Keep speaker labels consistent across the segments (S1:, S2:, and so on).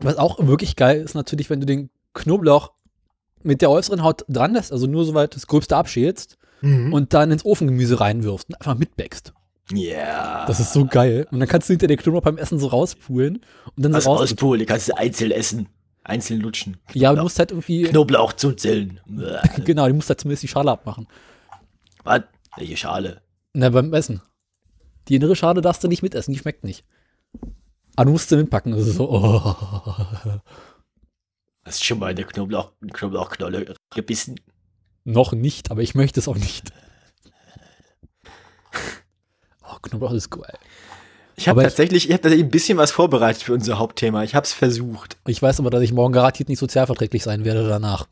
S1: Was auch wirklich geil ist natürlich, wenn du den Knoblauch mit der äußeren Haut dran lässt, also nur soweit das Gröbste abschälst
S2: Mhm.
S1: und dann ins Ofengemüse reinwirfst und einfach mitbäckst.
S2: Ja.
S1: Das ist so geil. Und dann kannst du hinter den Knoblauch beim Essen so rauspulen und dann so
S2: Das
S1: raus.
S2: Auspool, die kannst du einzeln essen. Einzeln lutschen.
S1: Ja, du musst halt irgendwie,
S2: Knoblauch zunzeln. Bäh.
S1: genau, du musst halt zumindest die Schale abmachen.
S2: Was? Welche Schale?
S1: Na, beim Essen. Die innere Schale darfst du nicht mitessen, die schmeckt nicht. Aber du musst sie mitpacken. Das ist so, oh.
S2: Hast du schon mal eine Knoblauch Knoblauchknolle gebissen?
S1: Noch nicht, aber ich möchte es auch nicht. Oh, Knoblauch ist geil.
S2: Ich habe
S1: Aber ich-
S2: tatsächlich, ich, hab habe ein bisschen was vorbereitet für unser Hauptthema. Ich habe es versucht.
S1: Ich weiß aber, dass ich morgen garantiert nicht sozialverträglich sein werde danach.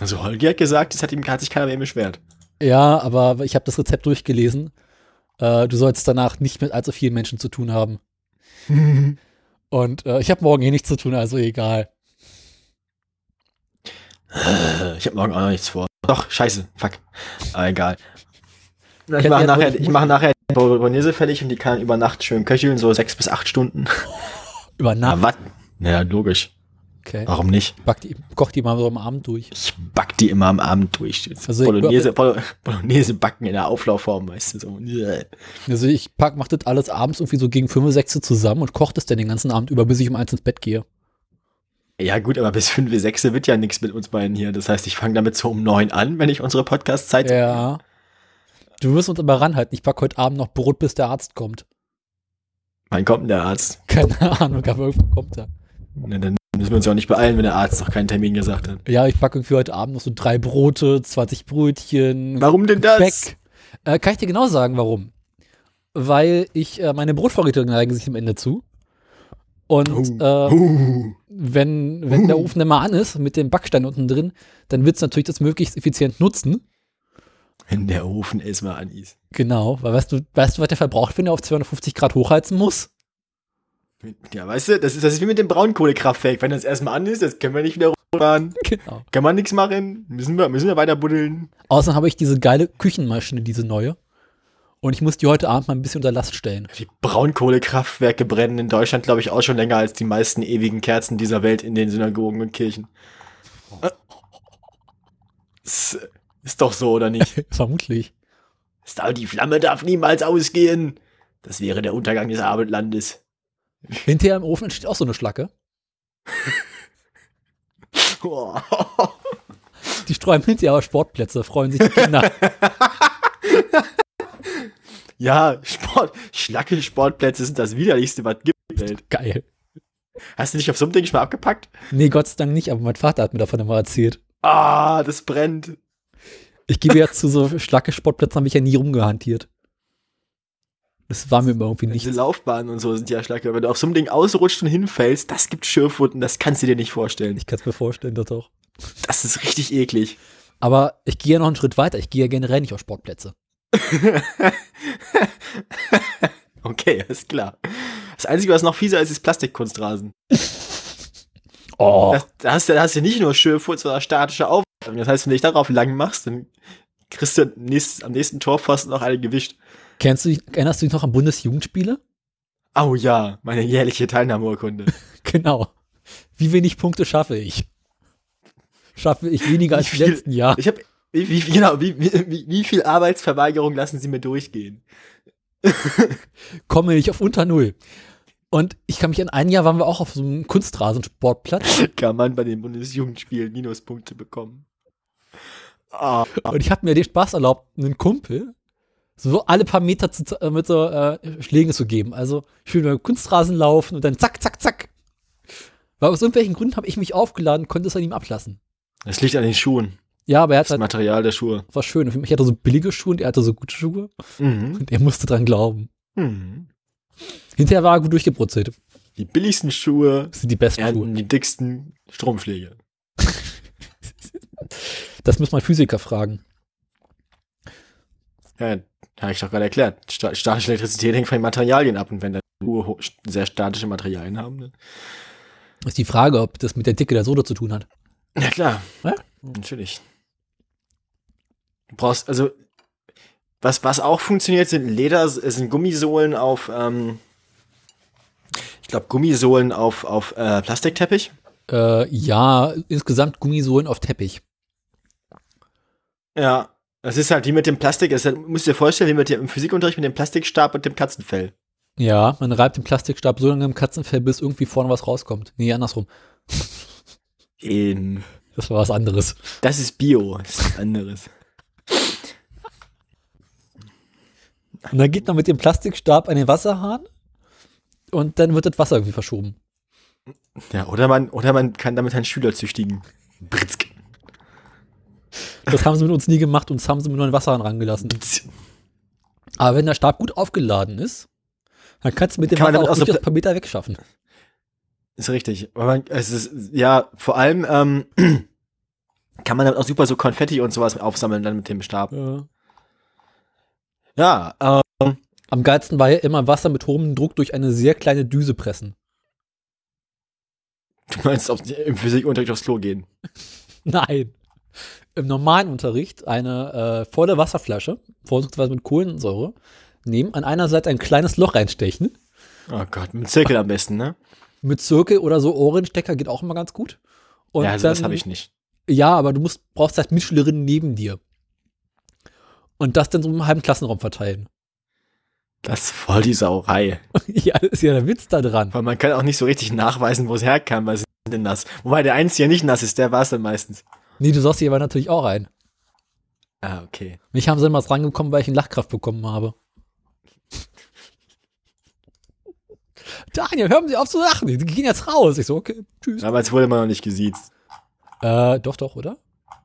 S2: Also Holger hat gesagt, es hat ihm hat sich keiner mehr beschwert.
S1: Ja, aber ich habe das Rezept durchgelesen. Äh, du sollst danach nicht mit allzu vielen Menschen zu tun haben. Und äh, ich habe morgen eh nichts zu tun, also egal.
S2: Äh, Ich habe morgen auch noch nichts vor. Doch, scheiße, fuck. Aber egal. Na, Ich
S1: hätte
S2: mache
S1: ja
S2: nachher,
S1: wohl-
S2: ich mach nachher die Bolognese fertig und die kann über Nacht schön köcheln, so sechs bis acht Stunden.
S1: Über Nacht.
S2: was? Naja, logisch.
S1: Okay.
S2: Warum nicht?
S1: Back die, koch die mal so am Abend durch.
S2: Ich back die immer am Abend durch.
S1: Also
S2: Also
S1: ich-
S2: Bolognese, Bolo- Bolognese backen in der Auflaufform, weißt du, so.
S1: Also ich pack, mach das alles abends irgendwie so gegen 5, 6 zusammen und koch das dann den ganzen Abend über, bis ich um eins ins Bett gehe.
S2: Ja gut, aber bis fünf, sechs wird ja nichts mit uns beiden hier. Das heißt, ich fange damit so um neun an, wenn ich unsere Podcast-Zeit...
S1: Ja. Du wirst uns aber ranhalten. Ich pack heute Abend noch Brot, bis der Arzt kommt.
S2: Wann kommt denn der Arzt?
S1: Keine Ahnung, aber irgendwann kommt er.
S2: Na, dann müssen wir uns ja auch nicht beeilen, wenn der Arzt noch keinen Termin gesagt hat.
S1: Ja, ich packe irgendwie heute Abend noch so drei Brote, 20 Brötchen,
S2: Warum denn das?
S1: Speck. Äh, kann ich dir genau sagen, warum? Weil ich, äh, meine Brotvorräte neigen sich am Ende zu. Und äh,
S2: Uh.
S1: wenn, wenn der Ofen dann mal an ist, mit dem Backstein unten drin, dann willst du natürlich das möglichst effizient nutzen.
S2: Wenn der Ofen erstmal an ist.
S1: Genau, weil weißt du, weißt du, was der verbraucht, wenn er auf 250 Grad hochheizen muss?
S2: Ja, weißt du, das ist, das ist wie mit dem Braunkohlekraftwerk. Wenn das erstmal an ist, das können wir nicht wieder runterfahren.
S1: Genau.
S2: Kann man nichts machen. Müssen wir, müssen wir weiter buddeln.
S1: Außerdem habe ich diese geile Küchenmaschine, diese neue. Und ich muss die heute Abend mal ein bisschen unter Last stellen.
S2: Die Braunkohlekraftwerke brennen in Deutschland, glaube ich, auch schon länger als die meisten ewigen Kerzen dieser Welt in den Synagogen und Kirchen. Äh, Ist, ist doch so, oder nicht?
S1: Vermutlich.
S2: Ist da- Die Flamme darf niemals ausgehen. Das wäre der Untergang des Abendlandes.
S1: Hinterher im Ofen entsteht auch so eine Schlacke. Die sträuben hinterher auf Sportplätze, freuen sich die Kinder.
S2: Ja, Sport, Schlacke Sportplätze sind das widerlichste, was gibt in der Welt.
S1: Geil.
S2: Hast du dich auf so ein Ding schon mal abgepackt?
S1: Nee, Gott sei Dank nicht, aber mein Vater hat mir davon immer erzählt.
S2: Ah, das brennt.
S1: Ich gebe jetzt zu so schlacke Sportplätzen, habe ich ja nie rumgehantiert. Das war mir immer irgendwie
S2: Diese
S1: nicht.
S2: Laufbahnen und so sind ja Schlacke. Wenn du auf so einem Ding ausrutscht und hinfällst, das gibt Schürfwunden, das kannst du dir nicht vorstellen.
S1: Ich kann es mir vorstellen, das auch.
S2: Das ist richtig eklig.
S1: Aber ich gehe ja noch einen Schritt weiter. Ich gehe ja generell nicht auf Sportplätze.
S2: Okay, ist klar. Das Einzige, was noch fieser ist, ist Plastikkunstrasen.
S1: Oh.
S2: Das, da, hast du, da hast du nicht nur Schürfwund, sondern statische Aufwärmung. Das heißt, wenn du dich darauf lang machst, dann kriegst du am nächsten- am nächsten Torpfosten noch eine gewischt.
S1: Kennst du dich, erinnerst du dich noch an Bundesjugendspiele?
S2: Oh ja, meine jährliche Teilnahmeurkunde.
S1: Genau. Wie wenig Punkte schaffe ich? Schaffe ich weniger als
S2: Wie
S1: im
S2: viel-
S1: letzten Jahr?
S2: Ich habe wie, wie, genau, wie, wie, wie- wie viel Arbeitsverweigerung lassen Sie mir durchgehen?
S1: Komme ich auf unter Null. Und ich kann mich an ein Jahr waren wir auch auf so einem Kunstrasensportplatz
S2: Kann man bei den Bundesjugendspielen Minuspunkte bekommen? Ah,
S1: und ich habe mir den Spaß erlaubt, einen Kumpel so alle paar Meter zu, äh, mit so äh, Schlägen zu geben. Also schön über den Kunstrasen laufen und dann zack, zack, zack. Weil aus irgendwelchen Gründen habe ich mich aufgeladen, konnte es an ihm ablassen.
S2: das liegt an den Schuhen.
S1: Ja, aber er hat
S2: Das
S1: halt,
S2: Material der Schuhe.
S1: war schön. Für mich hatte er so billige Schuhe und er hatte so gute Schuhe
S2: Mhm.
S1: und er musste dran glauben.
S2: Mhm.
S1: Hinterher war er gut durchgebrutzelt.
S2: Die billigsten Schuhe
S1: Das sind die besten Schuhe.
S2: ernten die dicksten Stromschläge.
S1: Das muss man Physiker fragen.
S2: Ja, habe ich doch gerade erklärt. Sta statische Elektrizität hängt von den Materialien ab. Und wenn da Schuhe ho- sehr statische Materialien haben, ne?
S1: Ist die Frage, ob das mit der Dicke der Sohle zu tun hat.
S2: Ja, klar.
S1: Ja?
S2: Natürlich. Du brauchst, also, was, was auch funktioniert, sind Leder, sind Gummisohlen auf, ähm, ich glaube, Gummisohlen auf, auf äh, Plastikteppich.
S1: Äh, ja, insgesamt Gummisohlen auf Teppich.
S2: Ja. Das ist halt wie mit dem Plastik, das ist halt, musst du dir vorstellen, wie mit dem im Physikunterricht mit dem Plastikstab und dem Katzenfell.
S1: Ja, man reibt den Plastikstab so lange im Katzenfell, bis irgendwie vorne was rauskommt. Nee, andersrum.
S2: Ähm,
S1: Das war was anderes.
S2: das ist Bio, das ist was anderes.
S1: Und dann geht man mit dem Plastikstab an den Wasserhahn und dann wird das Wasser irgendwie verschoben.
S2: Ja, oder man, oder man kann damit einen Schüler züchtigen. Britzk.
S1: Das haben sie mit uns nie gemacht, uns haben sie mit nur den Wasserhahn rangelassen.
S2: Bzz.
S1: Aber wenn der Stab gut aufgeladen ist, dann kannst du mit dem
S2: Kann man
S1: Wasser
S2: damit
S1: auch
S2: auch so
S1: durchaus ein
S2: Pla-
S1: paar Meter wegschaffen.
S2: Ist richtig. Weil man, es ist, ja, vor allem ähm, kann man damit auch super so Konfetti und sowas aufsammeln dann mit dem Stab. Ja, äh,
S1: Am geilsten war ja immer Wasser mit hohem Druck durch eine sehr kleine Düse pressen.
S2: du meinst auf, im Physikunterricht aufs Klo gehen.
S1: Nein. Im normalen Unterricht eine äh, volle Wasserflasche, vorzugsweise mit Kohlensäure, nehmen, an einer Seite ein kleines Loch reinstechen.
S2: Oh Gott, mit Zirkel am besten, ne?
S1: Mit Zirkel oder so Ohrenstecker geht auch immer ganz gut. Und
S2: ja, sowas
S1: dann-
S2: habe ich nicht.
S1: Ja, aber du musst, brauchst halt Mitschülerinnen neben dir. Und das dann so im halben Klassenraum verteilen.
S2: Das ist voll die Sauerei.
S1: ja, das ist ja der Witz da dran.
S2: Weil man kann auch nicht so richtig nachweisen, wo es herkam, weil sie sind denn nass. Wobei der Einzige, der nicht nass ist, der war es dann meistens.
S1: Nee, du saust hier aber natürlich auch ein.
S2: Ah, okay.
S1: Mich haben sie damals rangekommen, weil ich einen Lachkraft bekommen habe. Daniel, hören Sie auf zu lachen. Die gehen jetzt raus. Ich so, okay, tschüss.
S2: Damals wurde man noch nicht gesiezt.
S1: Äh, doch, doch, oder?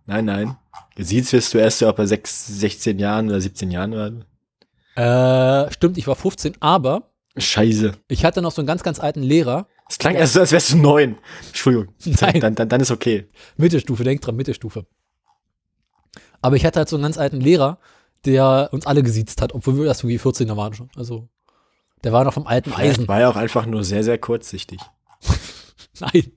S2: Nein, nein. Gesiezt wirst du erst so ab bei sechs, 16 Jahren oder 17 Jahren oder so.
S1: Äh, stimmt, ich war 15, aber
S2: Scheiße.
S1: ich hatte noch so einen ganz, ganz alten Lehrer.
S2: Es klang erst so, als wärst du neun. Entschuldigung.
S1: Nein.
S2: Dann, dann, dann ist okay.
S1: Mittelstufe, denk dran, Mittelstufe. Aber ich hatte halt so einen ganz alten Lehrer, der uns alle gesiezt hat, obwohl wir das irgendwie 14er waren schon. Also, der war noch vom alten Eisen.
S2: Vielleicht war ja auch einfach nur sehr, sehr kurzsichtig.
S1: Nein.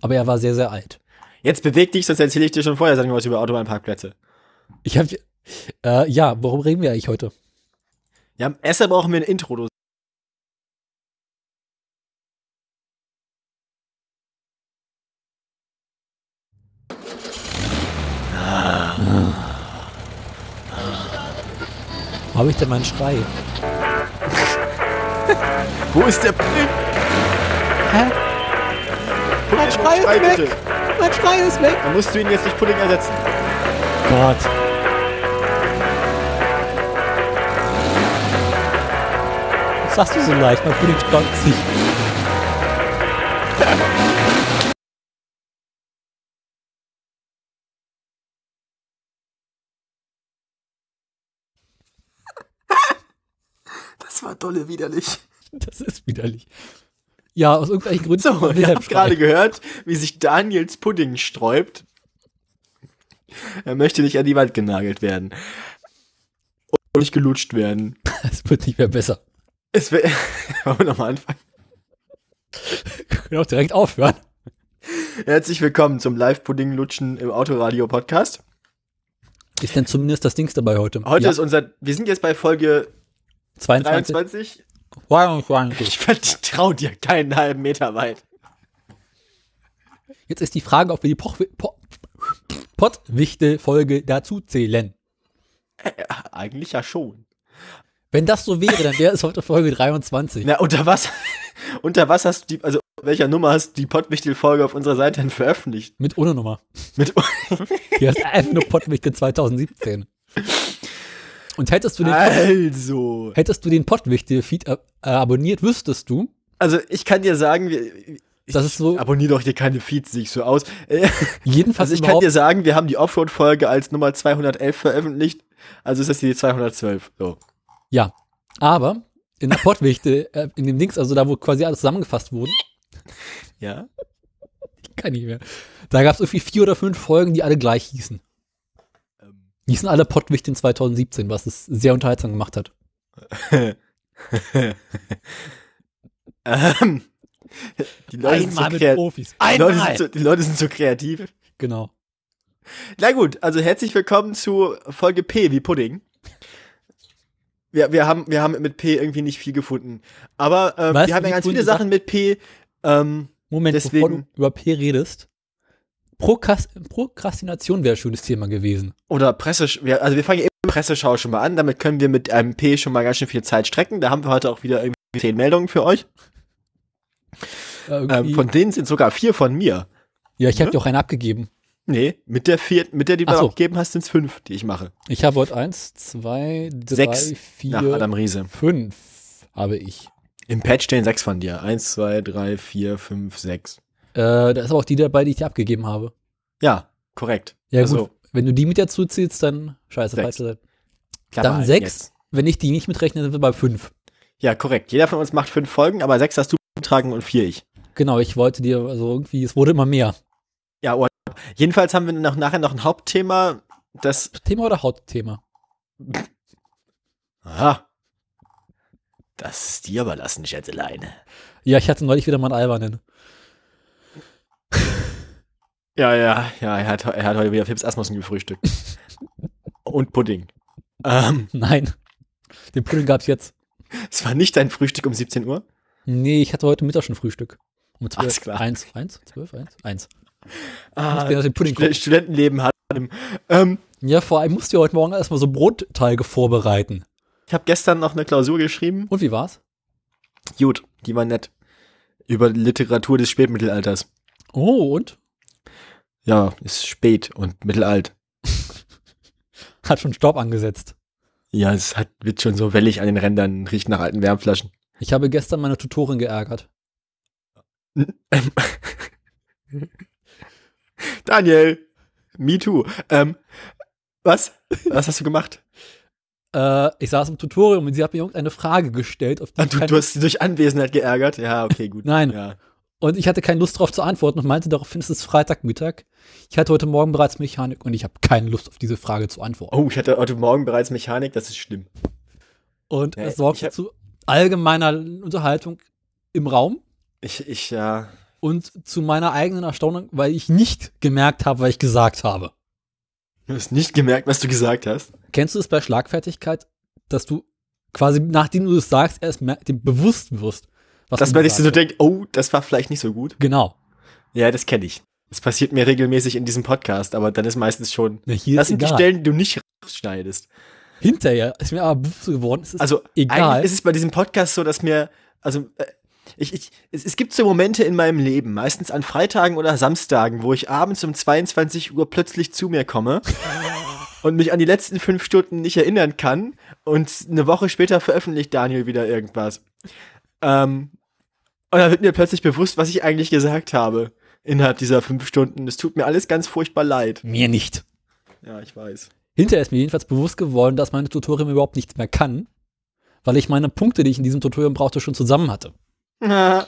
S1: Aber er war sehr, sehr alt.
S2: Jetzt beweg dich, sonst erzähle ich dir schon vorher, sagen wir was über Autobahnparkplätze.
S1: Ich hab, äh, ja, worum reden wir eigentlich heute?
S2: Ja, erstmal brauchen wir ein Intro. Du.
S1: Wo habe ich denn meinen Schrei?
S2: Wo ist der Hä? Pudding,
S1: Schrei ist weg.
S2: bitte.
S1: Mein Schrei ist weg!
S2: Dann musst du ihn jetzt durch Pudding ersetzen.
S1: Gott. Was sagst du so leicht? Mein Pudding staunt sich.
S2: Das war dolle widerlich.
S1: Das ist widerlich. Ja, aus irgendwelchen Gründen.
S2: So, ihr habt gerade gehört, wie sich Daniels Pudding sträubt. Er möchte nicht an die Wand genagelt werden. Und nicht gelutscht werden.
S1: Es wird nicht mehr besser.
S2: Es wär, wollen wir nochmal anfangen?
S1: Wir können auch direkt aufhören.
S2: Herzlich willkommen zum Live-Pudding-Lutschen im Autoradio-Podcast.
S1: Ist denn zumindest das Dings dabei heute?
S2: Heute
S1: ja,
S2: ist unser, wir sind jetzt bei Folge
S1: 22.
S2: 23.
S1: 22.
S2: Ich vertrau dir keinen halben Meter weit.
S1: Jetzt ist die Frage, ob wir die Poch po Pottwichtel-Folge dazu zählen.
S2: Eigentlich ja schon.
S1: Wenn das so wäre, dann wäre es heute Folge 23.
S2: Na, unter was, unter was hast du die, also, welcher Nummer hast du die Pottwichtel-Folge auf unserer Seite denn veröffentlicht?
S1: Mit ohne Nummer.
S2: Mit,
S1: Hier ist einfach nur Pottwichtel 2017. Und hättest du den,
S2: Äh. also.
S1: hättest du den Pottwichtel-Feed äh, äh, abonniert, wüsstest du,
S2: Also ich kann dir sagen, wir, ich
S1: Das ist so-
S2: abonniere doch hier keine Feeds, sehe ich so aus. Äh,
S1: jedenfalls
S2: Also ich kann
S1: überhaupt,
S2: dir sagen, wir haben die Offroad-Folge als Nummer 211 veröffentlicht. Also ist das die 212. So.
S1: ja. Aber in der Pottwichtel, äh, in dem Dings, also da, wo quasi alles zusammengefasst wurde,
S2: Ja.
S1: Kann ich mehr. Da gab es irgendwie vier oder fünf Folgen, die alle gleich hießen. Die hießen alle Pottwichteln 2017, was es sehr unterhaltsam gemacht hat.
S2: Ähm, die, Leute sind so kreat-
S1: Profis.
S2: die, Leute sind so, die Leute sind so kreativ.
S1: Genau.
S2: Na gut, also herzlich willkommen zu Folge P wie Pudding. Wir, wir, haben, wir haben mit P irgendwie nicht viel gefunden. Aber ähm,
S1: Was?
S2: wir haben ja
S1: Wie
S2: ganz viele
S1: gefunden?
S2: Sachen mit P. Ähm,
S1: Moment, bevor du
S2: Deswegen-
S1: über P redest. Prokras Prokrastination wäre ein schönes Thema gewesen.
S2: oder Presse, wir, also wir fangen ja eben mit Presseschau schon mal an. Damit können wir mit einem P schon mal ganz schön viel Zeit strecken. Da haben wir heute auch wieder irgendwie zehn Meldungen für euch.
S1: Äh, irgendwie-
S2: Ähm, von denen sind sogar vier von mir.
S1: ja, ich habe
S2: ne?
S1: dir auch einen abgegeben.
S2: Nee, mit der vierten, mit der, die du
S1: Ach so.
S2: abgegeben hast, sind es fünf, die ich mache.
S1: Ich habe heute eins, zwei, drei,
S2: Sechs Nach
S1: vier,
S2: Adam Riese.
S1: fünf habe ich.
S2: Im Patch stehen sechs von dir. Eins, zwei, drei, vier, fünf, sechs.
S1: Äh, da ist aber auch die dabei, die ich dir abgegeben habe.
S2: Ja, korrekt.
S1: Ja,
S2: Also,
S1: gut. Wenn du die mit dazu ziehst, dann scheiße,
S2: Sechs.
S1: falsche Seite.
S2: Klammer
S1: Dann
S2: halten
S1: sechs.
S2: jetzt.
S1: Wenn ich die nicht mitrechne, sind wir bei fünf.
S2: Ja, korrekt. Jeder von uns macht fünf Folgen, aber sechs hast du getragen und vier ich.
S1: Genau, ich wollte dir, also irgendwie, es wurde immer mehr.
S2: Ja, oder? Jedenfalls haben wir noch, nachher noch ein Hauptthema, das.
S1: Thema oder Hautthema?
S2: Aha. Das ist dir überlassen, Schätzelein.
S1: Ja, ich hatte neulich wieder mal einen Albernen.
S2: Ja, ja, ja, er hat, er hat heute wieder Fips Asmussen gefrühstückt. und Pudding. Ähm,
S1: Nein. Den Pudding gab's jetzt.
S2: es war nicht dein Frühstück um 17 Uhr.
S1: Nee, ich hatte heute Mittag schon Frühstück. Um 12.
S2: Alles klar.
S1: Eins, eins, zwölf, eins, eins. Ich
S2: Ah,
S1: bin aus dem Pudding
S2: Stud-
S1: gucken.
S2: Studentenleben hat. Ähm,
S1: Ja, vor allem musst du ja heute Morgen erstmal so Brotteige vorbereiten.
S2: ich habe gestern noch eine Klausur geschrieben.
S1: Und wie war's?
S2: Gut, die war nett. Über Literatur des Spätmittelalters.
S1: Oh, und?
S2: Ja, ist spät und mittelalt.
S1: Hat schon Staub angesetzt.
S2: Ja, es hat, wird schon so wellig an den Rändern, riecht nach alten Wärmflaschen.
S1: Ich habe gestern meine Tutorin geärgert.
S2: Daniel, me too. Ähm, was? Was hast du gemacht?
S1: Äh, ich saß im Tutorium und sie hat mir irgendeine Frage gestellt, auf die
S2: Ah,
S1: ich
S2: Du,
S1: kein-
S2: du hast sie durch Anwesenheit geärgert? Ja, okay, gut.
S1: Nein.
S2: Ja.
S1: Und ich hatte keine Lust darauf zu antworten und meinte, daraufhin ist es Freitagmittag. Ich hatte heute Morgen bereits Mechanik und ich habe keine Lust auf diese Frage zu antworten.
S2: Oh, ich hatte heute Morgen bereits Mechanik, das ist schlimm.
S1: Und
S2: Ja,
S1: es sorgt
S2: Oh. ich hab-
S1: zu allgemeiner Unterhaltung im Raum
S2: Ich, ich, ja.
S1: und zu meiner eigenen Erstaunung, weil ich nicht gemerkt habe, was ich gesagt habe.
S2: Du hast nicht gemerkt, was du gesagt hast.
S1: Kennst du es bei Schlagfertigkeit, dass du quasi nachdem du es sagst, erst mer- dir bewusst wirst, was
S2: Dass
S1: du
S2: man sich
S1: gesagt
S2: so
S1: hast?
S2: denkt, oh, das war vielleicht nicht so gut.
S1: Genau.
S2: Ja, das kenne ich. Das passiert mir regelmäßig in diesem Podcast, aber dann ist meistens schon.
S1: Na, hier
S2: Das
S1: ist
S2: sind die
S1: egal.
S2: Stellen, die du nicht rausschneidest.
S1: Hinterher ist mir aber bewusst geworden, es ist
S2: Also,
S1: egal.
S2: Eigentlich ist es bei diesem Podcast so, dass mir, also äh, ich, ich, es, es gibt so Momente in meinem Leben, meistens an Freitagen oder Samstagen, wo ich abends um 22 Uhr plötzlich zu mir komme und mich an die letzten fünf Stunden nicht erinnern kann und eine Woche später veröffentlicht Daniel wieder irgendwas. Ähm, und dann wird mir plötzlich bewusst, was ich eigentlich gesagt habe innerhalb dieser fünf Stunden. Es tut mir alles ganz furchtbar leid.
S1: mir nicht.
S2: Ja, ich weiß.
S1: Hinterher ist mir jedenfalls bewusst geworden, dass meine Tutorium überhaupt nichts mehr kann, weil ich meine Punkte, die ich in diesem Tutorium brauchte, schon zusammen hatte.
S2: Oh,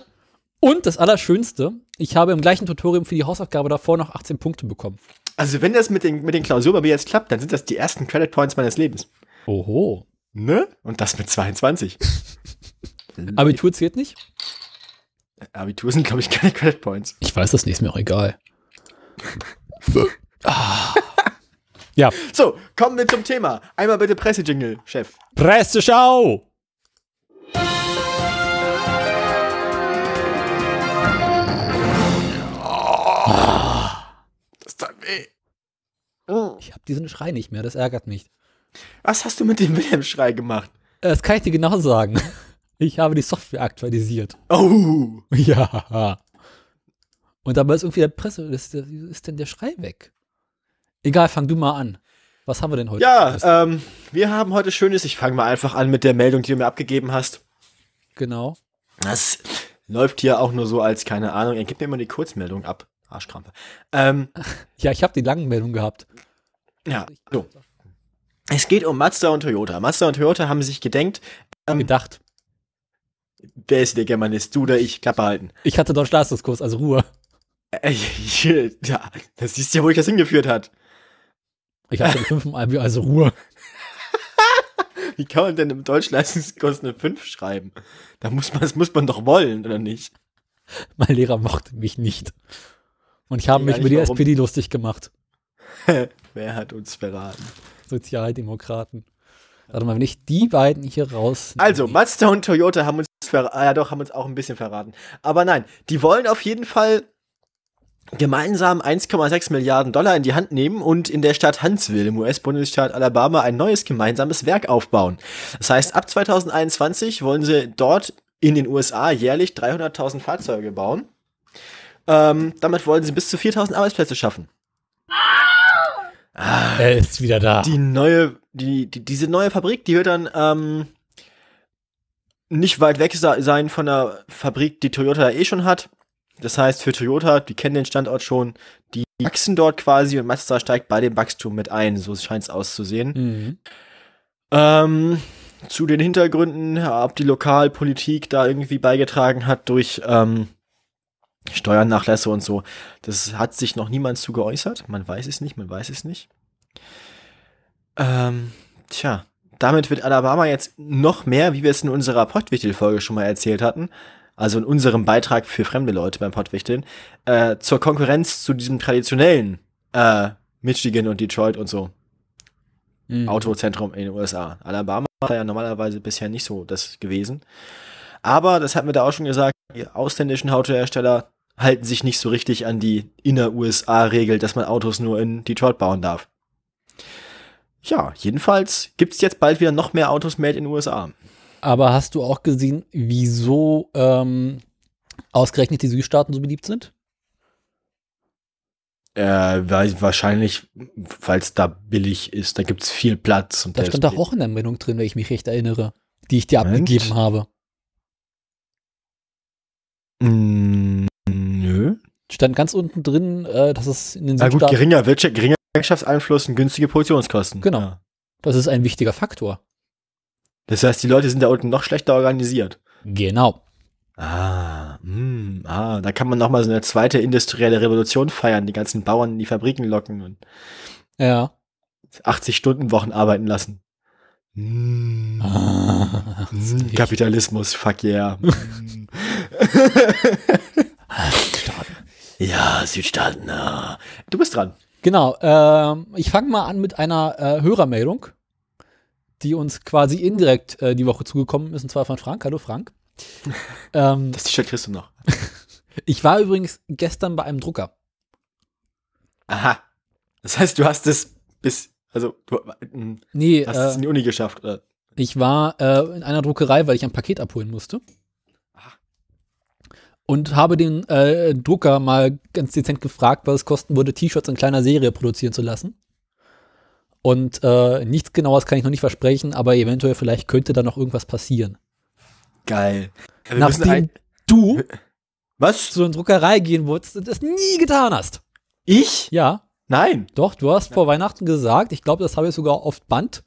S1: Und das Allerschönste, ich habe im gleichen Tutorium für die Hausaufgabe davor noch 18 Punkte bekommen.
S2: Also wenn das mit den, mit den Klausuren bei mir jetzt klappt, dann sind das die ersten Credit Points meines Lebens.
S1: Oho.
S2: Ne? Und das mit 22.
S1: Abitur zählt nicht?
S2: Abitur sind, glaube ich, keine Credit Points.
S1: Ich weiß das nicht, ist mir auch egal. ah. Ja.
S2: So, kommen wir zum Thema. Einmal bitte Pressejingle, Chef.
S1: Presseschau!
S2: Das tat weh.
S1: Ich habe diesen Schrei nicht mehr, das ärgert mich.
S2: Was hast du mit dem Wilhelm-Schrei gemacht?
S1: Äh, Das kann ich dir genau sagen. Ich habe die Software aktualisiert.
S2: Oh,
S1: Ja. Und dabei ist irgendwie der Presse, ist, der- ist denn der Schrei weg? Egal, fang du mal an. Was haben wir denn heute?
S2: ja,
S1: Das-
S2: ähm, wir haben heute Schönes. Ich fange mal einfach an mit der Meldung, die du mir abgegeben hast.
S1: genau.
S2: Das läuft hier auch nur so als, keine Ahnung, er gibt mir immer die Kurzmeldung ab. Arschkrampe. Ähm,
S1: Ja, ich habe die langen Meldung gehabt.
S2: ja, so. Es geht um Mazda und Toyota. Mazda und Toyota haben sich gedenkt,
S1: Gedacht.
S2: wer ist der Germanist, du oder ich, Klappe halten.
S1: Ich hatte dort Staatsdiskurs, also Ruhe.
S2: Ey, ja, das siehst du ja, wo ich das hingeführt hat.
S1: Ich hatte den fünften Albi, also Ruhe.
S2: Wie kann man denn im Deutschleistungskurs eine 5 schreiben? Da muss man, das muss man doch wollen, oder nicht?
S1: Mein Lehrer mochte mich nicht. Und ich habe
S2: Ich
S1: mich
S2: weiß
S1: über die
S2: nicht, warum.
S1: SPD lustig gemacht.
S2: Wer hat uns verraten?
S1: Sozialdemokraten. Warte mal, wenn ich die beiden hier raus.
S2: Also, Mazda und Toyota haben uns, ver ah, ja doch, haben uns auch ein bisschen verraten. Aber nein, die wollen auf jeden Fall gemeinsam 1,6 Milliarden Dollar in die Hand nehmen und in der Stadt Huntsville im US-Bundesstaat Alabama ein neues gemeinsames Werk aufbauen. Das heißt, ab 2021 wollen sie dort in den USA jährlich 300.000 Fahrzeuge bauen. Ähm, damit wollen sie bis zu 4.000 Arbeitsplätze schaffen.
S1: er Äh, ist wieder da.
S2: Die neue, die, die, diese neue Fabrik, die wird dann ähm, nicht weit weg sa- sein von der Fabrik, die Toyota eh schon hat. Das heißt, für Toyota, die kennen den Standort schon, die wachsen dort quasi und Mazda steigt bei dem Wachstum mit ein. So scheint es auszusehen.
S1: Mhm.
S2: Ähm, zu den Hintergründen, ob die Lokalpolitik da irgendwie beigetragen hat durch ähm, Steuernachlässe und so, das hat sich noch niemand zu geäußert. Man weiß es nicht, man weiß es nicht. Ähm, tja, damit wird Alabama jetzt noch mehr, wie wir es in unserer Pottwichtel-Folge schon mal erzählt hatten, also in unserem Beitrag für fremde Leute beim Pottwichteln, äh, zur Konkurrenz zu diesem traditionellen äh, Michigan und Detroit und so.
S1: Mhm.
S2: Autozentrum in den USA. Alabama war ja normalerweise bisher nicht so das gewesen. Aber, das hatten wir da auch schon gesagt, die ausländischen Autohersteller halten sich nicht so richtig an die Inner-USA-Regel, dass man Autos nur in Detroit bauen darf. Ja, jedenfalls gibt's jetzt bald wieder noch mehr Autos made in den USA.
S1: Aber hast du auch gesehen, wieso ähm, ausgerechnet die Südstaaten so beliebt sind?
S2: Äh, weil wahrscheinlich, falls da billig ist, da gibt's viel Platz. Und
S1: Da
S2: der
S1: stand
S2: ist-
S1: doch auch in der Meldung drin, wenn ich mich recht erinnere, die ich dir
S2: Moment.
S1: abgegeben habe.
S2: Mm, nö.
S1: Stand ganz unten drin, äh, dass es in den
S2: Na gut,
S1: Südstaaten,
S2: geringer, Wirtschaft, geringer Wirtschaftseinfluss und günstige Produktionskosten.
S1: Genau.
S2: Ja.
S1: das ist ein wichtiger Faktor.
S2: Das heißt, die Leute sind da unten noch schlechter organisiert.
S1: Genau.
S2: Ah, mh, ah, da kann man nochmal so eine zweite industrielle Revolution feiern, die ganzen Bauern in die Fabriken locken und
S1: Ja.
S2: 80-Stunden-Wochen arbeiten lassen. Mm,
S1: Ah,
S2: mm,
S1: das ist wichtig.
S2: Kapitalismus, fuck yeah. Mm.
S1: Ah,
S2: ja, Südstaaten. ah. Du bist dran.
S1: Genau, ähm, ich fange mal an mit einer äh, Hörermeldung, die uns quasi indirekt äh, die Woche zugekommen ist, und zwar von Frank. Hallo Frank. ähm,
S2: Das T-Shirt kriegst du noch.
S1: ich war übrigens gestern bei einem Drucker.
S2: Aha. Das heißt, du hast es bis, also, du mm,
S1: Nee,
S2: hast es in
S1: äh,
S2: die Uni geschafft, oder?
S1: ich war äh, in einer Druckerei, weil ich ein Paket abholen musste.
S2: Aha.
S1: Und habe den äh, Drucker mal ganz dezent gefragt, was es kosten würde, T-Shirts in kleiner Serie produzieren zu lassen. Und äh, nichts genaues kann ich noch nicht versprechen, aber eventuell vielleicht könnte da noch irgendwas passieren.
S2: Geil. Ja, wir müssen
S1: Nachdem
S2: ein-
S1: du
S2: was?
S1: zu einer Druckerei gehen wolltest und das nie getan hast.
S2: Ich?
S1: Ja,
S2: Nein.
S1: doch, du hast vor Weihnachten gesagt, ich glaube, das habe ich sogar auf Band,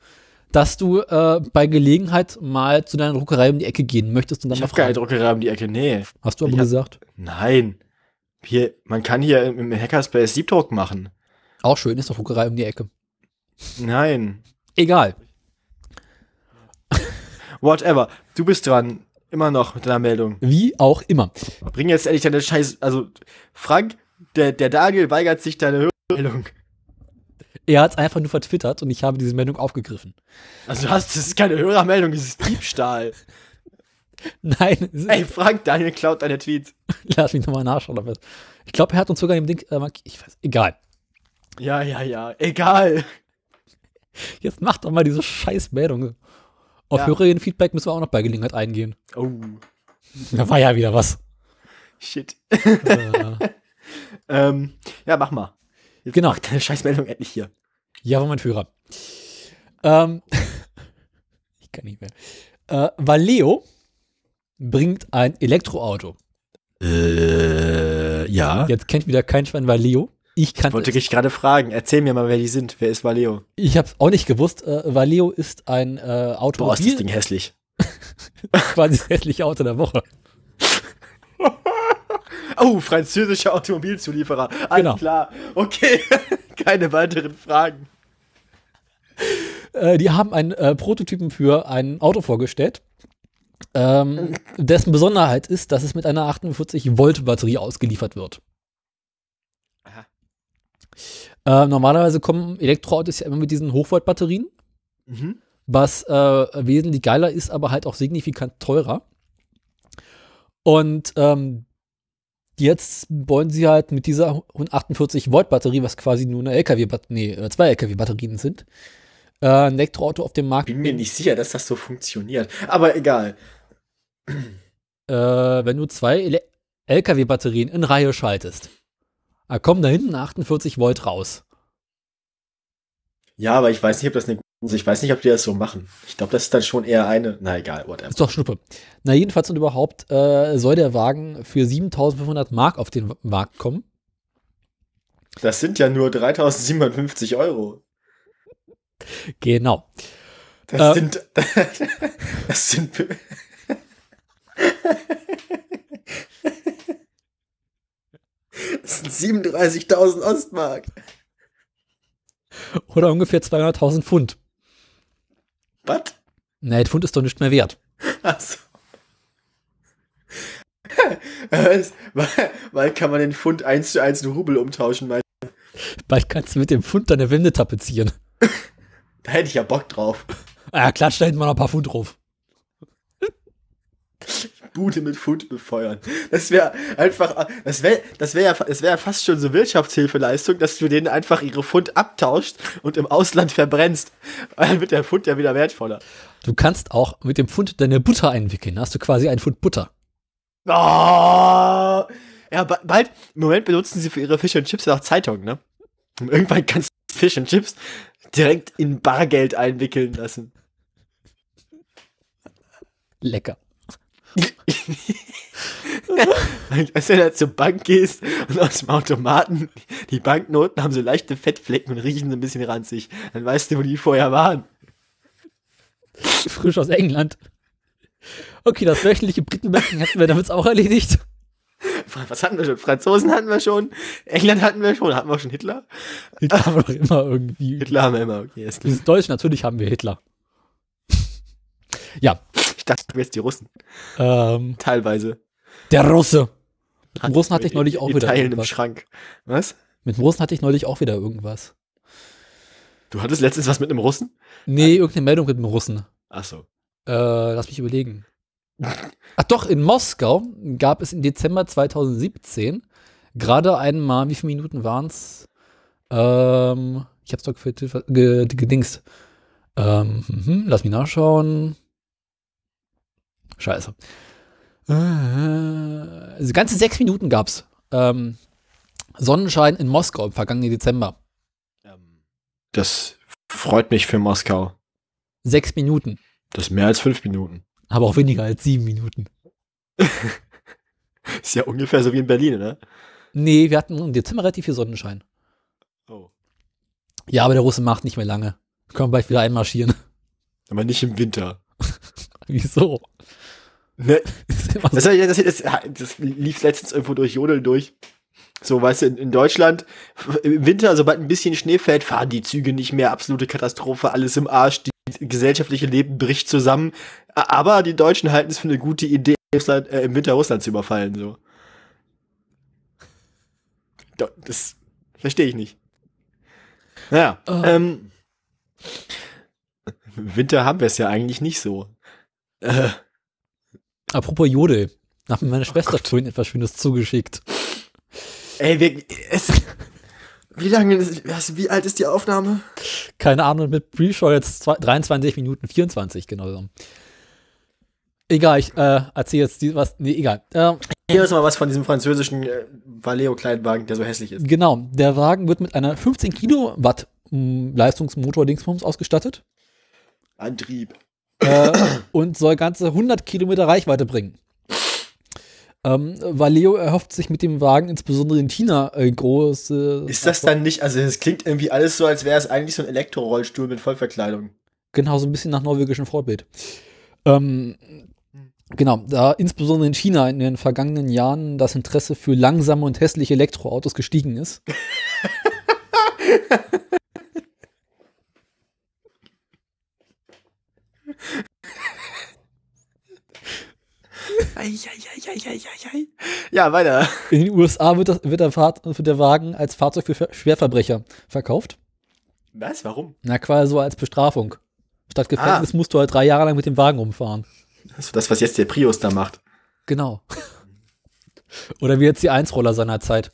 S1: dass du äh, bei Gelegenheit mal zu deiner Druckerei um die Ecke gehen möchtest und dann
S2: Ich
S1: mal
S2: habe keine
S1: fragen.
S2: Druckerei um die Ecke. Nee.
S1: Hast du aber
S2: Ich hab-
S1: gesagt.
S2: Nein. Hier, man kann hier im im Hackerspace Siebdruck machen.
S1: Auch schön, ist doch Druckerei um die Ecke.
S2: Nein.
S1: Egal.
S2: Whatever. Du bist dran. Immer noch mit deiner Meldung.
S1: Wie auch immer.
S2: Bring jetzt endlich deine Scheiß. Also, Frank, der, der Daniel weigert sich deine Meldung.
S1: Er hat es einfach nur vertwittert und ich habe diese Meldung aufgegriffen.
S2: Also, du hast, das ist keine Hörermeldung, das ist Diebstahl.
S1: Nein, es ist-
S2: Ey, Frank, Daniel klaut deine Tweets.
S1: lass mich nochmal nachschauen. ob er- Ich glaube, er hat uns sogar im Ding. Äh, mark- ich weiß, egal.
S2: Ja, ja, ja. Egal.
S1: Jetzt mach doch mal diese scheiß Meldung. Auf
S2: Ja.
S1: Hörerinnen-Feedback müssen wir auch noch bei Gelegenheit eingehen.
S2: Oh,
S1: Da war ja wieder was.
S2: shit.
S1: äh,
S2: Ähm, ja, mach mal. Jetzt
S1: Genau.
S2: mach deine Scheißmeldung endlich hier.
S1: Ja, war mein Führer. Ähm, ich kann nicht mehr. Äh, Valeo bringt ein Elektroauto.
S2: Äh, ja.
S1: Jetzt kennt wieder kein Schwein Valeo. Ich kann
S2: Wollte ich gerade fragen. Erzähl mir mal, wer die sind. Wer ist Valeo?
S1: Ich habe es auch nicht gewusst. Äh, Valeo ist ein äh,
S2: Boah, ist das
S1: Automobil,
S2: Ding hässlich.
S1: quasi das hässliche Auto der Woche.
S2: Oh, französischer Automobilzulieferer. Alles
S1: Genau.
S2: klar. Okay. Keine weiteren Fragen.
S1: Äh, die haben einen äh, Prototypen für ein Auto vorgestellt, ähm, dessen Besonderheit ist, dass es mit einer 48-Volt-Batterie ausgeliefert wird.
S2: Aha.
S1: Äh, normalerweise kommen Elektroautos ja immer mit diesen Hochvolt-Batterien.
S2: Mhm.
S1: was äh, wesentlich geiler ist, aber halt auch signifikant teurer. Und ähm, jetzt wollen sie halt mit dieser 148 Volt Batterie, was quasi nur eine LKW, nee, äh, zwei LKW Batterien sind, äh, ein Elektroauto auf den Markt.
S2: Bin mir nicht sicher, dass das so funktioniert. Aber egal.
S1: Äh, wenn du zwei Ele LKW Batterien in Reihe schaltest, da kommen da hinten 48 Volt raus.
S2: Ja, aber ich weiß nicht, ob das eine. Also ich weiß nicht, ob die das so machen. Ich glaube, das ist dann schon eher eine. Na egal, whatever.
S1: Ist doch Schnuppe. Na, jedenfalls und überhaupt äh, soll der Wagen für 7500 Mark auf den Markt kommen.
S2: Das sind ja nur 3750 Euro.
S1: Genau.
S2: Das
S1: Äh.
S2: sind. Das sind. Das sind 37.000 Ostmark.
S1: Oder ungefähr 200.000 Pfund.
S2: Was? Also.
S1: Nee, Pfund ist doch nicht mehr wert.
S2: Achso. Was? Weil- Weil kann man den Pfund eins zu eins in Rubel umtauschen, weil
S1: Bald kannst du mit dem Pfund deine Wände tapezieren.
S2: da hätte ich ja Bock drauf.
S1: Ah, klatsch, da hinten mal noch ein paar Pfund drauf.
S2: Bude mit Pfund befeuern. Das wäre einfach, das wäre das wär ja, das wär ja fast schon so Wirtschaftshilfeleistung, dass du denen einfach ihre Pfund abtauscht und im Ausland verbrennst. Dann wird der Pfund ja wieder wertvoller.
S1: Du kannst auch mit dem Pfund deine Butter einwickeln. Da hast du quasi einen Pfund Butter.
S2: Oh! Ah! Ja, ba- bald, im Moment benutzen sie für ihre Fish und Chips auch Zeitung, ne? Und irgendwann kannst du Fish und Chips direkt in Bargeld einwickeln lassen.
S1: Lecker.
S2: Als wenn du zur Bank gehst und aus dem Automaten, die Banknoten haben so leichte Fettflecken und riechen so ein bisschen ranzig. Dann weißt du, wo die vorher waren.
S1: Frisch aus England. Okay, das wöchentliche Britenmessen hätten wir damit auch erledigt.
S2: Was hatten wir schon? Franzosen hatten wir schon, England hatten wir schon, hatten wir schon Hitler?
S1: Hitler haben wir doch immer irgendwie.
S2: Hitler haben wir immer, okay, ist
S1: Wir
S2: klar.
S1: sind Deutsch, natürlich haben wir Hitler. Ja,
S2: Ich dachte jetzt die Russen,
S1: ähm,
S2: teilweise.
S1: der Russe. Mit dem Russen hatte ich neulich auch
S2: Die
S1: wieder
S2: Teilen im
S1: irgendwas.
S2: Schrank. Was?
S1: Mit dem Russen hatte ich neulich auch wieder irgendwas.
S2: Du hattest letztens was mit einem Russen?
S1: Nee, irgendeine Meldung mit dem Russen.
S2: Ach so.
S1: Äh, lass mich überlegen. Ach doch, in Moskau gab es im Dezember 2017 gerade einmal, wie viele Minuten waren's? Ähm, ich hab's doch für, ge, gedingst. Ähm, mhm, lass mich nachschauen. Scheiße. Äh, also ganze sechs Minuten gab's. Ähm, Sonnenschein in Moskau im vergangenen Dezember.
S2: Ähm, Das freut mich für Moskau.
S1: Sechs Minuten,
S2: Das ist mehr als fünf Minuten.
S1: aber auch weniger als sieben Minuten.
S2: Ist ja ungefähr so wie in Berlin, ne?
S1: Nee, wir hatten im Dezember relativ viel Sonnenschein.
S2: Oh.
S1: Ja, aber der Russe macht nicht mehr lange. Wir können bald wieder einmarschieren.
S2: Aber nicht im Winter.
S1: Wieso?
S2: Ne,
S1: Ist immer so.
S2: Das, das, das, das lief letztens irgendwo durch Jodel durch. So, weißt du, in, in Deutschland, f- im Winter, sobald ein bisschen Schnee fällt, fahren die Züge nicht mehr, absolute Katastrophe, alles im Arsch, die das gesellschaftliche Leben bricht zusammen. A- Aber die Deutschen halten es für eine gute Idee, Russland, äh, im Winter Russland zu überfallen, so. Da- Das verstehe ich nicht. Naja,
S1: Ah.
S2: ähm, im Winter haben wir es ja eigentlich nicht so. Äh,
S1: Apropos Jodel. Da hat mir meine Schwester vorhin etwas Schönes zugeschickt.
S2: Ey, wir, es, wie lange ist, was, wie alt ist die Aufnahme?
S1: Keine Ahnung, mit Pre-Show jetzt zwei- 23 Minuten 24 genau genommen. Egal, ich äh, erzähle jetzt die, was. Nee, egal. Ähm,
S2: Hier ist mal was von diesem französischen äh, Valeo-Kleinwagen, der so hässlich ist.
S1: genau, der Wagen wird mit einer 15 Kilowatt m, Leistungsmotor-Dingsbums ausgestattet
S2: Antrieb.
S1: äh, und soll ganze 100 Kilometer Reichweite bringen. Ähm, Valeo erhofft sich mit dem Wagen insbesondere in China äh, große.
S2: Ist das dann nicht, also es klingt irgendwie alles so, als wäre es eigentlich so ein Elektrorollstuhl mit Vollverkleidung.
S1: Genau, so ein bisschen nach norwegischem Vorbild. Ähm, genau, da insbesondere in China in den vergangenen Jahren das Interesse für langsame und hässliche Elektroautos gestiegen ist.
S2: Ja, weiter.
S1: In den USA wird, das, wird, der, Fahrt, wird der Wagen als Fahrzeug für Ver- Schwerverbrecher verkauft.
S2: Was? Warum?
S1: Na, quasi so als Bestrafung Statt
S2: Ah.
S1: Gefängnis musst du halt drei Jahre lang mit dem Wagen rumfahren.
S2: Also das, was jetzt der Prius da macht.
S1: Genau. Oder wie jetzt die 1-Roller seiner Zeit.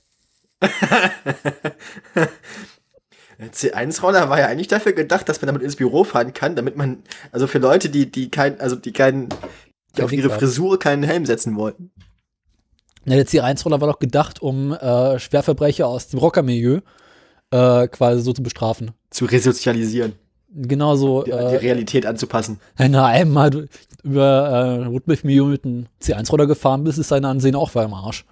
S2: Der C1-Roller war ja eigentlich dafür gedacht, dass man damit ins Büro fahren kann, damit man, also für Leute, die, die kein, also die keinen, die
S1: Kein
S2: auf
S1: Ding
S2: ihre
S1: haben.
S2: Frisur keinen Helm setzen wollten.
S1: Na, der C1-Roller war doch gedacht, um äh, Schwerverbrecher aus dem Rockermilieu äh, quasi so zu bestrafen.
S2: Zu resozialisieren,
S1: Genauso
S2: die, die
S1: äh,
S2: Realität anzupassen.
S1: wenn du einmal du- über äh, Rotmilchmilieu mit einem C1-Roller gefahren bist, ist dein Ansehen auch beim Arsch.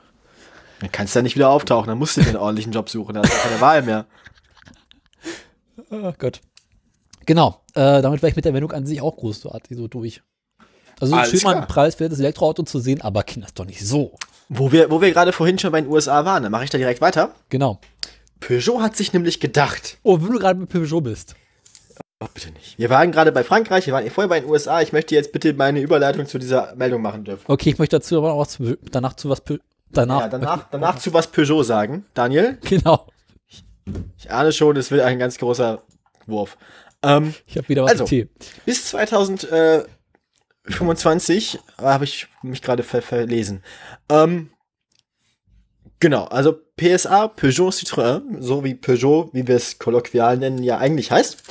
S2: Dann kannst du da nicht wieder auftauchen, dann musst du dir einen ordentlichen Job suchen, da hast du keine Wahl mehr. Ah,
S1: Oh Gott. Genau, äh, damit wäre ich mit der Wendung an sich auch großartig so durch. Also
S2: Alles
S1: schön mal ein
S2: klar.
S1: preiswertes Elektroauto zu sehen, aber Kinder ist doch nicht so.
S2: Wo wir, wo wir gerade vorhin schon bei den USA waren, dann mache ich da direkt weiter.
S1: Genau.
S2: Peugeot hat sich nämlich gedacht.
S1: Oh, wenn du gerade mit Peugeot bist.
S2: Oh, bitte nicht. Wir waren gerade bei Frankreich, wir waren eh vorher bei den USA. Ich möchte jetzt bitte meine Überleitung zu dieser Meldung machen dürfen.
S1: Okay, ich möchte dazu aber auch zu, danach zu was Peu- danach.
S2: Ja, danach, danach zu was Peugeot sagen. Daniel,
S1: Genau.
S2: ich ahne schon, es wird ein ganz großer Wurf. Ähm,
S1: Ich habe wieder was
S2: Also.
S1: im Tee.
S2: bis 2025 äh, habe ich mich gerade ver verlesen. Ähm, genau, also PSA, Peugeot Citroën, so wie Peugeot, wie wir es kolloquial nennen, ja eigentlich heißt,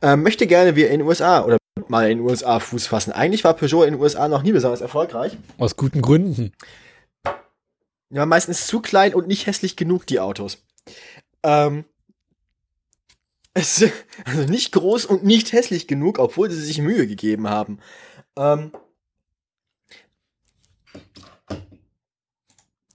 S2: äh, möchte gerne wir in den USA oder mal in den USA Fuß fassen. Eigentlich war Peugeot in den USA noch nie besonders erfolgreich.
S1: Aus guten Gründen.
S2: Ja, meistens zu klein und nicht hässlich genug, die Autos. Ähm, es, also nicht groß und nicht hässlich genug, obwohl sie sich Mühe gegeben haben. Ähm,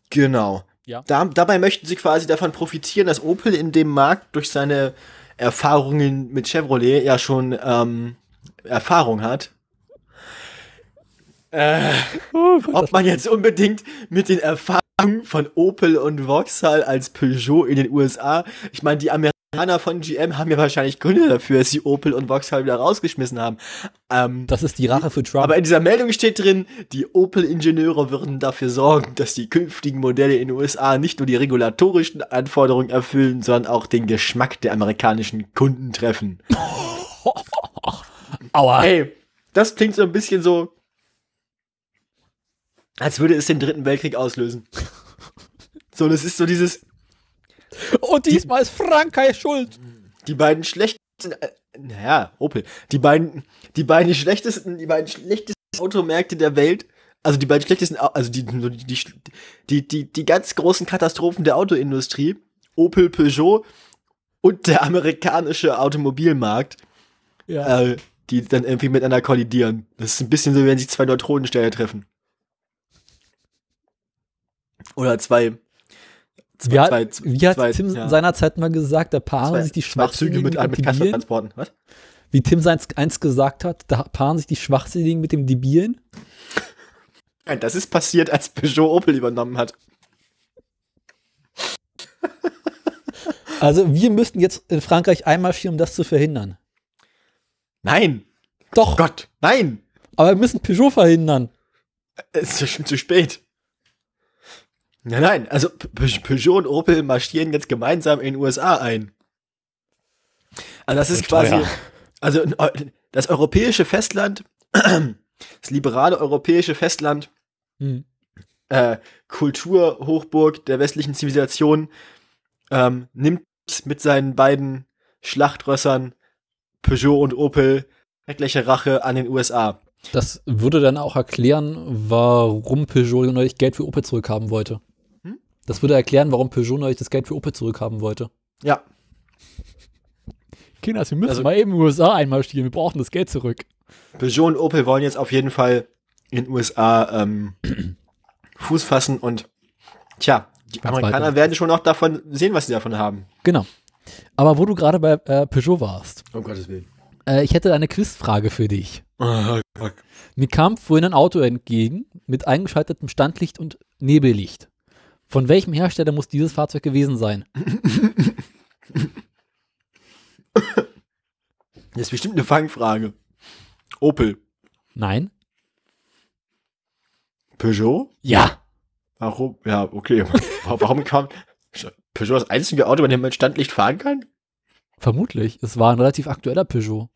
S2: genau.
S1: Ja.
S2: Da, dabei möchten sie quasi davon profitieren, dass Opel in dem Markt durch seine Erfahrungen mit Chevrolet ja schon ähm, Erfahrung hat. Äh, ob man jetzt unbedingt mit den Erfahrungen von Opel und Vauxhall als Peugeot in den USA, ich meine, die Amerikaner von GM haben ja wahrscheinlich Gründe dafür, dass sie Opel und Vauxhall wieder rausgeschmissen haben. Ähm,
S1: Das ist die Rache für Trump.
S2: aber in dieser Meldung steht drin, die Opel-Ingenieure würden dafür sorgen, dass die künftigen Modelle in den USA nicht nur die regulatorischen Anforderungen erfüllen, sondern auch den Geschmack der amerikanischen Kunden treffen.
S1: Aua.
S2: Ey, das klingt so ein bisschen so, als würde es den Dritten Weltkrieg auslösen. So, das ist so dieses,
S1: Und diesmal ist Frankreich schuld.
S2: die beiden schlechtesten, äh, naja, Opel, die beiden, die beiden schlechtesten, die beiden schlechtesten Automärkte der Welt, also die beiden schlechtesten, Au- also die, die, die, die, die ganz großen Katastrophen der Autoindustrie, Opel, Peugeot und der amerikanische Automobilmarkt,
S1: Ja.
S2: äh, die dann irgendwie miteinander kollidieren. Das ist ein bisschen so, wie wenn sich zwei Neutronensterne treffen. Oder zwei.
S1: wie hat,
S2: zwei- zwei-
S1: wie hat
S2: zwei-
S1: Tim
S2: ja.
S1: seinerzeit mal gesagt, da paaren
S2: Zwei,
S1: sich die
S2: zwei Züge
S1: Schwachsinnigen
S2: mit,
S1: mit,
S2: mit
S1: dem Debilen?
S2: Kaspertransporten. Was?
S1: Wie Tim seins, eins gesagt hat, da paaren sich die Schwachsinnigen mit dem Debilen?
S2: Nein, das ist passiert, als Peugeot Opel übernommen hat.
S1: Also wir müssten jetzt in Frankreich einmarschieren, um das zu verhindern.
S2: Nein!
S1: Doch,
S2: Gott! Nein!
S1: aber wir müssen Peugeot verhindern.
S2: Es ist schon zu spät. Nein, nein, also Pe- Pe- Peugeot und Opel marschieren jetzt gemeinsam in den USA ein. Also das ist
S1: wird teuer.
S2: quasi, also in Eu- das europäische Festland, das liberale europäische Festland,
S1: Hm.
S2: äh, Kulturhochburg der westlichen Zivilisation, ähm, nimmt mit seinen beiden Schlachtrössern Peugeot und Opel schreckliche Rache an den USA.
S1: Das würde dann auch erklären, warum Peugeot neulich Geld für Opel zurückhaben wollte.
S2: Hm?
S1: Das würde erklären, warum Peugeot neulich das Geld für Opel zurückhaben wollte.
S2: Ja,
S1: Kinder, wir müssen
S2: Also-
S1: mal eben in den USA einmarschieren. Wir brauchen das Geld zurück.
S2: Peugeot und Opel wollen jetzt auf jeden Fall in den USA ähm, Fuß fassen und tja, die
S1: Ganz
S2: Amerikaner
S1: weiter.
S2: werden schon noch davon sehen, was sie davon haben.
S1: Genau. Aber wo du gerade bei äh, Peugeot warst,
S2: Um Gottes Willen.
S1: äh, ich hätte eine Quizfrage für dich. Mir kam vorhin ein Auto entgegen mit eingeschaltetem Standlicht und Nebellicht. Von welchem Hersteller muss dieses Fahrzeug gewesen sein?
S2: Das ist bestimmt eine Fangfrage. Opel.
S1: Nein?
S2: Peugeot?
S1: Ja.
S2: Warum? Ja, okay. Wa- Warum kam Peugeot das einzige Auto, bei dem man Standlicht fahren kann?
S1: Vermutlich. Es war ein relativ aktueller Peugeot.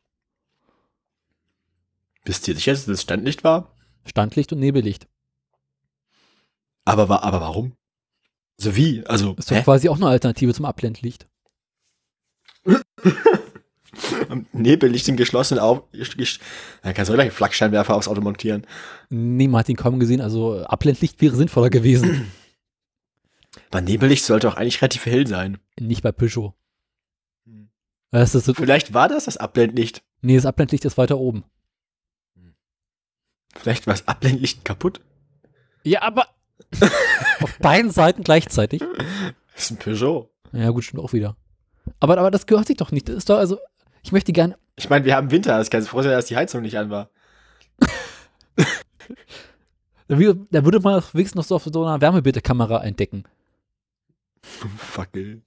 S2: Bist du dir sicher, dass das Standlicht war?
S1: Standlicht und Nebellicht.
S2: Aber, wa- aber warum? So wie? Also,
S1: Ist doch
S2: hä?
S1: quasi auch eine Alternative zum Abblendlicht.
S2: Nebellicht im geschlossenen Auf. gesch- Da kannst du gleich einen Flaggscheinwerfer aufs Auto montieren.
S1: Nee, man hat ihn kaum gesehen, also äh, Abblendlicht wäre sinnvoller gewesen.
S2: Aber Nebellicht sollte auch eigentlich relativ hell sein.
S1: Nicht bei Peugeot.
S2: Hm.
S1: Das ist,
S2: Vielleicht war das das Abblendlicht.
S1: nee, das Abblendlicht ist weiter oben.
S2: Vielleicht war das Abblendlicht kaputt.
S1: Ja, aber auf beiden Seiten gleichzeitig.
S2: Das ist ein Peugeot.
S1: Ja, gut, stimmt auch wieder. Aber, aber das gehört sich doch nicht. Das ist doch, also, ich möchte gerne.
S2: Ich meine, wir haben Winter. Es kann froh sein, dass die Heizung nicht an war.
S1: Da würde da würde man doch wenigstens noch so auf so einer Wärmebildkamera entdecken.
S2: Fackel.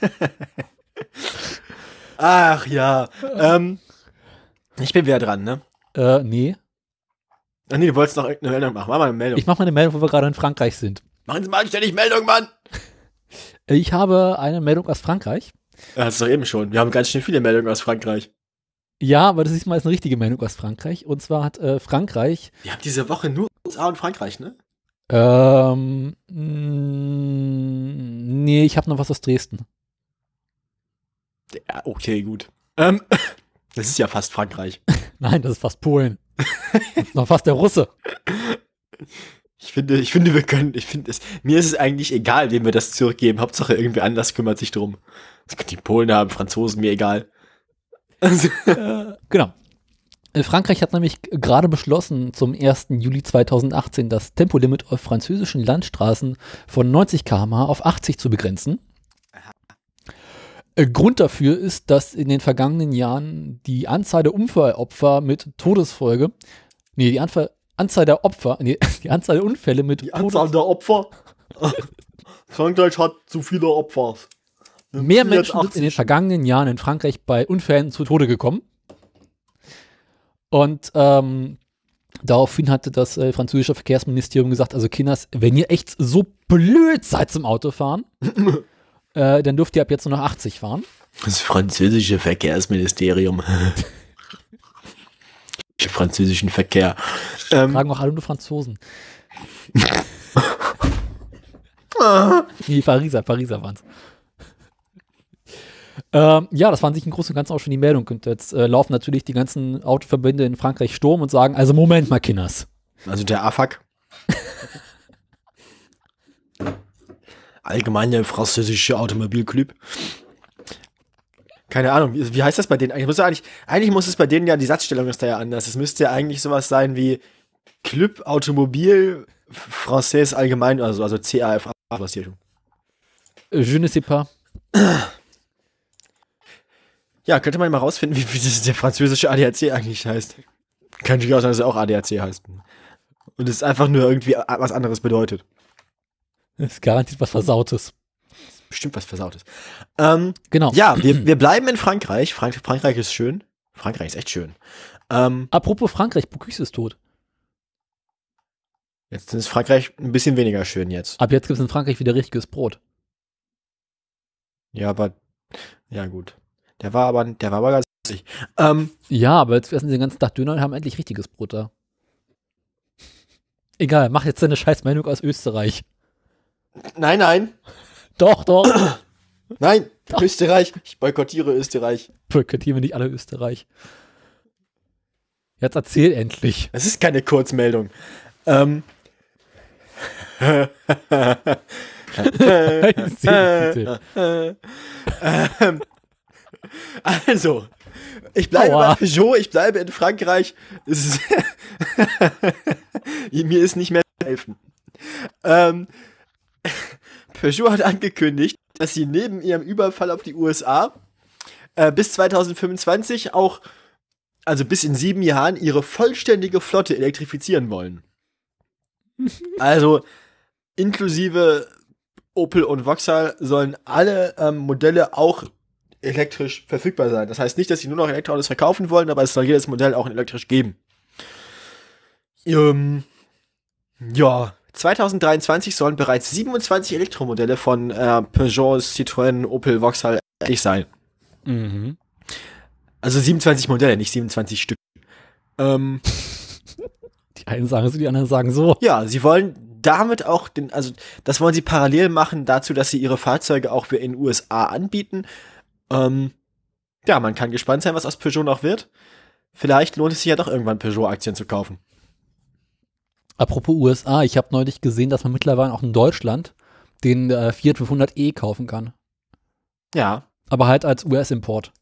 S2: Ach ja. Ähm, ich bin wieder dran, ne?
S1: Äh, nee.
S2: Ach nee, du wolltest noch irgendeine Meldung machen. Mach mal eine Meldung.
S1: Ich mache mal eine Meldung, wo wir gerade in Frankreich sind. Äh,
S2: Machen Sie mal anständig Meldung, Mann!
S1: Ich habe eine Meldung aus Frankreich.
S2: Ja, Das ist doch eben schon. Wir haben ganz schön viele Meldungen aus Frankreich.
S1: Ja, aber das ist mal eine richtige Meldung aus Frankreich. Und zwar hat äh, Frankreich
S2: Wir haben diese Woche nur USA und Frankreich, ne?
S1: Ähm, mm, nee, ich habe noch was aus Dresden.
S2: Ja, okay, gut. Ähm, das ist ja fast Frankreich.
S1: Nein, das ist fast Polen. das ist noch fast der Russe.
S2: Ich finde, ich finde, wir können, ich finde es, mir ist es eigentlich egal, wem wir das zurückgeben. Hauptsache irgendwer anders kümmert sich drum. Das können die Polen haben, Franzosen, mir egal. Also,
S1: äh, genau. Äh, Frankreich hat nämlich g- gerade beschlossen, zum 1. Juli 2018 das Tempolimit auf französischen Landstraßen von 90 km/h auf 80 zu begrenzen. Äh, Grund dafür ist, dass in den vergangenen Jahren die Anzahl der Unfallopfer mit Todesfolge, nee, die Anfa Anzahl der Opfer, nee, die Anzahl der Unfälle mit
S3: Die Anzahl der Opfer. Frankreich hat zu viele Opfer. Wir
S1: Mehr
S3: müssen jetzt
S1: Menschen sind in den vergangenen Jahren in Frankreich bei Unfällen zu Tode gekommen. Und ähm, daraufhin hatte das äh, französische Verkehrsministerium gesagt, also Kinders, wenn ihr echt so blöd seid zum Autofahren, äh, dann dürft ihr ab jetzt nur noch 80 fahren.
S2: das französische Verkehrsministerium. Französischen Verkehr. Ähm,
S1: Fragen auch alle nur Franzosen. nee, Pariser, Pariser waren es. Ähm, ja, das waren sich im Großen und Ganzen auch schon die Meldung. Und jetzt äh, laufen natürlich die ganzen Autoverbände in Frankreich Sturm und sagen: Also, Moment mal, Kinders.
S2: also der AFAC. Allgemeine französische Automobilclub. Keine Ahnung, wie, wie heißt das bei denen eigentlich? Muss ja eigentlich? Eigentlich muss es bei denen ja, die Satzstellung ist da ja anders. Es müsste ja eigentlich sowas sein wie Club Automobil Français Allgemein, also, also CAFA, was hier schon.
S1: äh, Je ne sais pas.
S2: Ja, könnte man mal rausfinden, wie, wie das der französische ADAC eigentlich heißt. Kann natürlich auch sein, dass er auch ADAC heißt. Und es einfach nur irgendwie a- was anderes bedeutet.
S1: Das ist garantiert was Versautes.
S2: Bestimmt was Versautes. Ähm,
S1: Genau.
S2: ja, wir, wir bleiben in Frankreich. Frank Frankreich ist schön. Frankreich ist echt schön. Ähm,
S1: Apropos Frankreich, Bocuse ist tot.
S2: jetzt ist Frankreich ein bisschen weniger schön jetzt.
S1: Ab jetzt gibt es in Frankreich wieder richtiges Brot.
S2: Ja, aber, ja gut. Der war aber, der war aber ganz lustig. Ähm,
S1: Ja, aber jetzt essen sie den ganzen Tag Döner und haben endlich richtiges Brot da. Egal, mach jetzt deine Scheißmeldung aus Österreich.
S2: nein, nein,
S1: Doch, doch.
S2: nein, Österreich. Ich boykottiere Österreich.
S1: boykottieren wir nicht alle Österreich. Jetzt erzähl endlich.
S2: Es ist keine Kurzmeldung. Ähm,
S1: Ich seh den Titel.
S2: Ähm, Also, ich bleibe
S1: Aua.
S2: bei Peugeot, ich bleibe in Frankreich. Es ist Mir ist nicht mehr zu helfen. Ähm, Peugeot hat angekündigt, dass sie neben ihrem Überfall auf die USA äh, bis 2025 auch, also bis in sieben Jahren, ihre vollständige Flotte elektrifizieren wollen. Also inklusive Opel und Vauxhall sollen alle ähm, Modelle auch elektrisch verfügbar sein. Das heißt nicht, dass sie nur noch Elektroautos verkaufen wollen, aber es soll jedes Modell auch in elektrisch geben. Ähm, ja, 2023 sollen bereits 27 Elektromodelle von äh, Peugeot, Citroën, Opel, Vauxhall erhältlich sein.
S1: Mhm.
S2: Also 27 Modelle, nicht 27 Stück. Ähm,
S1: Die einen sagen so, die anderen sagen so.
S2: ja, sie wollen damit auch den, also das wollen sie parallel machen dazu, dass sie ihre Fahrzeuge auch in den USA anbieten. Ähm, ja, man kann gespannt sein, was aus Peugeot noch wird. Vielleicht lohnt es sich ja doch irgendwann Peugeot-Aktien zu kaufen.
S1: Apropos USA, ich habe neulich gesehen, dass man mittlerweile auch in Deutschland den äh, Fiat 500e kaufen kann.
S2: Ja,
S1: Aber halt als US-Import.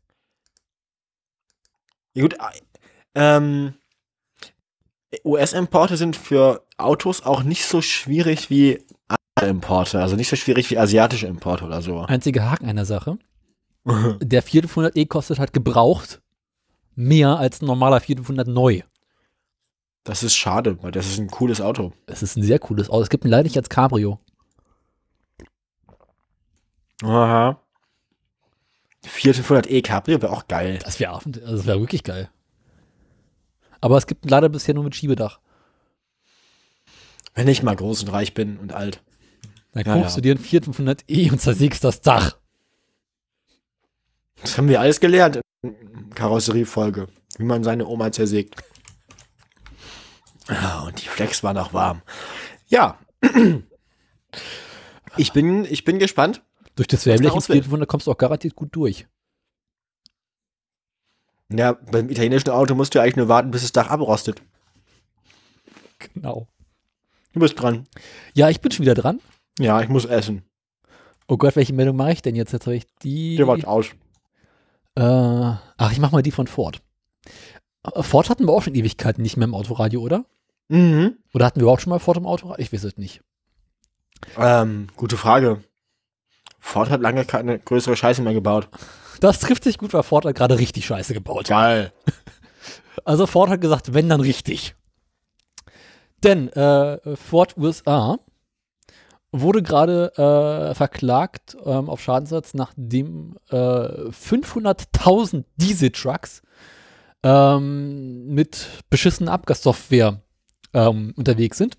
S2: Ja gut, äh, ähm, US-Importe sind für Autos auch nicht so schwierig wie andere Importe, also nicht so schwierig wie asiatische Importe oder so.
S1: Einziger Haken einer Sache. Der Fiat 500e kostet halt gebraucht mehr als ein normaler Fiat 500 neu.
S2: Das ist schade, weil das ist ein cooles Auto.
S1: Es ist ein sehr cooles Auto. Es gibt ihn leider nicht als Cabrio.
S2: Aha. 4500e E Cabrio wäre auch geil.
S1: Das wäre das wär wirklich geil. Aber es gibt ihn leider bisher nur mit Schiebedach.
S2: Wenn ich mal groß und reich bin und alt.
S1: Dann
S2: Ja,
S1: kaufst
S2: ja.
S1: du dir einen Fiat 500e und zersägst das Dach.
S2: Das haben wir alles gelernt in Karosseriefolge, wie man seine Oma zersägt. Ah, Und die Flex war noch warm. Ja. Ich bin, ich bin gespannt.
S1: Durch das werbliche
S2: raus will.
S1: Fiat 500 kommst du auch garantiert gut durch.
S2: Ja, beim italienischen Auto musst du eigentlich nur warten, bis das Dach abrostet.
S1: Genau.
S2: Du bist dran.
S1: Ja, ich bin schon wieder dran.
S2: Ja, ich muss essen.
S1: Oh Gott, welche Meldung mache ich denn jetzt? Jetzt habe ich die.
S2: Hier war's aus.
S1: Äh, ach, ich mach mal die von Ford. Äh, Ford hatten wir auch schon Ewigkeiten nicht mehr im Autoradio, oder?
S2: Mhm.
S1: Oder hatten wir überhaupt schon mal Ford im Autoradio? Ich weiß es nicht.
S2: Ähm, gute Frage. Ford hat lange keine größere Scheiße mehr gebaut.
S1: Das trifft sich gut, weil Ford hat gerade richtig Scheiße gebaut.
S2: Geil.
S1: Also Ford hat gesagt, wenn, dann richtig. Denn äh, Ford USA wurde gerade äh, verklagt ähm, auf Schadensersatz, nachdem äh, 500.000 Dieseltrucks ähm, mit beschissener Abgassoftware ähm, unterwegs sind.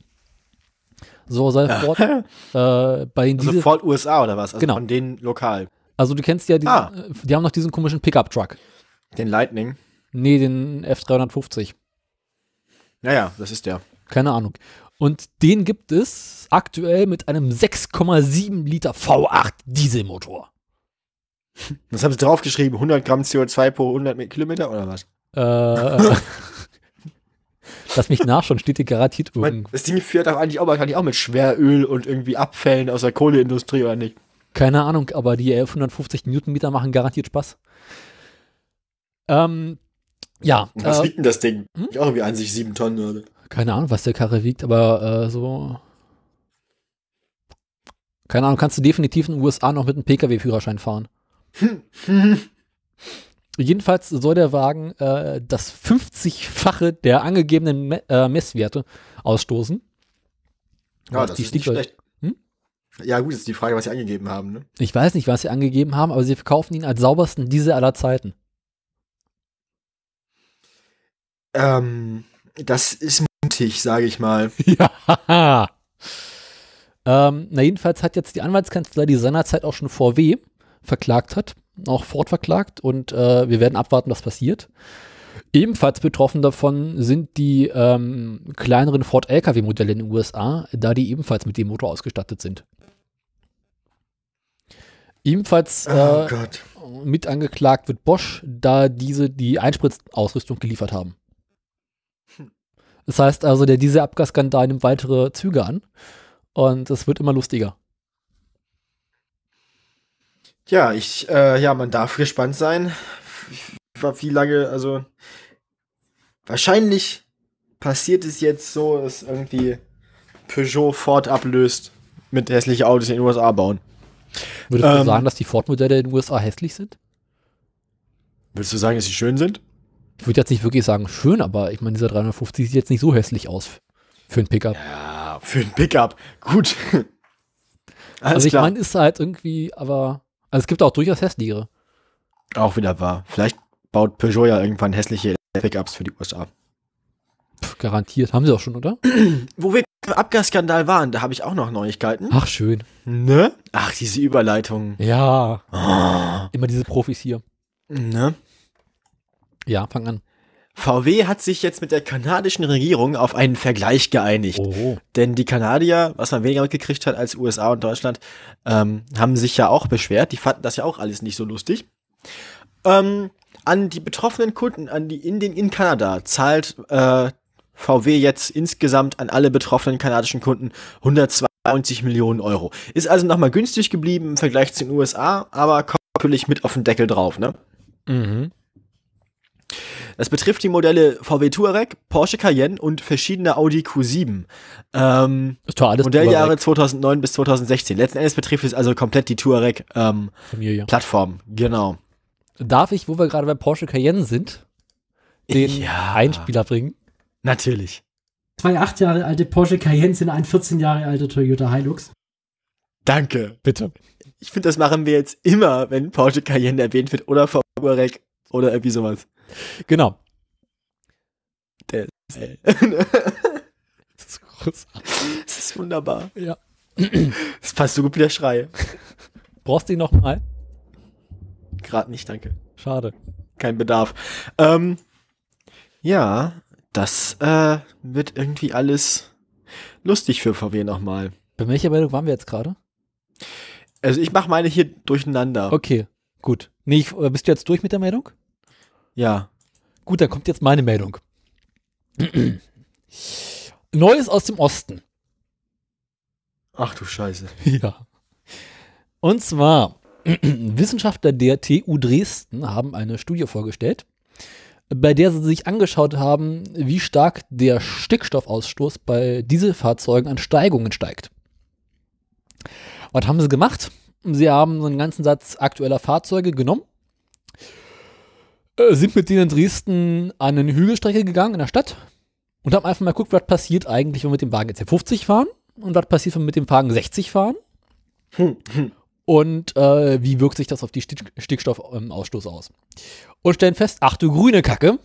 S1: So soll Ford äh, bei den
S2: Also
S1: Diesel...
S2: Ford USA oder was? Also
S1: Genau.
S2: von denen lokal.
S1: Also du kennst ja diesen,
S2: Ah.
S1: äh, die haben noch diesen komischen Pickup-Truck.
S2: Den Lightning.
S1: Nee, den F350.
S2: Naja, das ist der.
S1: Keine Ahnung. Und den gibt es aktuell mit einem 6,7 Liter V8 Dieselmotor.
S2: Das haben sie draufgeschrieben, 100 Gramm CO2 pro 100 Me- Kilometer oder was?
S1: Äh, äh, lass mich nachschauen, steht hier garantiert
S2: Ich mein,
S1: irgendwo.
S2: das Ding fährt auch eigentlich auch, wahrscheinlich auch mit Schweröl und irgendwie Abfällen aus der Kohleindustrie oder nicht?
S1: Keine Ahnung, aber die 1150 Newtonmeter machen garantiert Spaß. Ähm, ja,
S3: Was
S1: äh,
S3: wiegt denn das Ding? Ich auch irgendwie an sich sieben Tonnen, oder?
S1: keine Ahnung, was der Karre wiegt, aber äh, so. Keine Ahnung, kannst du definitiv in den USA noch mit einem Pkw-Führerschein fahren. Jedenfalls soll der Wagen äh, das 50-fache der angegebenen Me äh, Messwerte ausstoßen.
S2: Ja,
S1: Auf
S2: das
S1: die
S2: ist nicht
S1: Stickler-
S2: schlecht.
S1: Hm?
S2: Ja, gut, ist die Frage, was sie angegeben haben. Ne?
S1: Ich weiß nicht, was sie angegeben haben, aber sie verkaufen ihn als saubersten Diesel aller Zeiten.
S2: Ähm, das ist mutig, sage ich mal.
S1: ja. Ähm, na, jedenfalls hat jetzt die Anwaltskanzlei, die seinerzeit auch schon VW verklagt hat, auch Ford verklagt und äh, wir werden abwarten, was passiert. Ebenfalls betroffen davon sind die ähm, kleineren Ford Lkw-Modelle in den USA, da die ebenfalls mit dem Motor ausgestattet sind. Ebenfalls äh,
S2: Oh Gott.
S1: mit angeklagt wird Bosch, da diese die Einspritzausrüstung geliefert haben.
S2: Hm.
S1: Das heißt also, der Dieselabgasskandal nimmt weitere Züge an und es wird immer lustiger.
S2: Ja, ich, äh, ja, man darf gespannt sein. Wie- Wie lange, also wahrscheinlich passiert es jetzt so, dass irgendwie Peugeot Ford ablöst mit hässliche Autos in den USA bauen.
S1: Würdest du
S2: Ähm.
S1: sagen, dass die Ford-Modelle in den USA hässlich sind?
S2: Willst du sagen, dass sie schön sind?
S1: Ich würde jetzt nicht wirklich sagen schön, aber ich meine, dieser 350 sieht jetzt nicht so hässlich aus für einen Pickup.
S2: Ja, für ein Pickup. Gut. Alles
S1: also ich
S2: klar.
S1: meine, ist halt irgendwie, aber also es gibt auch durchaus hässlichere.
S2: Auch wieder wahr. Vielleicht baut Peugeot ja irgendwann hässliche Pickups für die USA.
S1: Pff, garantiert, haben sie auch schon, oder?
S2: Wo wir im Abgasskandal waren, da habe ich auch noch Neuigkeiten.
S1: Ach schön.
S2: Ne? Ach, diese Überleitung.
S1: Ja,
S2: Oh,
S1: immer diese Profis hier.
S2: ne?
S1: Ja, fang an.
S2: VW hat sich jetzt mit der kanadischen Regierung auf einen Vergleich geeinigt.
S1: Oh.
S2: Denn die Kanadier, was man weniger mitgekriegt hat als USA und Deutschland, ähm, haben sich ja auch beschwert. Die fanden das ja auch alles nicht so lustig. Ähm, an die betroffenen Kunden, an die in den in Kanada zahlt äh, VW jetzt insgesamt an alle betroffenen kanadischen Kunden 192 Millionen Euro. Ist also nochmal günstig geblieben im Vergleich zu den USA, aber kommt natürlich mit auf den Deckel drauf, ne?
S1: Mhm.
S2: Das betrifft die Modelle VW Touareg, Porsche Cayenne und verschiedene Audi Q7. Ähm,
S1: Ist doch alles
S2: Modelljahre
S1: Touareg.
S2: 2009 bis 2016. Letzten Endes betrifft es also komplett die Touareg-Plattform.
S1: Familie.
S2: genau.
S1: Darf ich, wo wir gerade bei Porsche Cayenne sind, den
S2: Ja.
S1: Einspieler bringen?
S2: Natürlich.
S4: Zwei acht Jahre alte Porsche Cayenne sind ein 14 Jahre alter Toyota Hilux.
S2: Danke.
S1: Bitte.
S2: Ich finde, das machen wir jetzt immer, wenn Porsche Cayenne erwähnt wird oder VW Touareg oder irgendwie sowas.
S1: Genau.
S2: Ey,
S1: Das ist großartig.
S2: Das ist wunderbar.
S1: Ja.
S2: Das passt so gut wie der Schrei.
S1: Brauchst du ihn nochmal?
S2: Gerade nicht, danke.
S1: Schade.
S2: Kein Bedarf. Ähm, ja, das äh, wird irgendwie alles lustig für VW nochmal.
S1: Bei welcher Meldung waren wir jetzt gerade?
S2: Also ich mache meine hier durcheinander.
S1: Okay, gut. Nee, ich, äh, bist du jetzt durch mit der Meldung?
S2: Ja.
S1: Gut, dann kommt jetzt meine Meldung. Neues aus dem Osten.
S2: Ach du Scheiße.
S1: Ja. Und zwar, Wissenschaftler der TU Dresden haben eine Studie vorgestellt, bei der sie sich angeschaut haben, wie stark der Stickstoffausstoß bei Dieselfahrzeugen an Steigungen steigt. Was haben sie gemacht? Sie haben so einen ganzen Satz aktueller Fahrzeuge genommen, äh, sind mit denen in Dresden an eine Hügelstrecke gegangen in der Stadt und haben einfach mal geguckt, was passiert eigentlich, wenn wir mit dem Wagen jetzt hier 50 fahren und was passiert, wenn wir mit dem Wagen 60 fahren und äh, wie wirkt sich das auf die Stick Stickstoffausstoß aus. Und stellen fest, ach du grüne Kacke,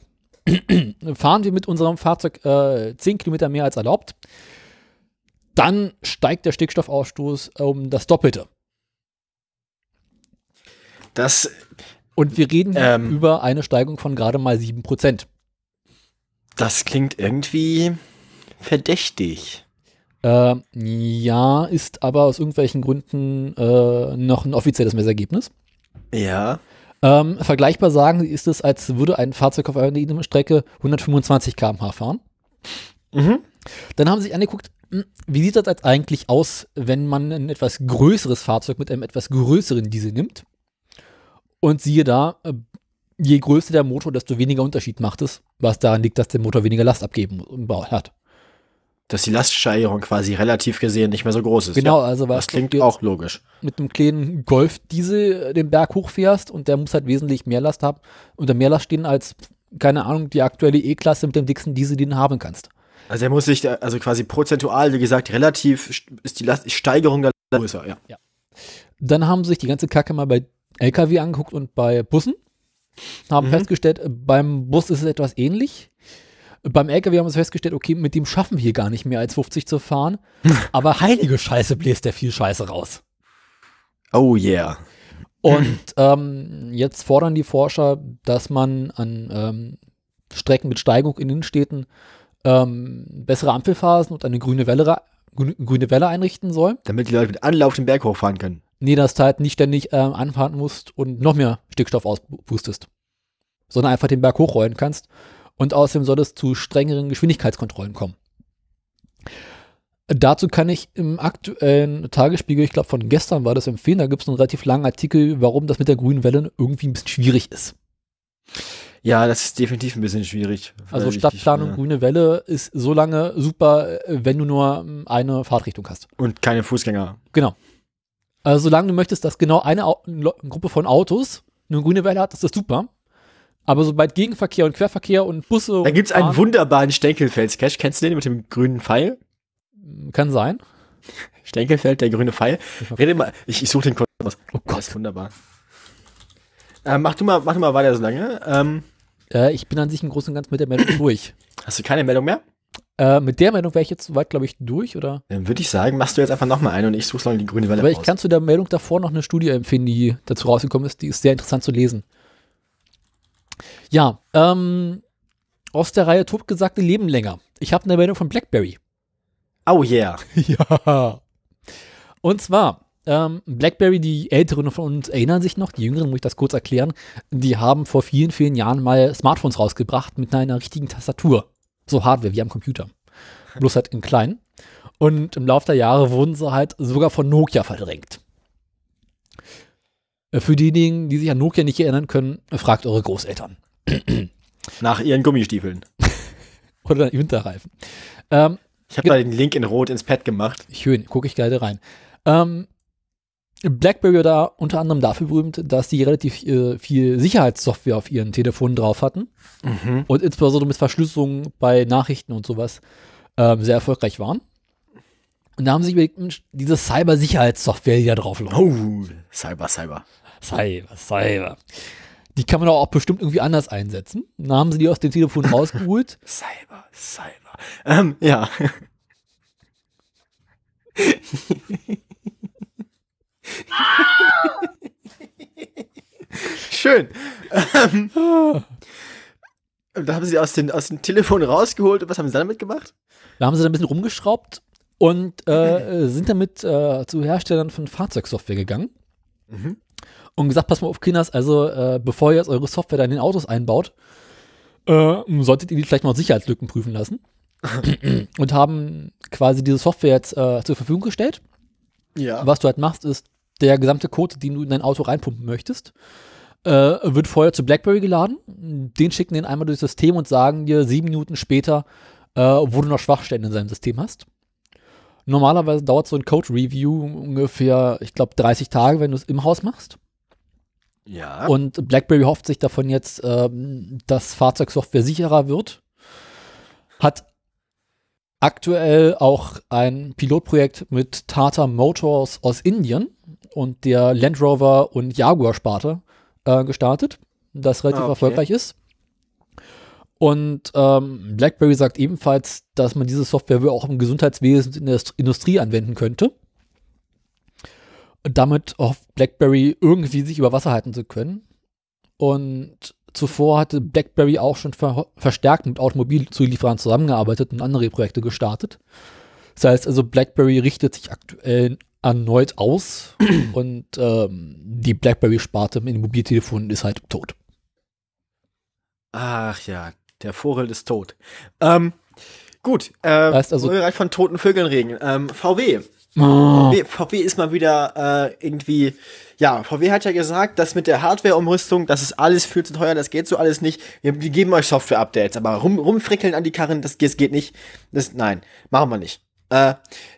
S1: fahren wir mit unserem Fahrzeug äh, 10 Kilometer mehr als erlaubt, dann steigt der Stickstoffausstoß um das Doppelte.
S2: Das,
S1: Und wir reden hier
S2: Ähm.
S1: über eine Steigung von gerade mal 7%.
S2: das klingt irgendwie verdächtig.
S1: Äh, ja, ist aber aus irgendwelchen Gründen äh, noch ein offizielles Messergebnis.
S2: Ja.
S1: Ähm, vergleichbar sagen ist es, als würde ein Fahrzeug auf einer Strecke 125 km/h fahren.
S2: Mhm.
S1: Dann haben sie sich angeguckt, hm, wie sieht das jetzt eigentlich aus, wenn man ein etwas größeres Fahrzeug mit einem etwas größeren Diesel nimmt. Und siehe da, äh, je größer der Motor, desto weniger Unterschied macht es, was daran liegt, dass der Motor weniger Last abgeben mu- hat.
S2: Dass die Laststeigerung quasi relativ gesehen nicht mehr so groß ist.
S1: Genau,
S2: Ja.
S1: also was
S2: Das klingt
S1: du jetzt
S2: auch logisch.
S1: mit einem kleinen Golf-Diesel äh, den Berg hochfährst und der muss halt wesentlich mehr Last haben, unter mehr Last stehen als, keine Ahnung, die aktuelle E-Klasse mit dem dicksten Diesel, den du haben kannst.
S2: Also er muss sich, da- also quasi prozentual, wie gesagt, relativ st- ist die Last, Steigerung der Last größer, ja.
S1: Dann haben sie sich die ganze Kacke mal bei LKW angeguckt und bei Bussen. Haben
S2: Mhm.
S1: festgestellt, äh, beim Bus ist es etwas ähnlich. Beim LKW haben sie festgestellt, okay, mit dem schaffen wir hier gar nicht mehr als 50 zu fahren. aber heilige Scheiße bläst der viel Scheiße raus.
S2: Oh yeah.
S1: Und ähm, jetzt fordern die Forscher, dass man an ähm, Strecken mit Steigung in Innenstädten ähm, bessere Ampelphasen und eine grüne Welle, ra- grü- grüne Welle einrichten soll.
S2: Damit die Leute mit Anlauf den Berg hochfahren können.
S1: Nee, dass du halt nicht ständig ähm, anfahren musst und noch mehr Stickstoff auspustest. Sondern einfach den Berg hochrollen kannst. Und außerdem soll es zu strengeren Geschwindigkeitskontrollen kommen. Dazu kann ich im aktuellen Tagesspiegel, ich glaube von gestern war das empfehlen, da gibt es einen relativ langen Artikel, warum das mit der grünen Welle irgendwie ein bisschen schwierig ist.
S2: Ja, das ist definitiv ein bisschen schwierig.
S1: Also
S2: Weil ich-
S1: Stadtplanung,
S2: ja.
S1: grüne Welle ist so lange super, äh, wenn du nur ähm, eine Fahrtrichtung hast.
S2: Und keine Fußgänger.
S1: Genau. Also solange du möchtest, dass genau eine Au Lo- Gruppe von Autos eine grüne Welle hat, ist das super. Aber sobald Gegenverkehr und Querverkehr und Busse
S2: Da gibt's einen
S1: Bahn-
S2: wunderbaren Stenkelfeld-Sketch. Kennst du den mit dem grünen Pfeil?
S1: kann sein.
S2: Stenkelfeld, der grüne Pfeil. Rede mal, ich, ich suche den kurz aus.
S1: Oh
S2: Das ist
S1: Gott,
S2: wunderbar. Äh, mach, du mal, mach du mal weiter so lange. Ähm,
S1: äh, ich bin an sich im Großen und Ganzen mit der Meldung durch.
S2: hast du keine Meldung mehr?
S1: Äh, mit der Meldung wäre ich jetzt soweit, glaube ich, durch, oder?
S2: Dann würde ich sagen, machst du jetzt einfach nochmal eine und ich suche lange die grüne Welle
S1: Aber ich
S2: raus.
S1: kann zu der Meldung davor noch eine Studie empfehlen, die dazu rausgekommen ist. Die ist sehr interessant zu lesen. Ja, ähm, aus der Reihe totgesagte Leben länger. Ich habe eine Meldung von BlackBerry.
S2: Oh yeah.
S1: Ja. Und zwar, ähm, BlackBerry, die Älteren von uns erinnern sich noch, die Jüngeren muss ich das kurz erklären, die haben vor vielen, vielen Jahren mal Smartphones rausgebracht mit einer richtigen Tastatur. So Hardware wie am Computer. Bloß halt in klein. Und im Laufe der Jahre wurden sie halt sogar von Nokia verdrängt. Äh, Für diejenigen, die sich an Nokia nicht erinnern können, fragt eure Großeltern.
S2: Nach ihren Gummistiefeln.
S1: Oder Winterreifen. Ähm,
S2: Ich habe da den Link in Rot ins Pad gemacht.
S1: Schön, gucke ich gerade rein. Ähm, BlackBerry war da unter anderem dafür berühmt, dass die relativ äh, viel Sicherheitssoftware auf ihren Telefonen drauf hatten und insbesondere mit Verschlüsselung bei Nachrichten und sowas ähm, sehr erfolgreich waren. Und da haben sie sich überlegt, Mensch, diese Cybersicherheitssoftware, die da drauf läuft.
S2: Oh, Cyber, Cyber.
S1: Cyber, Cyber. Die kann man doch auch bestimmt irgendwie anders einsetzen. Dann haben sie die aus dem Telefon rausgeholt
S2: Cyber, Cyber. Ähm, ja. Schön. Ähm, da haben sie aus, den, aus dem Telefon rausgeholt und was haben sie damit gemacht?
S1: Da haben sie da ein bisschen rumgeschraubt und äh, äh, sind damit äh, zu Herstellern von Fahrzeugsoftware gegangen. Und gesagt, pass mal auf, Kinders, also äh, bevor ihr jetzt eure Software da in den Autos einbaut, äh, solltet ihr die vielleicht mal auf Sicherheitslücken prüfen lassen. und haben quasi diese Software jetzt äh, zur Verfügung gestellt.
S2: Ja.
S1: Was du halt machst, ist, der gesamte Code, den du in dein Auto reinpumpen möchtest, äh, wird vorher zu BlackBerry geladen. Den schicken den einmal durchs System und sagen dir sieben Minuten später, äh, wo du noch Schwachstellen in seinem System hast. Normalerweise dauert so ein Code-Review ungefähr, ich glaube, 30 Tage, wenn du es im Haus machst.
S2: Ja.
S1: Und BlackBerry hofft sich davon jetzt, ähm, dass Fahrzeugsoftware sicherer wird. Hat aktuell auch ein Pilotprojekt mit Tata Motors aus Indien und der Land Rover und Jaguar Sparte äh, gestartet, das relativ
S2: Ah, okay.
S1: erfolgreich ist. Und ähm, BlackBerry sagt ebenfalls, dass man diese Software wohl auch im Gesundheitswesen und in der Indust- Industrie anwenden könnte. Und damit hofft BlackBerry irgendwie sich über Wasser halten zu können. Und zuvor hatte BlackBerry auch schon ver verstärkt mit Automobilzulieferern zusammengearbeitet und andere Projekte gestartet. Das heißt also, BlackBerry richtet sich aktuell erneut aus und ähm, die BlackBerry-Sparte in den Mobiltelefonen ist halt tot.
S2: Ach ja, der Vogel ist tot. Ähm, gut. Äh,
S1: Heißt also-
S2: wo wir gerade von toten Vögeln reden. Ähm, VW.
S1: Ah. Oh.
S2: VW, VW ist mal wieder äh, irgendwie, ja, VW hat ja gesagt, dass mit der Hardware-Umrüstung, das ist alles viel zu teuer, das geht so alles nicht. Wir, wir geben euch Software-Updates, aber rum, rumfrickeln an die Karren, das, das geht nicht. Das, nein, machen wir nicht. Äh,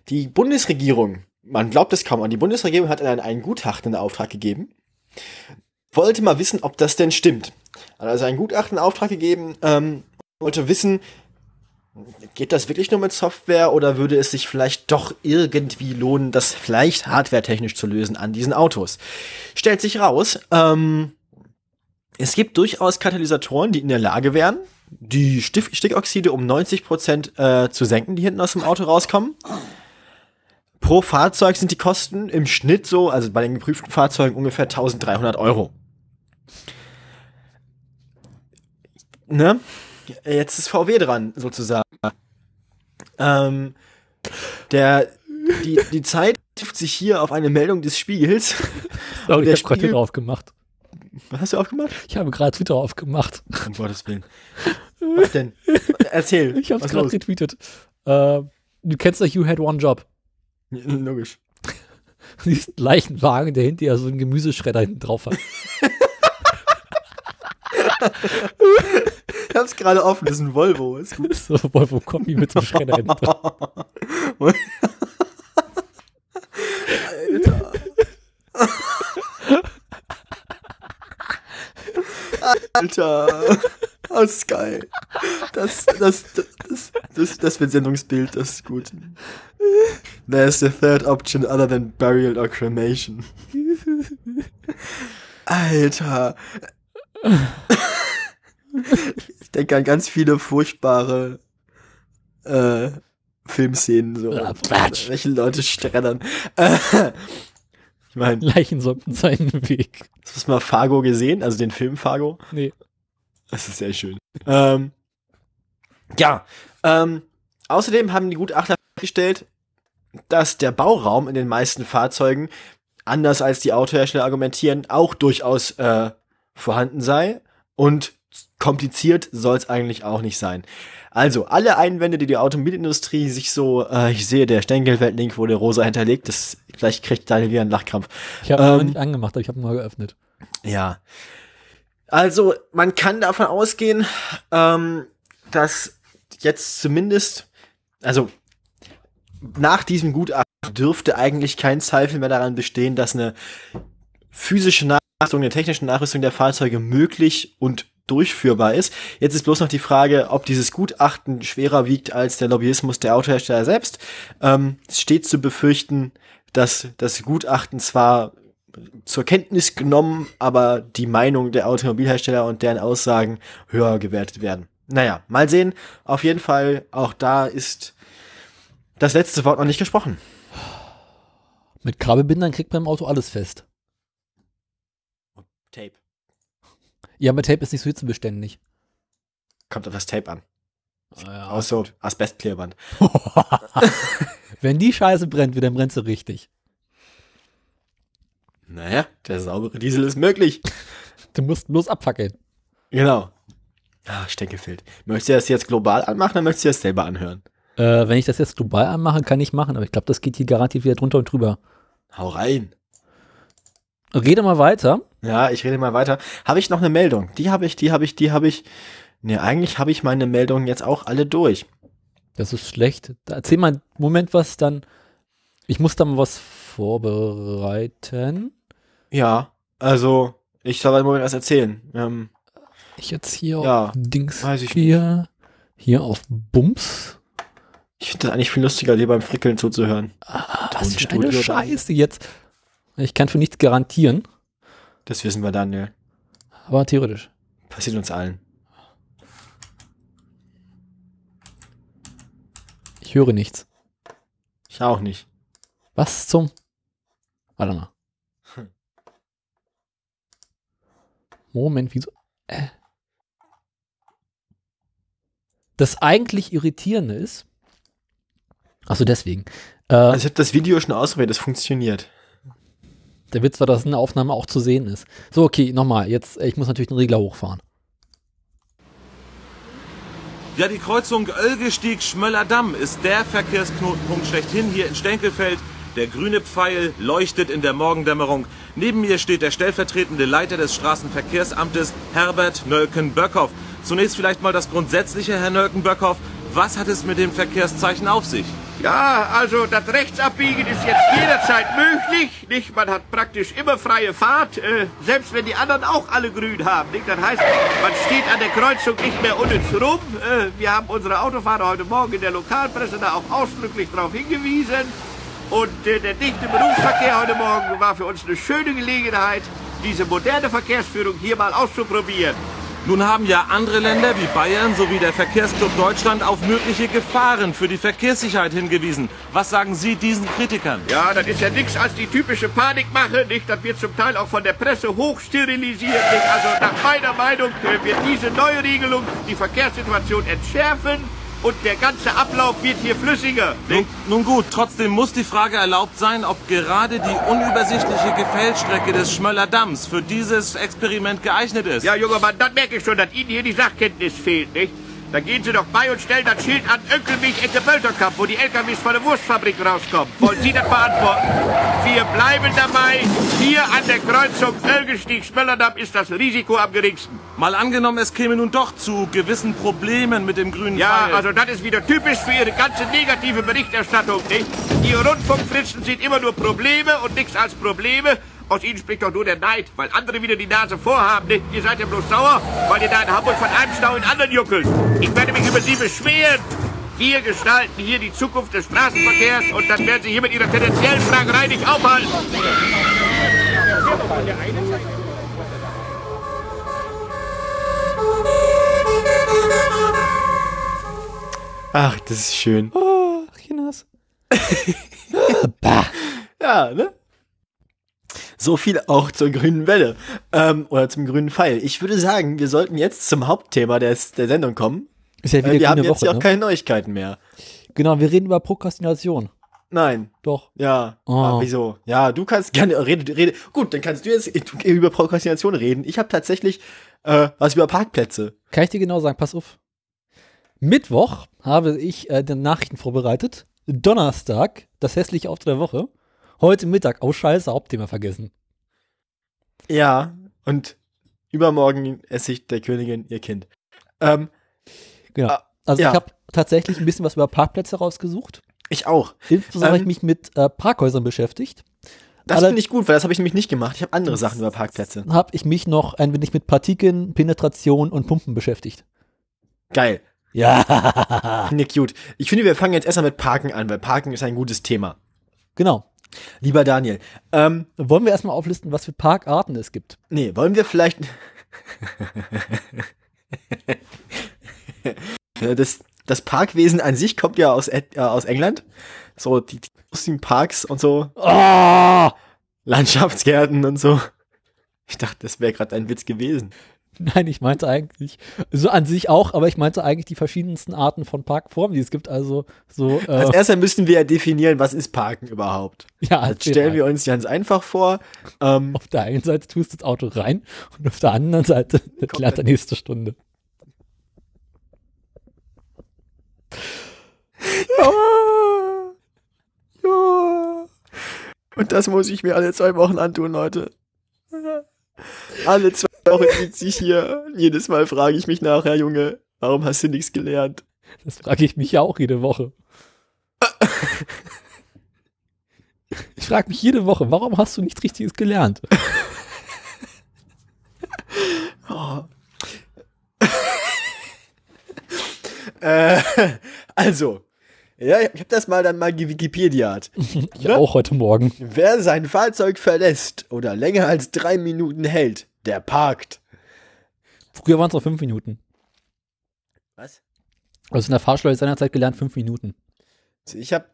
S2: die Bundesregierung, man glaubt es kaum an, die Bundesregierung hat einen, einen Gutachten in Auftrag gegeben. Wollte mal wissen, ob das denn stimmt. Hat also einen Gutachten in Auftrag gegeben, ähm, wollte wissen, Geht das wirklich nur mit Software oder würde es sich vielleicht doch irgendwie lohnen, das vielleicht hardwaretechnisch zu lösen an diesen Autos? Stellt sich raus, ähm, es gibt durchaus Katalysatoren, die in der Lage wären, die Stif- Stickoxide um 90 Prozent äh, zu senken, die hinten aus dem Auto rauskommen. Pro Fahrzeug sind die Kosten im Schnitt so, also bei den geprüften Fahrzeugen ungefähr 1300 Euro. Ne? Jetzt ist VW dran, sozusagen. Ähm, der, die, die Zeit trifft sich hier auf eine Meldung des Spiegels.
S1: Sorry,
S2: der
S1: ich habe gerade
S2: Spiegel-
S1: Twitter aufgemacht.
S2: Was hast du aufgemacht?
S1: Ich habe gerade Twitter aufgemacht.
S2: Um Gottes Willen. Was denn? Erzähl.
S1: Ich habe
S2: was
S1: es gerade
S2: los?
S1: getweetet. Äh, du kennst doch You Had One Job.
S2: Logisch.
S1: Diesen Leichenwagen, der hinter dir so einen Gemüseschredder hinten drauf hat.
S2: Ich hab's gerade offen, das ist ein Volvo. Ist gut.
S1: so Volvo Kombi mit so einem Schredder hinten drauf.
S2: Alter. Das ist geil. Das, das, das, das, das wird Sendungsbild, das ist gut. There's the third option other than burial or cremation. Alter. Ich denke an ganz viele furchtbare äh, Filmszenen. So.
S1: Ah, Quatsch.
S2: Welche Leute streddern. Äh, ich meine,
S1: Leichen sollten seinen Weg.
S2: hast du mal Fargo gesehen? Also den Film Fargo?
S1: Nee.
S2: Das ist sehr schön. Ähm, Ja, ähm, außerdem haben die Gutachter festgestellt, dass der Bauraum in den meisten Fahrzeugen, anders als die Autohersteller argumentieren, auch durchaus äh, vorhanden sei und kompliziert soll es eigentlich auch nicht sein. Also, alle Einwände, die die Automobilindustrie sich so, äh, ich sehe, der Stengelfeld-Link wurde rosa hinterlegt, das, vielleicht kriegt Daniel wieder einen Lachkrampf.
S1: Ich habe ihn
S2: Ähm.
S1: noch nicht angemacht, aber ich habe ihn mal geöffnet.
S2: Ja. Also, man kann davon ausgehen, ähm, dass jetzt zumindest, also nach diesem Gutachten dürfte eigentlich kein Zweifel mehr daran bestehen, dass eine physische Nachrüstung, eine technische Nachrüstung der Fahrzeuge möglich und durchführbar ist. Jetzt ist bloß noch die Frage, ob dieses Gutachten schwerer wiegt als der Lobbyismus der Autohersteller selbst. Ähm, es steht zu befürchten, dass das Gutachten zwar zur Kenntnis genommen, aber die Meinung der Automobilhersteller und deren Aussagen höher gewertet werden. Naja, mal sehen. Auf jeden Fall, auch da ist das letzte Wort noch nicht gesprochen.
S1: Mit Kabelbindern kriegt man im Auto alles fest.
S2: Tape.
S1: Ja, aber Tape ist nicht so hitzebeständig.
S2: Kommt auf das Tape an.
S1: Ja.
S2: Aus so Asbestklebeband.
S1: Wenn die Scheiße brennt, wie, dann brennt sie richtig.
S2: Naja, der saubere Diesel ist möglich.
S1: Du musst bloß abfackeln.
S2: Genau. Ah, Steckefeld. Möchtest du das jetzt global anmachen oder möchtest du das selber anhören?
S1: Äh, wenn ich das jetzt global anmache, kann ich machen, aber ich glaube, das geht hier garantiert wieder drunter und drüber.
S2: Hau rein.
S1: Rede mal weiter.
S2: Ja, ich rede mal weiter. Habe ich noch eine Meldung? Die habe ich, die habe ich, die habe ich. Ne, eigentlich habe ich meine Meldungen jetzt auch alle durch.
S1: Das ist schlecht. Da erzähl mal einen Moment was, dann. Ich muss da mal was vorbereiten.
S2: Ja, also ich soll mal Moment was erzählen. Ähm,
S1: Ich jetzt hier
S2: Ja,
S1: auf Dings
S2: weiß ich
S1: hier. Hier auf Bums.
S2: ich finde das eigentlich viel lustiger, dir beim Frickeln zuzuhören.
S1: Ah, was für
S2: Tonstudio
S1: eine
S2: da.
S1: Scheiße jetzt. Ich kann für nichts garantieren,
S2: Das wissen wir, Daniel.
S1: aber theoretisch.
S2: Passiert uns allen.
S1: Ich höre nichts.
S2: Ich auch nicht.
S1: Was zum. Warte mal.
S2: Hm.
S1: Moment, wieso? Äh. Das eigentlich Irritierende ist. Achso, deswegen. Äh,
S2: Also ich habe das Video schon ausprobiert, das funktioniert.
S1: der Witz war, dass in der Aufnahme auch zu sehen ist. So, okay, nochmal. Jetzt, äh, ich muss natürlich den Regler hochfahren.
S5: Ja, die Kreuzung Ölgestieg-Schmöller-Damm ist der Verkehrsknotenpunkt schlechthin hier in Stenkelfeld. Der grüne Pfeil leuchtet in der Morgendämmerung. Neben mir steht der stellvertretende Leiter des Straßenverkehrsamtes, Herbert Nölken-Böckhoff. Zunächst vielleicht mal das Grundsätzliche, Herr Nölken-Böckhoff. Was hat es mit dem Verkehrszeichen auf sich?
S6: Ja, also das Rechtsabbiegen ist jetzt jederzeit möglich. Nicht? Man hat praktisch immer freie Fahrt, äh, selbst wenn die anderen auch alle grün haben. Nicht? Das heißt, man steht an der Kreuzung nicht mehr unnütz rum. Äh, wir haben unsere Autofahrer heute Morgen in der Lokalpresse da auch ausdrücklich darauf hingewiesen. Und äh, der dichte Berufsverkehr heute Morgen war für uns eine schöne Gelegenheit, diese moderne Verkehrsführung hier mal auszuprobieren.
S5: Nun haben ja andere Länder wie Bayern sowie der Verkehrsclub Deutschland auf mögliche Gefahren für die Verkehrssicherheit hingewiesen. Was sagen Sie diesen Kritikern?
S6: Ja, das ist ja nichts als die typische Panikmache, nicht? Das wird zum Teil auch von der Presse hochsterilisiert, nicht? Also nach meiner Meinung äh, wird diese neue Regelung die Verkehrssituation entschärfen und der ganze Ablauf wird hier flüssiger.
S5: Nun, nun gut, trotzdem muss die Frage erlaubt sein, ob gerade die unübersichtliche Gefällstrecke des Schmöller Damms für dieses Experiment geeignet ist.
S6: Ja, junger Mann, dann merke ich schon, dass Ihnen hier die Sachkenntnis fehlt, nicht? Dann gehen Sie doch bei und stellen das Schild an Öckelmilch Ecke Bölterkamp, wo die LKWs von der Wurstfabrik rauskommen. Wollen Sie das beantworten? Wir bleiben dabei. Hier an der Kreuzung Ölgestieg-Schmöllerdamm ist das Risiko am geringsten.
S5: Mal angenommen, es käme nun doch zu gewissen Problemen mit dem grünen
S6: Ja,
S5: Pfeil.
S6: also das ist wieder typisch für Ihre ganze negative Berichterstattung, nicht? Ihre Rundfunkfritzen sind immer nur Probleme und nichts als Probleme. Aus Ihnen spricht doch nur der Neid, weil andere wieder die Nase vorhaben, nicht? Ihr seid ja bloß sauer, weil ihr da in Hamburg von einem Stau in den anderen juckelt. Ich werde mich über Sie beschweren. Wir gestalten hier die Zukunft des Straßenverkehrs und das werden Sie hier mit Ihrer tendenziellen Fragerei nicht aufhalten.
S2: Ach, das ist schön.
S1: Ach, Chinas.
S2: Ja, ne? So viel auch zur grünen Welle. Ähm, oder zum grünen Pfeil. Ich würde sagen, wir sollten jetzt zum Hauptthema des, der Sendung kommen.
S1: Ist ja wieder
S2: Weil wir haben
S1: grüne
S2: jetzt
S1: Woche.
S2: ja auch
S1: Ne?
S2: keine Neuigkeiten mehr.
S1: Genau, wir reden über Prokrastination.
S2: Nein.
S1: Doch.
S2: Ja.
S1: Oh.
S2: Ah, wieso? Ja, du kannst gerne rede, rede. Gut, dann kannst du jetzt über Prokrastination reden. Ich habe tatsächlich äh, was über Parkplätze.
S1: Kann ich dir genau sagen, pass auf. Mittwoch habe ich äh, die Nachrichten vorbereitet. Donnerstag, das hässliche Auto der Woche. Heute Mittag, oh scheiße, Hauptthema vergessen.
S2: Ja. Und übermorgen esse ich der Königin ihr Kind. Ähm,
S1: Genau.
S2: Ah,
S1: also
S2: ja.
S1: ich habe tatsächlich ein bisschen was über Parkplätze rausgesucht.
S2: ich auch.
S1: Insbesondere
S2: Ähm,
S1: habe ich mich mit äh, Parkhäusern beschäftigt.
S2: Das
S1: Alle-
S2: finde ich gut, weil das habe ich nämlich nicht gemacht. Ich habe andere Sachen über Parkplätze.
S1: Habe ich mich noch ein wenig mit Partikeln, Penetration und Pumpen beschäftigt.
S2: Geil.
S1: Ja,
S2: Finde ich cute. Ich finde, wir fangen jetzt erstmal mit Parken an, weil Parken ist ein gutes Thema.
S1: genau.
S2: Lieber Daniel, ähm,
S1: Wollen wir erstmal auflisten, was für Parkarten es gibt?
S2: nee, wollen wir vielleicht. Ja, das, das Parkwesen an sich kommt ja aus, Ed- äh, aus England. So, die, die großen Parks und so. Ah!
S1: Oh!
S2: Landschaftsgärten und so. Ich dachte, das wäre gerade ein Witz gewesen.
S1: Nein, ich meinte eigentlich, so an sich auch, aber ich meinte eigentlich die verschiedensten Arten von Parkformen, die es gibt. Also so, äh,
S2: Als erstes müssen wir ja definieren, was ist Parken überhaupt.
S1: ja,
S2: Das stellen wir uns ganz einfach vor. Ähm,
S1: auf der einen Seite tust du das Auto rein und auf der anderen Seite klärt der nächste Stunde.
S2: Ja. Und das muss ich mir alle zwei Wochen antun, Leute. Alle zwei Wochen sitze ich hier. Jedes Mal frage ich mich nachher, Junge, warum hast du nichts gelernt?
S1: Das frage ich mich ja auch jede Woche. Ich frage mich jede Woche, warum hast du nichts Richtiges gelernt?
S2: Äh, also, ja, ich habe das mal dann mal gewikipediat.
S1: Ich
S2: Ne?
S1: auch heute Morgen.
S2: Wer sein Fahrzeug verlässt oder länger als drei Minuten hält, der parkt.
S1: Früher waren es noch fünf Minuten.
S2: Was?
S1: Also in der Fahrschule seinerzeit gelernt, fünf Minuten.
S2: Ich habe,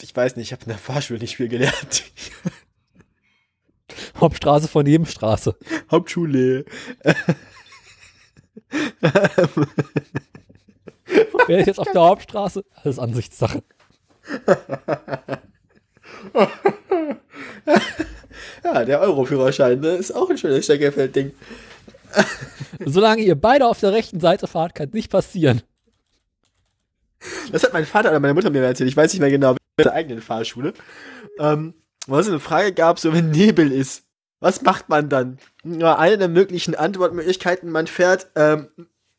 S2: ich weiß nicht, ich habe in der Fahrschule nicht viel gelernt.
S1: Hauptstraße vor Nebenstraße.
S2: Hauptschule.
S1: Wäre ich jetzt auf der Hauptstraße? Alles Ansichtssache.
S2: Ja, der Euroführerschein ne, ist auch ein schönes Steckerfeld-Ding.
S1: Solange ihr beide auf der rechten Seite fahrt, kann nicht passieren.
S2: Das hat mein Vater oder meine Mutter mir mal erzählt. Ich weiß nicht mehr genau, in der eigenen Fahrschule. Ähm, weil es eine Frage gab, so wenn Nebel ist, was macht man dann? Ja, eine der möglichen Antwortmöglichkeiten, man fährt, ähm,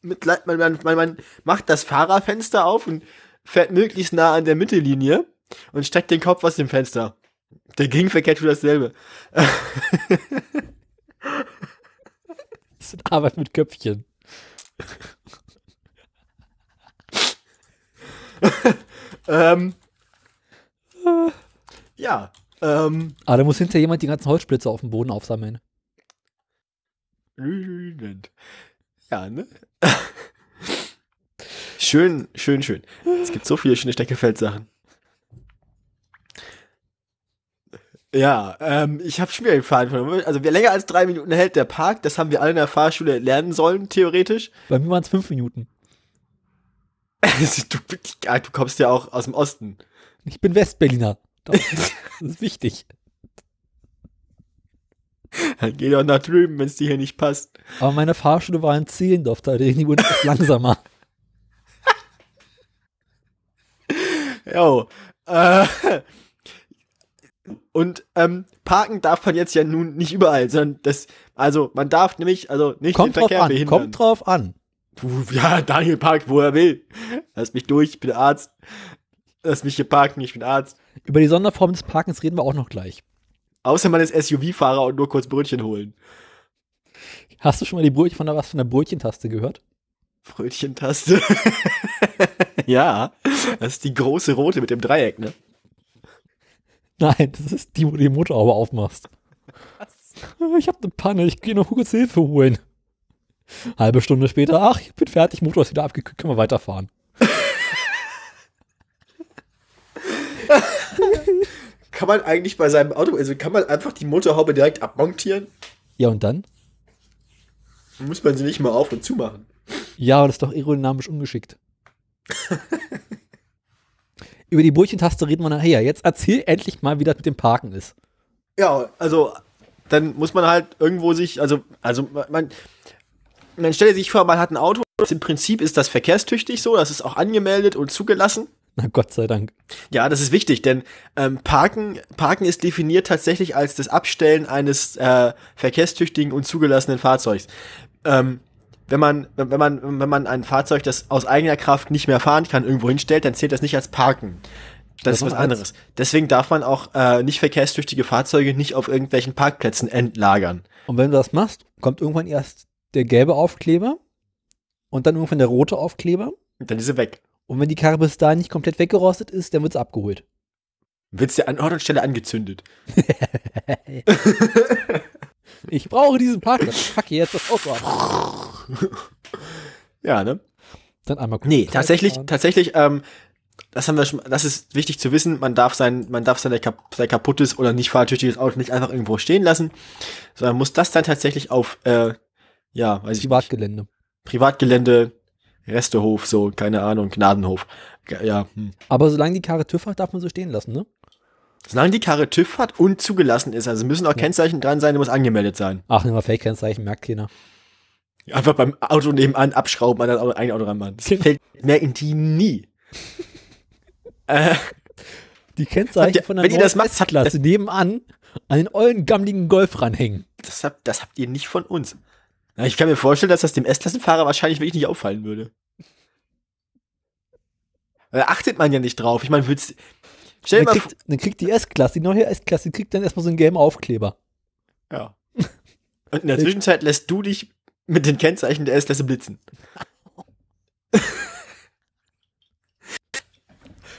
S2: mit, Leit- man, man, man, man macht das Fahrerfenster auf und fährt möglichst nah an der Mittellinie und steckt den Kopf aus dem Fenster. Der Gegenverkehr tut dasselbe.
S1: Das ist Arbeit mit Köpfchen.
S2: Ähm, ja, ähm,
S1: Aber Ah, da muss hinter jemand die ganzen Holzsplitze auf dem Boden aufsammeln.
S2: Rührend. Ja, ne? schön, schön, schön. Es gibt so viele schöne Steckefeld-Sachen. Ja, ähm, ich habe schon wieder den Faden verloren. Also, wer länger als drei Minuten hält, der parkt. Das haben wir alle in der Fahrschule lernen sollen, theoretisch.
S1: Bei mir waren es fünf Minuten.
S2: Also, du, ah, du kommst ja auch aus dem Osten.
S1: Ich bin Westberliner. Das das ist wichtig.
S2: Dann geh doch nach drüben, wenn es dir hier nicht passt.
S1: Aber meine Fahrschule war in Zehlendorf, da reden die Uhren etwas langsamer.
S2: Jo. Äh, und ähm, parken darf man jetzt ja nun nicht überall, sondern das, also man darf nämlich, also nicht
S1: Kommt
S2: den
S1: drauf
S2: Verkehr
S1: an,
S2: behindern.
S1: kommt drauf an.
S2: Du, ja, Daniel parkt, wo er will. Lass mich durch, ich bin Arzt. Lass mich hier parken, ich bin Arzt.
S1: Über die Sonderform des Parkens reden wir auch noch gleich.
S2: Außer man ist SUV-Fahrer und nur kurz Brötchen holen.
S1: Hast du schon mal die Brötchen von der, was von der Brötchentaste gehört?
S2: Brötchentaste. ja, das ist die große rote mit dem Dreieck, ne?
S1: Nein, das ist die, wo du die Motorhaube aufmachst. Ich habe eine Panne, ich gehe noch kurz Hilfe holen. Halbe Stunde später, ach, ich bin fertig, Motor ist wieder abgekühlt, können wir weiterfahren.
S2: Kann man eigentlich bei seinem Auto, also kann man einfach die Motorhaube direkt abmontieren?
S1: Ja, und dann?
S2: Muss man sie nicht mal auf und zu machen?
S1: Ja, aber das ist doch aerodynamisch ungeschickt. Über die Brötchentaste reden wir nachher. Jetzt erzähl endlich mal, wie das mit dem Parken ist.
S2: Ja, also dann muss man halt irgendwo sich, also, also man, man stelle sich vor, man hat ein Auto, das im Prinzip ist das verkehrstüchtig so, das ist auch angemeldet und zugelassen.
S1: Na Gott sei Dank.
S2: Ja, das ist wichtig, denn ähm, Parken, Parken ist definiert tatsächlich als das Abstellen eines äh, verkehrstüchtigen und zugelassenen Fahrzeugs. Ähm, wenn man, wenn wenn man, wenn man ein Fahrzeug, das aus eigener Kraft nicht mehr fahren kann, irgendwo hinstellt, dann zählt das nicht als Parken. Das,
S1: Das
S2: ist was
S1: noch eins.
S2: anderes. Deswegen darf man auch äh, nicht verkehrstüchtige Fahrzeuge nicht auf irgendwelchen Parkplätzen entlagern.
S1: Und wenn du das machst, kommt irgendwann erst der gelbe Aufkleber und dann irgendwann der rote Aufkleber.
S2: Und dann ist sie weg.
S1: Und wenn die Karre bis dahin nicht komplett weggerostet ist, dann wird's abgeholt.
S2: Wird sie an Ort und Stelle angezündet.
S1: Ich brauche diesen Parkplatz. Fuck, jetzt das Auto ab.
S2: Ja, ne?
S1: Dann einmal kurz
S2: Nee,
S1: Zeit
S2: tatsächlich,
S1: fahren.
S2: tatsächlich, ähm, das haben wir schon, das ist wichtig zu wissen, man darf sein, man darf sein, kap sein kaputtes oder nicht fahrtüchtiges Auto nicht einfach irgendwo stehen lassen, sondern muss das dann tatsächlich auf, äh, ja, weiß ich nicht,
S1: Privatgelände.
S2: Privatgelände, Restehof, so, keine Ahnung, Gnadenhof. Ge- Ja, hm.
S1: Aber solange die Karre TÜV hat, darf man so stehen lassen, ne?
S2: Solange die Karre TÜV hat und zugelassen ist, also müssen auch Kennzeichen dran sein, muss angemeldet sein.
S1: Ach, nimm mal Fake-Kennzeichen, merkt keiner.
S2: Einfach beim Auto nebenan abschrauben, an das Auto- eigene Auto ranmachen. Das
S1: Genau.
S2: fällt, merken die nie.
S1: Die Kennzeichen
S2: Habt ihr-
S1: von der
S2: wenn ihr das macht, habt-
S1: Klasse nebenan an den ollen, gammligen Golf ranhängen.
S2: Das habt, das habt ihr nicht von uns. Na, ich kann mir vorstellen, dass das dem S-Klassenfahrer wahrscheinlich wirklich nicht auffallen würde. Da achtet man ja nicht drauf. Ich meine, willst Stell dir
S1: Dann
S2: mal vor.
S1: kriegt, dann kriegt die S-Klasse, die neue S-Klasse, kriegt dann erstmal so einen gelben Aufkleber.
S2: Ja. Und in der Zwischenzeit lässt du dich mit den Kennzeichen der S-Klasse blitzen.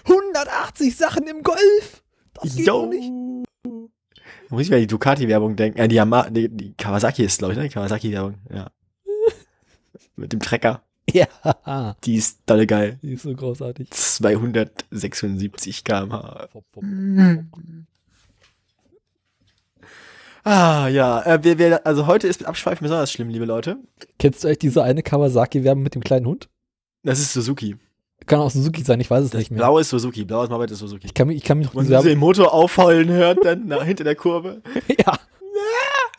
S1: 180 Sachen im Golf! Das geht
S2: Jo.
S1: doch nicht.
S2: Da muss ich mir an die Ducati-Werbung denken. Äh, die, Yama die, die Kawasaki ist, glaube ich, ne? Kawasaki-Werbung, ja. mit dem Trecker.
S1: Ja,
S2: Die ist dolle geil.
S1: die ist so großartig.
S2: 276 km/h.
S1: Pop, pop, pop.
S2: Ah, ja. Äh, wir, wir, also heute ist mit Abschweifen besonders schlimm, liebe Leute.
S1: Kennst du euch diese eine Kawasaki-Werbung mit dem kleinen Hund?
S2: Das ist Suzuki.
S1: Kann auch Suzuki sein, ich weiß es nicht mehr.
S2: Blau ist Suzuki. Blaues Marbet ist Suzuki.
S1: Ich kann, mich- ich kann mich noch an
S2: Man
S1: diese
S2: sie
S1: Werbung.
S2: den Motor aufheulen hört, dann nach, hinter der Kurve.
S1: Ja.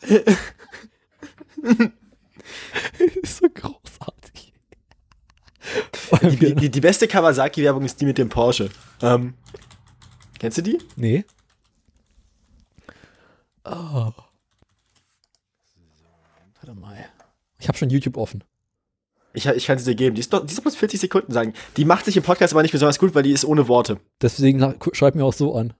S1: ist so großartig. Vor allem
S2: Die,
S1: wieder-
S2: die, die beste Kawasaki-Werbung ist die mit dem Porsche. Ähm, kennst du die?
S1: nee. Oh. Warte mal. Ich habe schon YouTube offen.
S2: Ich, ich kann sie dir geben. Die ist, doch, die ist bloß 40 Sekunden sagen. Die macht sich im Podcast aber nicht besonders gut, weil die ist ohne Worte.
S1: Deswegen na- gu- schreib mir auch so an.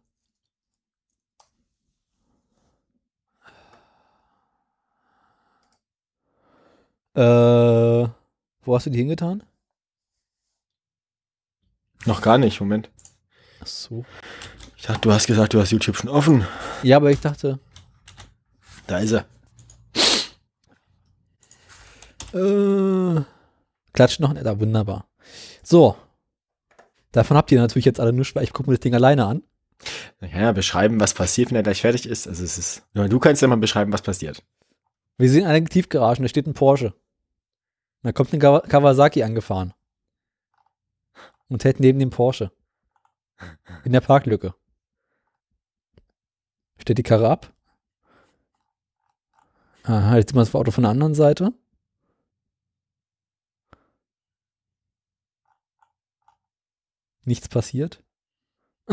S1: Äh, wo hast du die hingetan?
S2: Noch gar nicht, Moment.
S1: Ach so.
S2: Ich dachte, du hast gesagt, du hast YouTube schon offen.
S1: Ja, aber ich dachte,
S2: Da ist er.
S1: Äh, klatscht noch ein Edda, wunderbar. So. Davon habt ihr natürlich jetzt alle nichts, weil ich gucke mir das Ding alleine an.
S2: Dann kann ja beschreiben, was passiert, wenn er gleich fertig ist. Also es ist. Ja, Du kannst ja mal beschreiben, was passiert.
S1: Wir sehen eine Tiefgarage, und da steht ein Porsche. Und da kommt ein Kawa- Kawasaki angefahren. Und hält neben dem Porsche. In der Parklücke. Stellt die Karre ab. Aha, jetzt sieht man das Auto von der anderen Seite. Nichts passiert.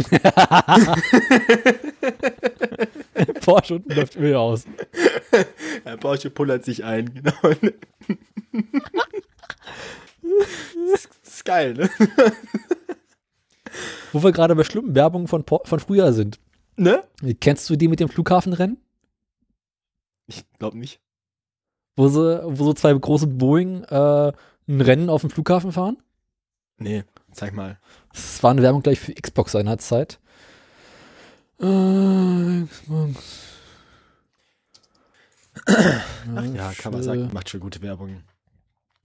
S1: Porsche unten läuft Öl aus.
S2: Der Äh, Porsche pullert sich ein, genau. das ist geil, ne?
S1: Wo wir gerade bei schlimmen Werbungen von, Por- von früher sind.
S2: Ne?
S1: Kennst du die mit dem Flughafenrennen?
S2: Ich glaube nicht.
S1: Wo, sie, wo so zwei große Boeing äh, ein Rennen auf dem Flughafen fahren?
S2: Nee, zeig mal.
S1: Das war eine Werbung gleich für Xbox seinerzeit. Äh, Xbox.
S2: Ach ja,
S1: äh.
S2: Kawasaki macht schon gute Werbung.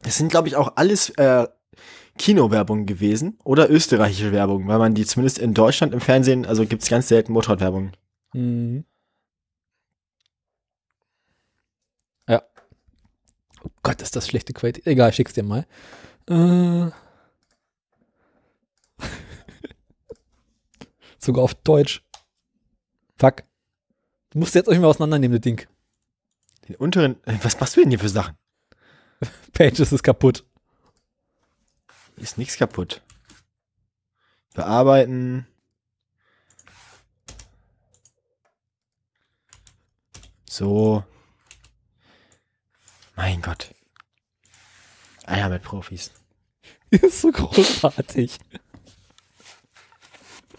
S2: Das sind, glaube ich, auch alles äh, Kinowerbung gewesen oder österreichische Werbung, weil man die zumindest in Deutschland im Fernsehen, also gibt es ganz selten Motorradwerbung.
S1: Mhm. Ja. Oh Gott, ist das schlechte Qualität. Egal, schick's dir mal. Äh, Sogar auf Deutsch. Fuck. Du musst jetzt euch mal auseinandernehmen, das Ding.
S2: Den unteren. Äh, Was machst du denn hier für Sachen?
S1: Pages ist kaputt.
S2: Ist nichts kaputt. Bearbeiten. So. Mein Gott. Eier mit Profis.
S1: Ist so großartig.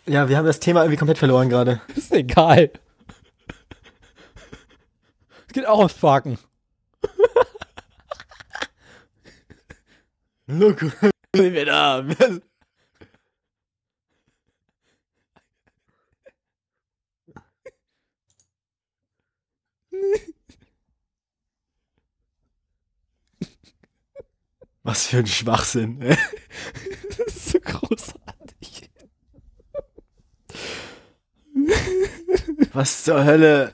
S2: Ja, wir haben das Thema irgendwie komplett verloren gerade.
S1: Ist egal. Es geht auch ums Parken.
S2: Look, sind wir da. Was für ein Schwachsinn. ey.
S1: Das ist so großartig.
S2: Was zur Hölle?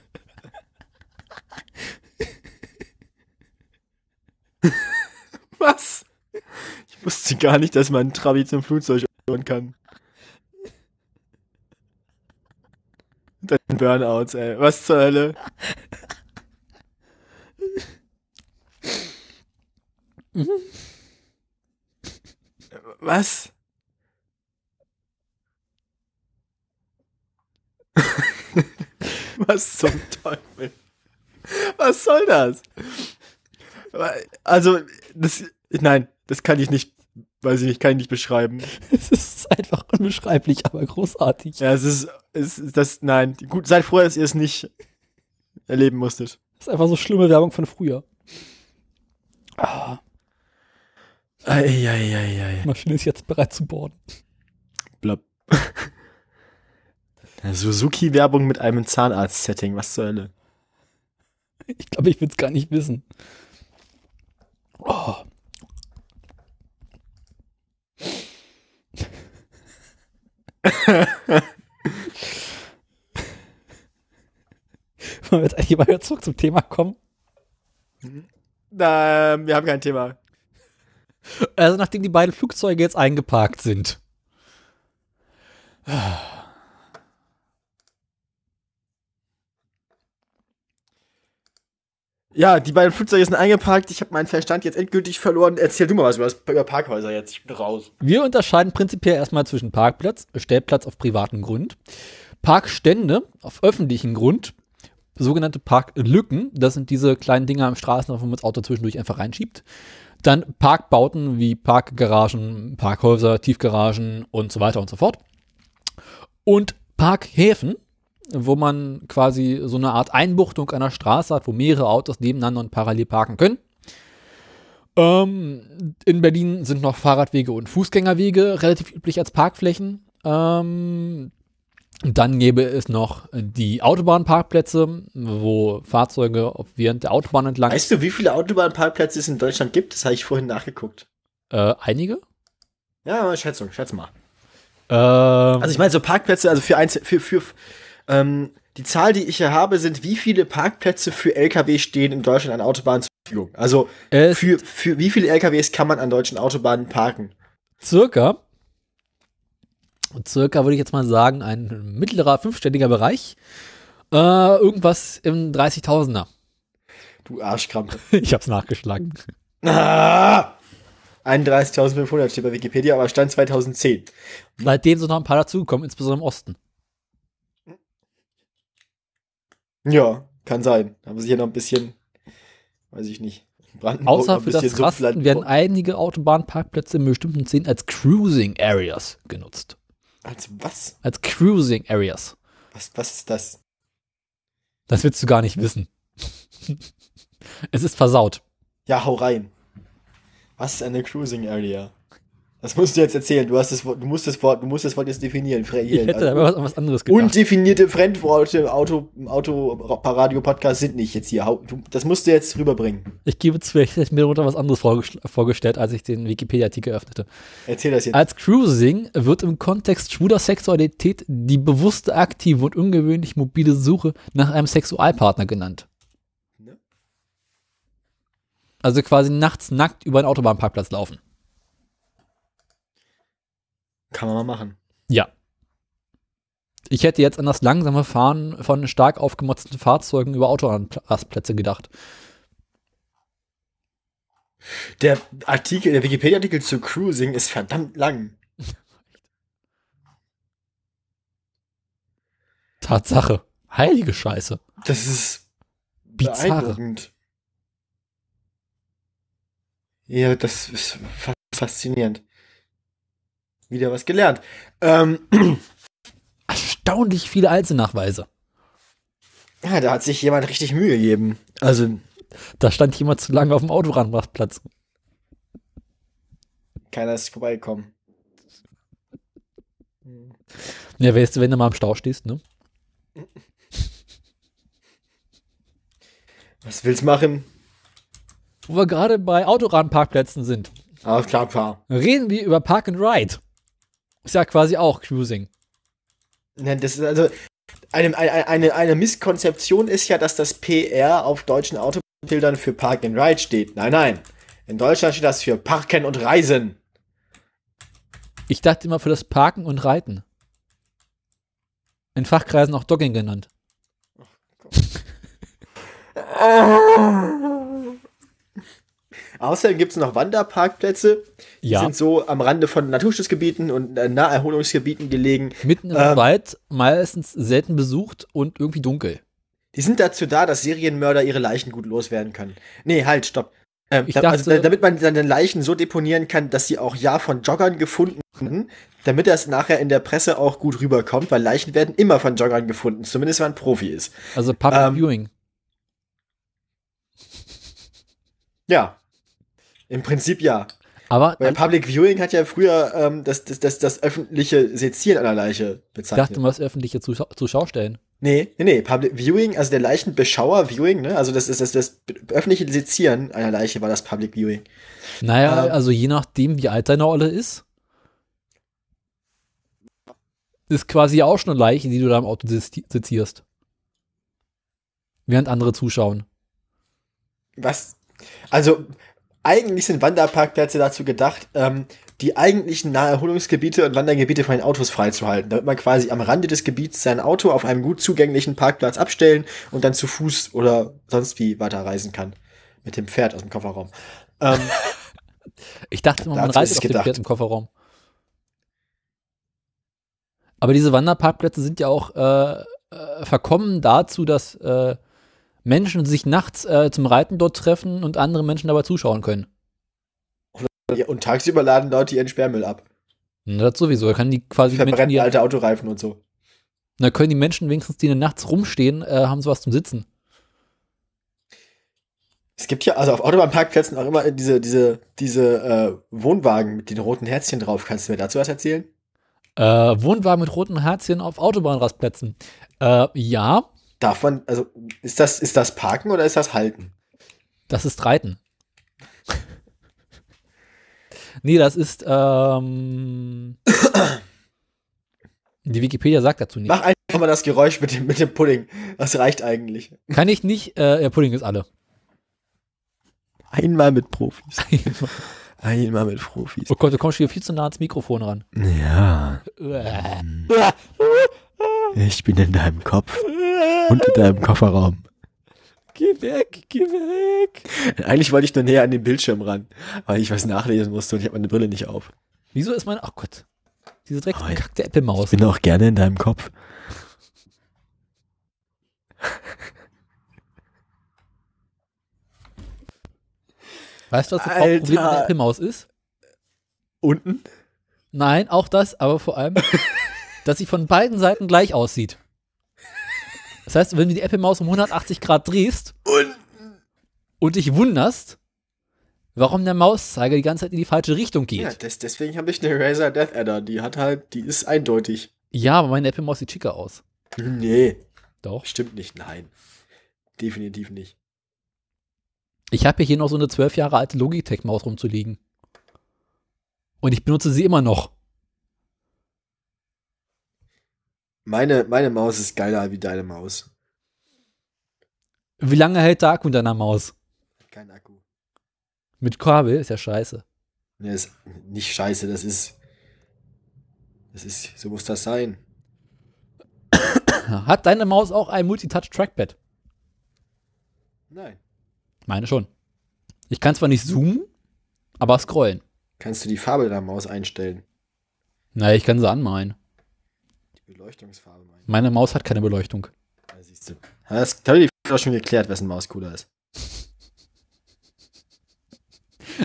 S2: Was? Ich wusste gar nicht, dass man einen Trabi zum Flugzeug holen kann. Und Dann Burnouts, ey. Was zur Hölle? Was? Was zum Teufel? Was soll das? Also, das, nein, das kann ich nicht, weiß ich nicht, kann ich nicht beschreiben.
S1: Es ist einfach unbeschreiblich, aber großartig.
S2: Ja, es ist, es ist das, nein, gut, seid froh, dass ihr es nicht erleben musstet.
S1: Das ist einfach so schlimme Werbung von früher. Ah,
S2: Eieieiei.
S1: die Maschine ist jetzt bereit zu boarden.
S2: Blab. Suzuki-Werbung mit einem Zahnarzt-Setting, was zur Hölle?
S1: Ich glaube, ich will es gar nicht wissen. Oh. Wollen wir jetzt eigentlich mal wieder zurück zum Thema kommen?
S2: Ähm, wir haben kein Thema.
S1: Also nachdem die beiden Flugzeuge jetzt eingeparkt sind.
S2: Ja, die beiden Flugzeuge sind eingeparkt. Ich habe meinen Verstand jetzt endgültig verloren. Erzähl du mal was über, das, über Parkhäuser jetzt. Ich bin raus.
S1: Wir unterscheiden prinzipiell erstmal zwischen Parkplatz, Stellplatz auf privatem Grund, Parkstände auf öffentlichem Grund, sogenannte Parklücken, das sind diese kleinen Dinger am Straßenrand, wo man das Auto zwischendurch einfach reinschiebt. Dann Parkbauten wie Parkgaragen, Parkhäuser, Tiefgaragen und so weiter und so fort. Und Parkhäfen, wo man quasi so eine Art Einbuchtung einer Straße hat, wo mehrere Autos nebeneinander und parallel parken können. Ähm, in Berlin sind noch Fahrradwege und Fußgängerwege relativ üblich als Parkflächen. Ähm, dann gäbe es noch die Autobahnparkplätze, wo Fahrzeuge auf- während der Autobahn entlang
S2: Weißt du, wie viele Autobahnparkplätze es in Deutschland gibt? Das habe ich vorhin nachgeguckt.
S1: äh, einige.
S2: Ja, Schätzung, schätz mal.
S1: Ähm,
S2: Also ich meine, so Parkplätze, also für eins, für, für, ähm, die Zahl, die ich hier habe, sind, wie viele Parkplätze für Lkw stehen in Deutschland an Autobahnen zur Verfügung. Also
S1: es
S2: für, für wie viele Lkws kann man an deutschen Autobahnen parken?
S1: circa, circa würde ich jetzt mal sagen, ein mittlerer fünfstelliger Bereich. Äh, irgendwas im 30.000er.
S2: Du Arschkrampe.
S1: Ich hab's nachgeschlagen.
S2: Ah! 31.500 steht bei Wikipedia, aber Stand 2010.
S1: Seitdem sind noch ein paar dazugekommen, insbesondere im Osten.
S2: Ja, kann sein. Haben sie hier noch ein bisschen, weiß ich nicht, Brandenburg noch
S1: Außer
S2: ein
S1: für das
S2: bisschen
S1: Rasten
S2: Sumpfland-
S1: werden einige Autobahnparkplätze in bestimmten Szenen als Cruising Areas genutzt.
S2: Als was?
S1: Als Cruising Areas.
S2: Was, was ist das?
S1: Das willst du gar nicht wissen. es ist versaut.
S2: Ja, hau rein. Was ist eine Cruising Area? Das musst du jetzt erzählen. Du hast das Wort, du musst das Wort, du musst das Wort jetzt definieren. Fre-
S1: Ich hätte da was, an was anderes gedacht.
S2: Undefinierte Fremdworte im Auto, im Auto, Radio Podcast sind nicht jetzt hier. Hau- Du, das musst du jetzt rüberbringen.
S1: ich gebe zu, ich hätte mir darunter was anderes vorgeschl- vorgestellt, als ich den Wikipedia-Artikel öffnete.
S2: Erzähl das jetzt.
S1: Als Cruising wird im Kontext schwuler Sexualität die bewusste, aktive und ungewöhnlich mobile Suche nach einem Sexualpartner genannt.
S2: Ne?
S1: Also quasi nachts nackt über einen Autobahnparkplatz laufen.
S2: Kann man mal machen.
S1: Ja. Ich hätte jetzt an das langsame Fahren von stark aufgemotzten Fahrzeugen über Autorastplätze gedacht.
S2: Der Artikel, der Wikipedia-Artikel zu Cruising ist verdammt lang.
S1: Tatsache. Heilige Scheiße.
S2: Das ist
S1: Bizarre.
S2: beeindruckend. Ja, das ist fa- faszinierend. Wieder was gelernt. Ähm,
S1: Erstaunlich viele Einzelnachweise.
S2: ja, da hat sich jemand richtig Mühe gegeben. Also,
S1: Da stand jemand zu lange auf dem Autorastplatz.
S2: keiner ist vorbeigekommen.
S1: Ja, weißt du, wenn du mal im Stau stehst, ne?
S2: Was willst machen?
S1: Wo wir gerade bei Autobahnparkplätzen sind.
S2: Ah, klar, klar.
S1: Reden wir über Park and Ride. Ist ja quasi auch Cruising.
S2: Nein, das ist also eine, eine, eine, eine Misskonzeption ist ja, dass das PR auf deutschen Autobildern für Park and Ride steht. Nein, nein. In Deutschland steht das für Parken und Reisen.
S1: Ich dachte immer für das Parken und Reiten. In Fachkreisen auch Dogging genannt.
S2: Außerdem gibt es noch Wanderparkplätze. Die
S1: Ja.
S2: sind so am Rande von Naturschutzgebieten und äh, Naherholungsgebieten gelegen.
S1: Mitten im
S2: Ähm.
S1: Wald, meistens selten besucht und irgendwie dunkel.
S2: Die sind dazu da, dass Serienmörder ihre Leichen gut loswerden können. Nee, halt, stopp. Ähm,
S1: Ich
S2: da, also,
S1: dachte-
S2: da- damit man seine Leichen so deponieren kann, dass sie auch ja von Joggern gefunden werden, damit das nachher in der Presse auch gut rüberkommt, weil Leichen werden immer von Joggern gefunden, zumindest wenn man Profi ist.
S1: Also Public
S2: Ähm.
S1: Viewing.
S2: Ja. Im Prinzip ja.
S1: Aber
S2: Weil Public Viewing hat ja früher ähm, das, das, das, das öffentliche Sezieren einer Leiche
S1: ich
S2: bezeichnet.
S1: dachte mal, das öffentliche Zuschau Zuschaustellen.
S2: Nee, nee, nee, Public Viewing, also der Leichenbeschauer Viewing, ne? Also das ist das, das öffentliche Sezieren einer Leiche war das Public Viewing.
S1: Naja,
S2: Ähm.
S1: also je nachdem, wie alt deine Olle ist, ist quasi auch schon eine Leiche, die du da im Auto sitz- sitzierst. Während andere zuschauen.
S2: Was? Also eigentlich sind Wanderparkplätze dazu gedacht, ähm, die eigentlichen Naherholungsgebiete und Wandergebiete von den Autos freizuhalten, damit man quasi am Rande des Gebiets sein Auto auf einem gut zugänglichen Parkplatz abstellen und dann zu Fuß oder sonst wie weiterreisen kann. Mit dem Pferd aus dem Kofferraum. Ähm,
S1: Ich dachte immer, man
S2: Dazu ist
S1: reitet
S2: es
S1: auf dem
S2: gedacht.
S1: Pferd im Kofferraum. Aber diese Wanderparkplätze sind ja auch äh, äh, verkommen dazu, dass äh, Menschen sich nachts äh, zum Reiten dort treffen und andere Menschen dabei zuschauen können.
S2: ja, und tagsüber laden Leute ihren Sperrmüll ab.
S1: Na, das sowieso. Da können die quasi die Menschen,
S2: Verbrennen
S1: die,
S2: alte Autoreifen und so.
S1: da können die Menschen wenigstens, die dann nachts rumstehen, äh, haben sowas zum Sitzen.
S2: Es gibt ja also auf Autobahnparkplätzen auch immer diese, diese, diese äh, Wohnwagen mit den roten Herzchen drauf. Kannst du mir dazu was erzählen?
S1: Äh, Wohnwagen mit roten Herzchen auf Autobahnrastplätzen. Äh, ja,
S2: Darf man, also ist das, ist das Parken oder ist das Halten?
S1: das ist Reiten. nee, das ist, ähm, die Wikipedia sagt dazu nichts.
S2: Mach einfach mal das Geräusch mit dem, mit dem Pudding. Das reicht eigentlich.
S1: Kann ich nicht, äh, der Pudding ist alle.
S2: Einmal mit Profis. Einmal mit Profis.
S1: oh Gott, du kommst hier viel zu nah ans Mikrofon ran.
S2: Ja,
S1: Äh,
S2: ich bin in deinem Kopf und in deinem Kofferraum.
S1: geh weg, geh weg.
S2: Eigentlich wollte ich nur näher an den Bildschirm ran, weil ich was nachlesen musste und ich habe meine Brille nicht auf.
S1: Wieso ist mein, ach Gott, diese direkt
S2: Hi.
S1: verkackte Apple-Maus.
S2: bin auch gerne in deinem Kopf.
S1: Weißt du, was das
S2: Alter.
S1: Hauptproblem an der Apple-Maus ist?
S2: Unten?
S1: Nein, auch das, aber vor allem, dass sie von beiden Seiten gleich aussieht. Das heißt, wenn du die Apple-Maus um 180 Grad drehst und dich wunderst, warum der Mauszeiger die ganze Zeit in die falsche Richtung
S2: Ja,
S1: geht.
S2: des, deswegen habe ich eine Razer Death Adder. Die hat halt, die ist eindeutig. Hm,
S1: Ja, aber meine Apple-Maus sieht schicker aus.
S2: Nee,
S1: Doch.
S2: stimmt nicht. Nein. Definitiv nicht.
S1: Ich habe hier noch so eine 12 Jahre alte Logitech-Maus rumzuliegen. Und ich benutze sie immer noch.
S2: Meine, meine Maus ist geiler wie deine Maus.
S1: Wie lange hält der Akku in deiner Maus?
S2: Kein Akku.
S1: Mit Kabel ist ja scheiße.
S2: Nee, Ne, ist nicht scheiße, das ist. Das ist. So muss das sein.
S1: Hat deine Maus auch ein Multitouch-Trackpad?
S2: Nein.
S1: Meine schon. Ich kann zwar nicht zoomen, aber scrollen.
S2: Kannst du die Farbe deiner Maus einstellen?
S1: Naja, ich kann sie anmalen.
S2: Die Beleuchtungsfarbe, meine
S1: Meine Maus hat keine Beleuchtung.
S2: ich. Ja, siehst du. Das habe ich dir schon geklärt, wessen Maus cooler ist.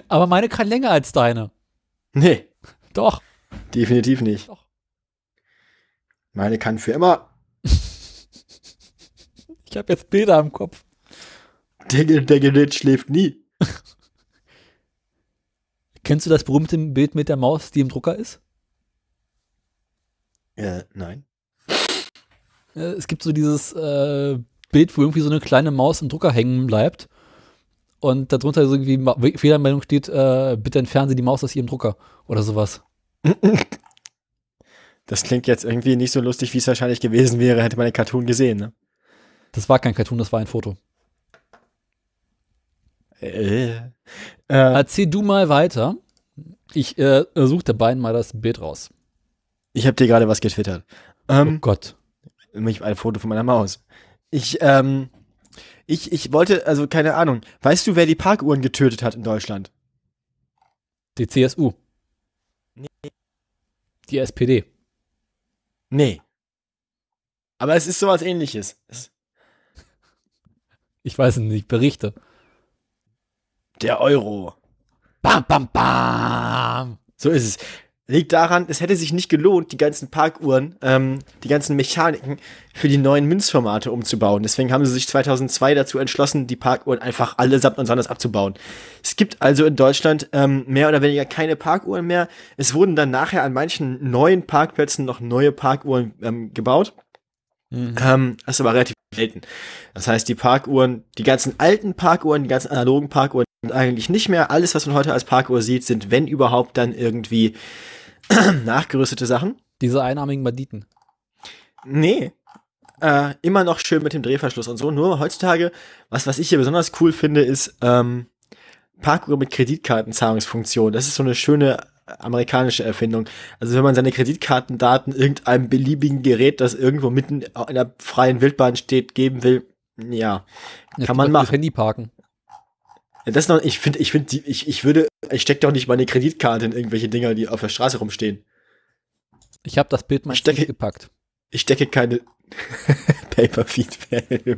S1: Aber meine kann länger als deine.
S2: Nee,
S1: Doch.
S2: definitiv nicht.
S1: Doch.
S2: Meine kann für immer.
S1: Ich habe jetzt Bilder im Kopf.
S2: Diggle, Diggle, Ditch schläft nie.
S1: Kennst du das berühmte Bild mit der Maus, die im Drucker ist?
S2: Äh, nein.
S1: Äh, Es gibt so dieses äh, Bild, wo irgendwie so eine kleine Maus im Drucker hängen bleibt. Und darunter so irgendwie Ma- We- Fehlermeldung steht, äh, bitte entfernen Sie die Maus aus Ihrem Drucker oder sowas.
S2: Das klingt jetzt irgendwie nicht so lustig, wie es wahrscheinlich gewesen wäre, hätte man den Cartoon gesehen, ne?
S1: Das war kein Cartoon, das war ein Foto.
S2: Äh. Äh,
S1: Erzähl du mal weiter. Ich äh, suche der beiden mal das Bild raus.
S2: ich habe dir gerade was getwittert. Ähm,
S1: oh Gott.
S2: nämlich ein Foto von meiner Maus. Ich, ähm, ich, ich wollte, also keine Ahnung. Weißt du, wer die Parkuhren getötet hat in Deutschland?
S1: Die CSU. Die SPD.
S2: Nee. Aber es ist sowas ähnliches. Es,
S1: Ich weiß es nicht, Berichte.
S2: der Euro.
S1: Bam, bam, bam.
S2: So ist es. Liegt daran, es hätte sich nicht gelohnt, die ganzen Parkuhren, ähm, die ganzen Mechaniken für die neuen Münzformate umzubauen. Deswegen haben sie sich 2002 dazu entschlossen, die Parkuhren einfach allesamt und anders abzubauen. Es gibt also in Deutschland ähm, mehr oder weniger keine Parkuhren mehr. Es wurden dann nachher an manchen neuen Parkplätzen noch neue Parkuhren ähm, gebaut. Ähm, das ist aber relativ selten. Das heißt, die Parkuhren, die ganzen alten Parkuhren, die ganzen analogen Parkuhren sind eigentlich nicht mehr. Alles, was man heute als Parkuhr sieht, sind, wenn überhaupt, dann irgendwie nachgerüstete Sachen.
S1: Diese einarmigen Banditen.
S2: Nee. Äh, immer noch schön mit dem Drehverschluss und so. Nur heutzutage, was, was ich hier besonders cool finde, ist ähm, Parkuhr mit Kreditkartenzahlungsfunktion. Das ist so eine schöne äh, amerikanische Erfindung. Also wenn man seine Kreditkartendaten irgendeinem beliebigen Gerät, das irgendwo mitten in der freien Wildbahn steht, geben will, ja,
S1: Jetzt
S2: kann man
S1: das
S2: machen.
S1: Handy parken.
S2: Ja, Das noch, ich finde, ich finde, die- ich, ich würde, ich stecke doch nicht meine Kreditkarte in irgendwelche Dinger, die auf der Straße rumstehen.
S1: Ich habe das Bild mal
S2: Ich stecke-
S1: gepackt.
S2: Ich stecke keine Paper Feed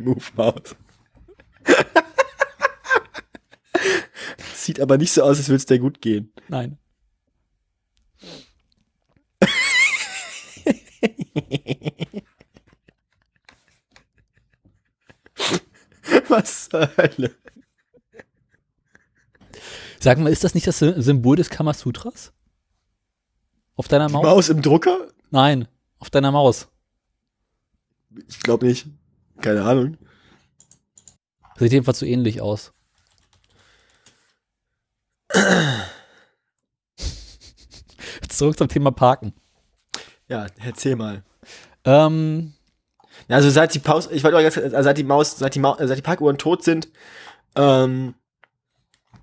S2: Move Maus. Sieht aber nicht so aus, als würde es dir gut gehen.
S1: Nein.
S2: Was zur Hölle?
S1: Sag mal, ist das nicht das Sy- Symbol des Kamasutras? Auf deiner Maus?
S2: Maus im Drucker?
S1: Nein, auf deiner Maus.
S2: Ich glaube nicht. Keine Ahnung.
S1: Sieht jedenfalls so ähnlich aus. Zurück zum Thema Parken.
S2: Ja, erzähl mal.
S1: Ähm,
S2: Ja, Also seit die Paus, ich wollte auch jetzt, also seit die Maus, seit die Maus, seit die Parkuhren tot sind, ähm,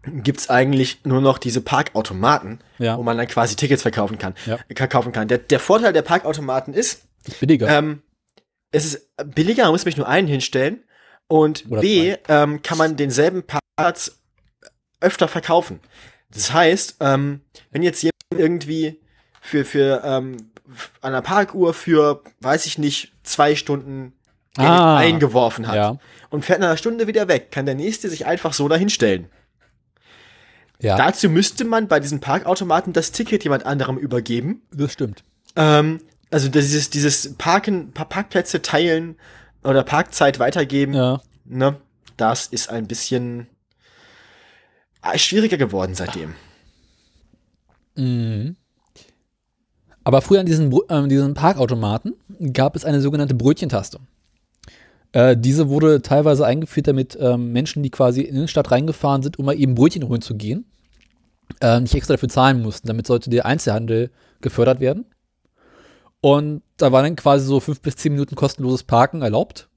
S2: gibt's eigentlich nur noch diese Parkautomaten,
S1: Ja.
S2: wo man dann quasi Tickets verkaufen kann.
S1: Ja.
S2: Ka- Kaufen kann. Der, der Vorteil der Parkautomaten ist,
S1: billiger.
S2: ähm, es ist billiger, man muss mich nur einen hinstellen und
S1: Oder
S2: B, ähm, kann man denselben Parkplatz öfter verkaufen. Das heißt, ähm, wenn jetzt jemand irgendwie für, für ähm, f- an einer Parkuhr für, weiß ich nicht, zwei Stunden Geld
S1: Ah.
S2: eingeworfen hat
S1: Ja.
S2: und fährt nach einer Stunde wieder weg, kann der nächste sich einfach so dahinstellen.
S1: ja,
S2: Dazu müsste man bei diesen Parkautomaten das Ticket jemand anderem übergeben.
S1: das stimmt.
S2: Ähm, also dieses, dieses Parken, Pa- Parkplätze teilen oder Parkzeit weitergeben,
S1: Ja.
S2: ne, das ist ein bisschen äh, schwieriger geworden seitdem.
S1: Mhm. Aber früher an diesen, Br- ähm, diesen Parkautomaten gab es eine sogenannte Brötchentaste. Äh, diese wurde teilweise eingeführt, damit ähm, Menschen, die quasi in die Stadt reingefahren sind, um mal eben Brötchen holen zu gehen, äh, nicht extra dafür zahlen mussten. Damit sollte der Einzelhandel gefördert werden. Und da war dann quasi so fünf bis zehn Minuten kostenloses Parken erlaubt.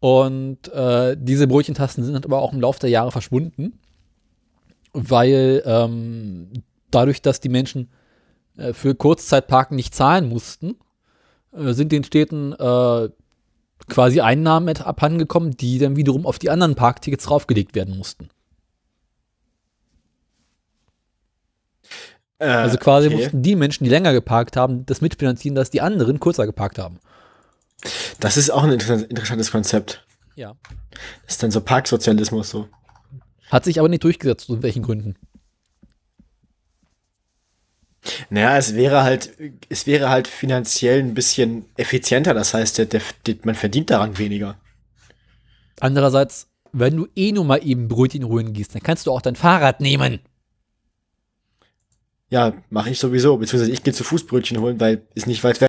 S1: Und äh, diese Brötchentasten sind aber auch im Laufe der Jahre verschwunden weil ähm, dadurch, dass die Menschen äh, für Kurzzeitparken nicht zahlen mussten, äh, sind den Städten äh, quasi Einnahmen et- abhandengekommen, die dann wiederum auf die anderen Parktickets draufgelegt werden mussten.
S2: Äh,
S1: Also quasi
S2: okay.
S1: mussten die Menschen, die länger geparkt haben, das mitfinanzieren, dass die anderen kürzer geparkt haben.
S2: Das ist auch ein inter- interessantes Konzept.
S1: Ja.
S2: Das ist dann so Parksozialismus so.
S1: Hat sich aber nicht durchgesetzt, aus welchen Gründen.
S2: Naja, es wäre halt, es wäre halt finanziell ein bisschen effizienter. Das heißt, der, der, der, man verdient daran weniger.
S1: Andererseits, wenn du eh nur mal eben Brötchen holen gehst, dann kannst du auch dein Fahrrad nehmen.
S2: Ja, mache ich sowieso. Beziehungsweise ich gehe zu Fußbrötchen holen, weil ist nicht weit weg.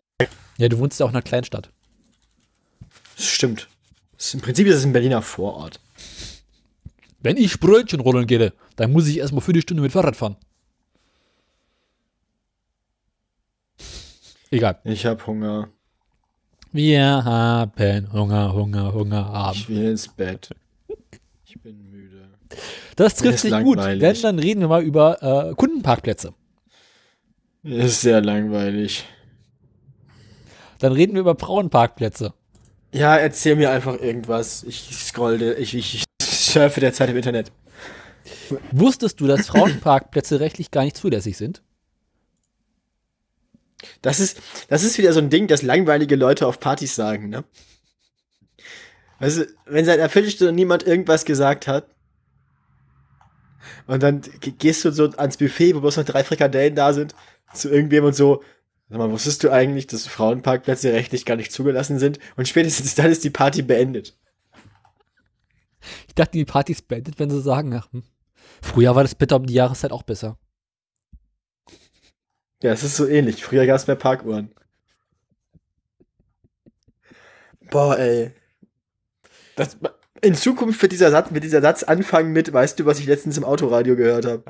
S1: Ja, du wohnst ja auch in einer Kleinstadt.
S2: Das stimmt. Das ist, Im Prinzip ist es ein Berliner Vorort.
S1: Wenn ich Brötchen rollen gehe, dann muss ich erstmal für die Stunde mit Fahrrad fahren. Egal.
S2: Ich habe Hunger.
S1: Wir haben Hunger, Hunger, Hunger haben.
S2: Ich will ins Bett. Ich bin müde.
S1: Das
S2: Mir
S1: trifft sich
S2: ist
S1: gut, denn
S2: langweilig.
S1: dann reden wir mal über äh, Kundenparkplätze.
S2: Mir Ist sehr langweilig.
S1: Dann reden wir über Frauenparkplätze.
S2: Ja, erzähl mir einfach irgendwas. Ich scrolle, ich, ich, ich surfe derzeit im Internet.
S1: Wusstest du, dass Frauenparkplätze rechtlich gar nicht zulässig sind?
S2: Das ist, das ist wieder so ein Ding, das langweilige Leute auf Partys sagen, ne? Also, wenn seit einer Viertelstunde niemand irgendwas gesagt hat, und dann ge- gehst du so ans Buffet, wo bloß noch drei Frikadellen da sind, zu irgendwem und so, sag mal, wusstest du eigentlich, dass Frauenparkplätze rechtlich gar nicht zugelassen sind? Und spätestens dann ist die Party beendet.
S1: Ich dachte, die Party ist beendet, wenn sie sagen, ach, hm. früher war das bitte um die Jahreszeit auch besser.
S2: Ja, es ist so ähnlich. Früher gab es mehr Parkuhren. Boah, ey. Das, in Zukunft wird dieser Satz, wird dieser Satz anfangen mit, weißt du, was ich letztens im Autoradio gehört habe?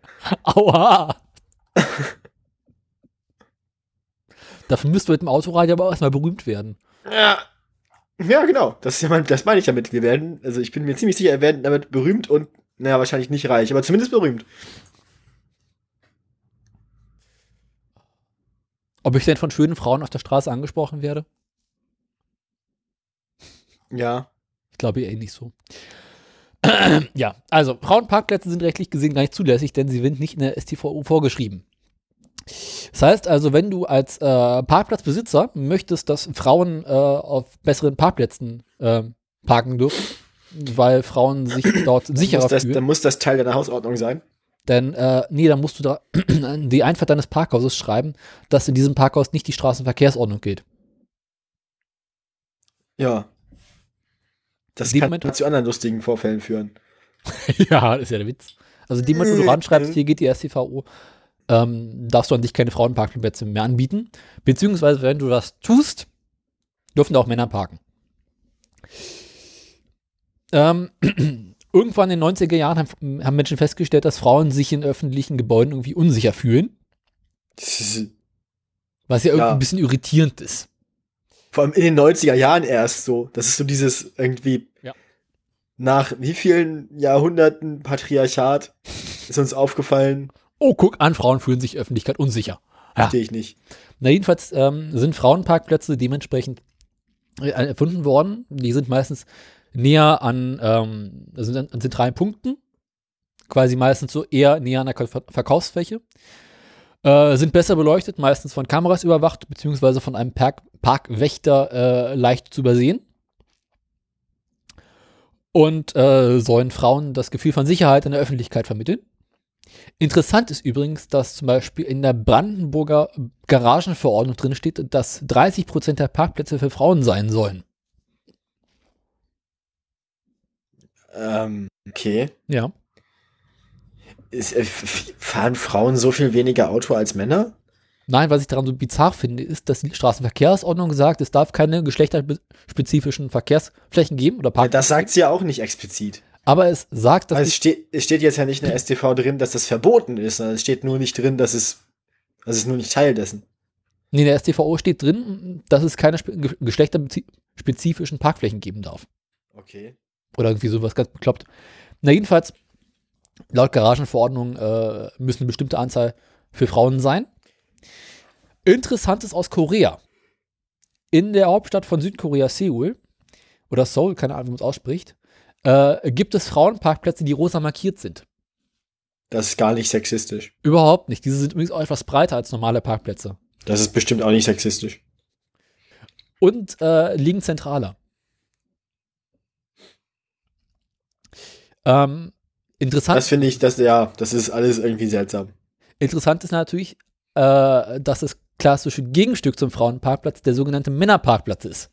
S1: Aua! Dafür müsst du mit dem Autoradio aber auch erstmal berühmt werden.
S2: Ja, genau. Das, ist ja mein, das meine ich damit. Wir werden, also ich bin mir ziemlich sicher, wir werden damit berühmt und, naja, wahrscheinlich nicht reich, aber zumindest berühmt.
S1: Ob ich denn von schönen Frauen auf der Straße angesprochen werde?
S2: Ja.
S1: Ich glaube eher nicht so. ja, also Frauenparkplätze sind rechtlich gesehen gar nicht zulässig, denn sie sind nicht in der STVO vorgeschrieben. Das heißt also, wenn du als äh, Parkplatzbesitzer möchtest, dass Frauen äh, auf besseren Parkplätzen äh, parken dürfen, weil Frauen sich dort sicherer
S2: Muss das,
S1: fühlen.
S2: dann muss das Teil deiner Hausordnung sein.
S1: Denn, äh, nee, dann musst du da an die Einfahrt deines Parkhauses schreiben, dass in diesem Parkhaus nicht die Straßenverkehrsordnung gilt.
S2: Ja. Das
S1: Die
S2: kann
S1: Moment-
S2: zu anderen lustigen Vorfällen führen.
S1: ja, das ist ja der Witz. Also, die Moment, wo du ranschreibst, hier geht die STVO, ähm, darfst du an dich keine Frauenparkplätze mehr anbieten. Beziehungsweise, wenn du das tust, dürfen da auch Männer parken. Ähm, irgendwann in den 90er Jahren haben, haben Menschen festgestellt, dass Frauen sich in öffentlichen Gebäuden irgendwie unsicher fühlen, was ja irgendwie
S2: Ja.
S1: ein bisschen irritierend ist.
S2: Vor allem in den 90er Jahren erst so. Das ist so dieses irgendwie
S1: Ja.
S2: nach wie vielen Jahrhunderten Patriarchat ist uns aufgefallen,
S1: Oh, guck an, Frauen fühlen sich Öffentlichkeit unsicher. Ja.
S2: verstehe ich nicht.
S1: Na, jedenfalls ähm, sind Frauenparkplätze dementsprechend äh, erfunden worden. Die sind meistens näher an, ähm, sind an, an zentralen Punkten, quasi meistens so eher näher an der Ver Verkaufsfläche. Äh, sind besser beleuchtet, meistens von Kameras überwacht, beziehungsweise von einem Park Parkwächter äh, leicht zu übersehen. Und äh, sollen Frauen das Gefühl von Sicherheit in der Öffentlichkeit vermitteln. Interessant ist übrigens, dass zum Beispiel in der Brandenburger Garagenverordnung drin steht, dass 30 Prozent der Parkplätze für Frauen sein sollen.
S2: Ähm, okay.
S1: Ja.
S2: Ist, äh, f- fahren Frauen so viel weniger Auto als Männer?
S1: Nein, was ich daran so bizarr finde, ist, dass die Straßenverkehrsordnung sagt, es darf keine geschlechterspezifischen Verkehrsflächen geben oder
S2: Ja,
S1: Parkplätze.
S2: das sagt sie ja auch nicht explizit.
S1: aber es sagt, dass
S2: Weil es
S1: die-
S2: steht, es steht jetzt ja nicht in der STV drin, dass das verboten ist, sondern es steht nur nicht drin, dass es, also es ist nur nicht Teil dessen.
S1: nee, in der StVO steht drin, dass es keine spe- ge- geschlechterspezifischen Parkflächen geben darf.
S2: Okay.
S1: Oder irgendwie sowas ganz bekloppt. Na, jedenfalls, laut Garagenverordnung äh, müssen eine bestimmte Anzahl für Frauen sein. Interessant ist aus Korea. in der Hauptstadt von Südkorea, Seoul, oder Seoul, keine Ahnung, wie man es ausspricht, äh, gibt es Frauenparkplätze, die rosa markiert sind.
S2: Das ist gar nicht sexistisch.
S1: Überhaupt nicht. Diese sind übrigens auch etwas breiter als normale Parkplätze.
S2: Das ist bestimmt auch nicht sexistisch.
S1: Und äh, liegen zentraler. Ähm, interessant,
S2: Das finde ich, das, ja, das ist alles irgendwie seltsam.
S1: interessant ist natürlich, äh, dass das klassische Gegenstück zum Frauenparkplatz der sogenannte Männerparkplatz ist.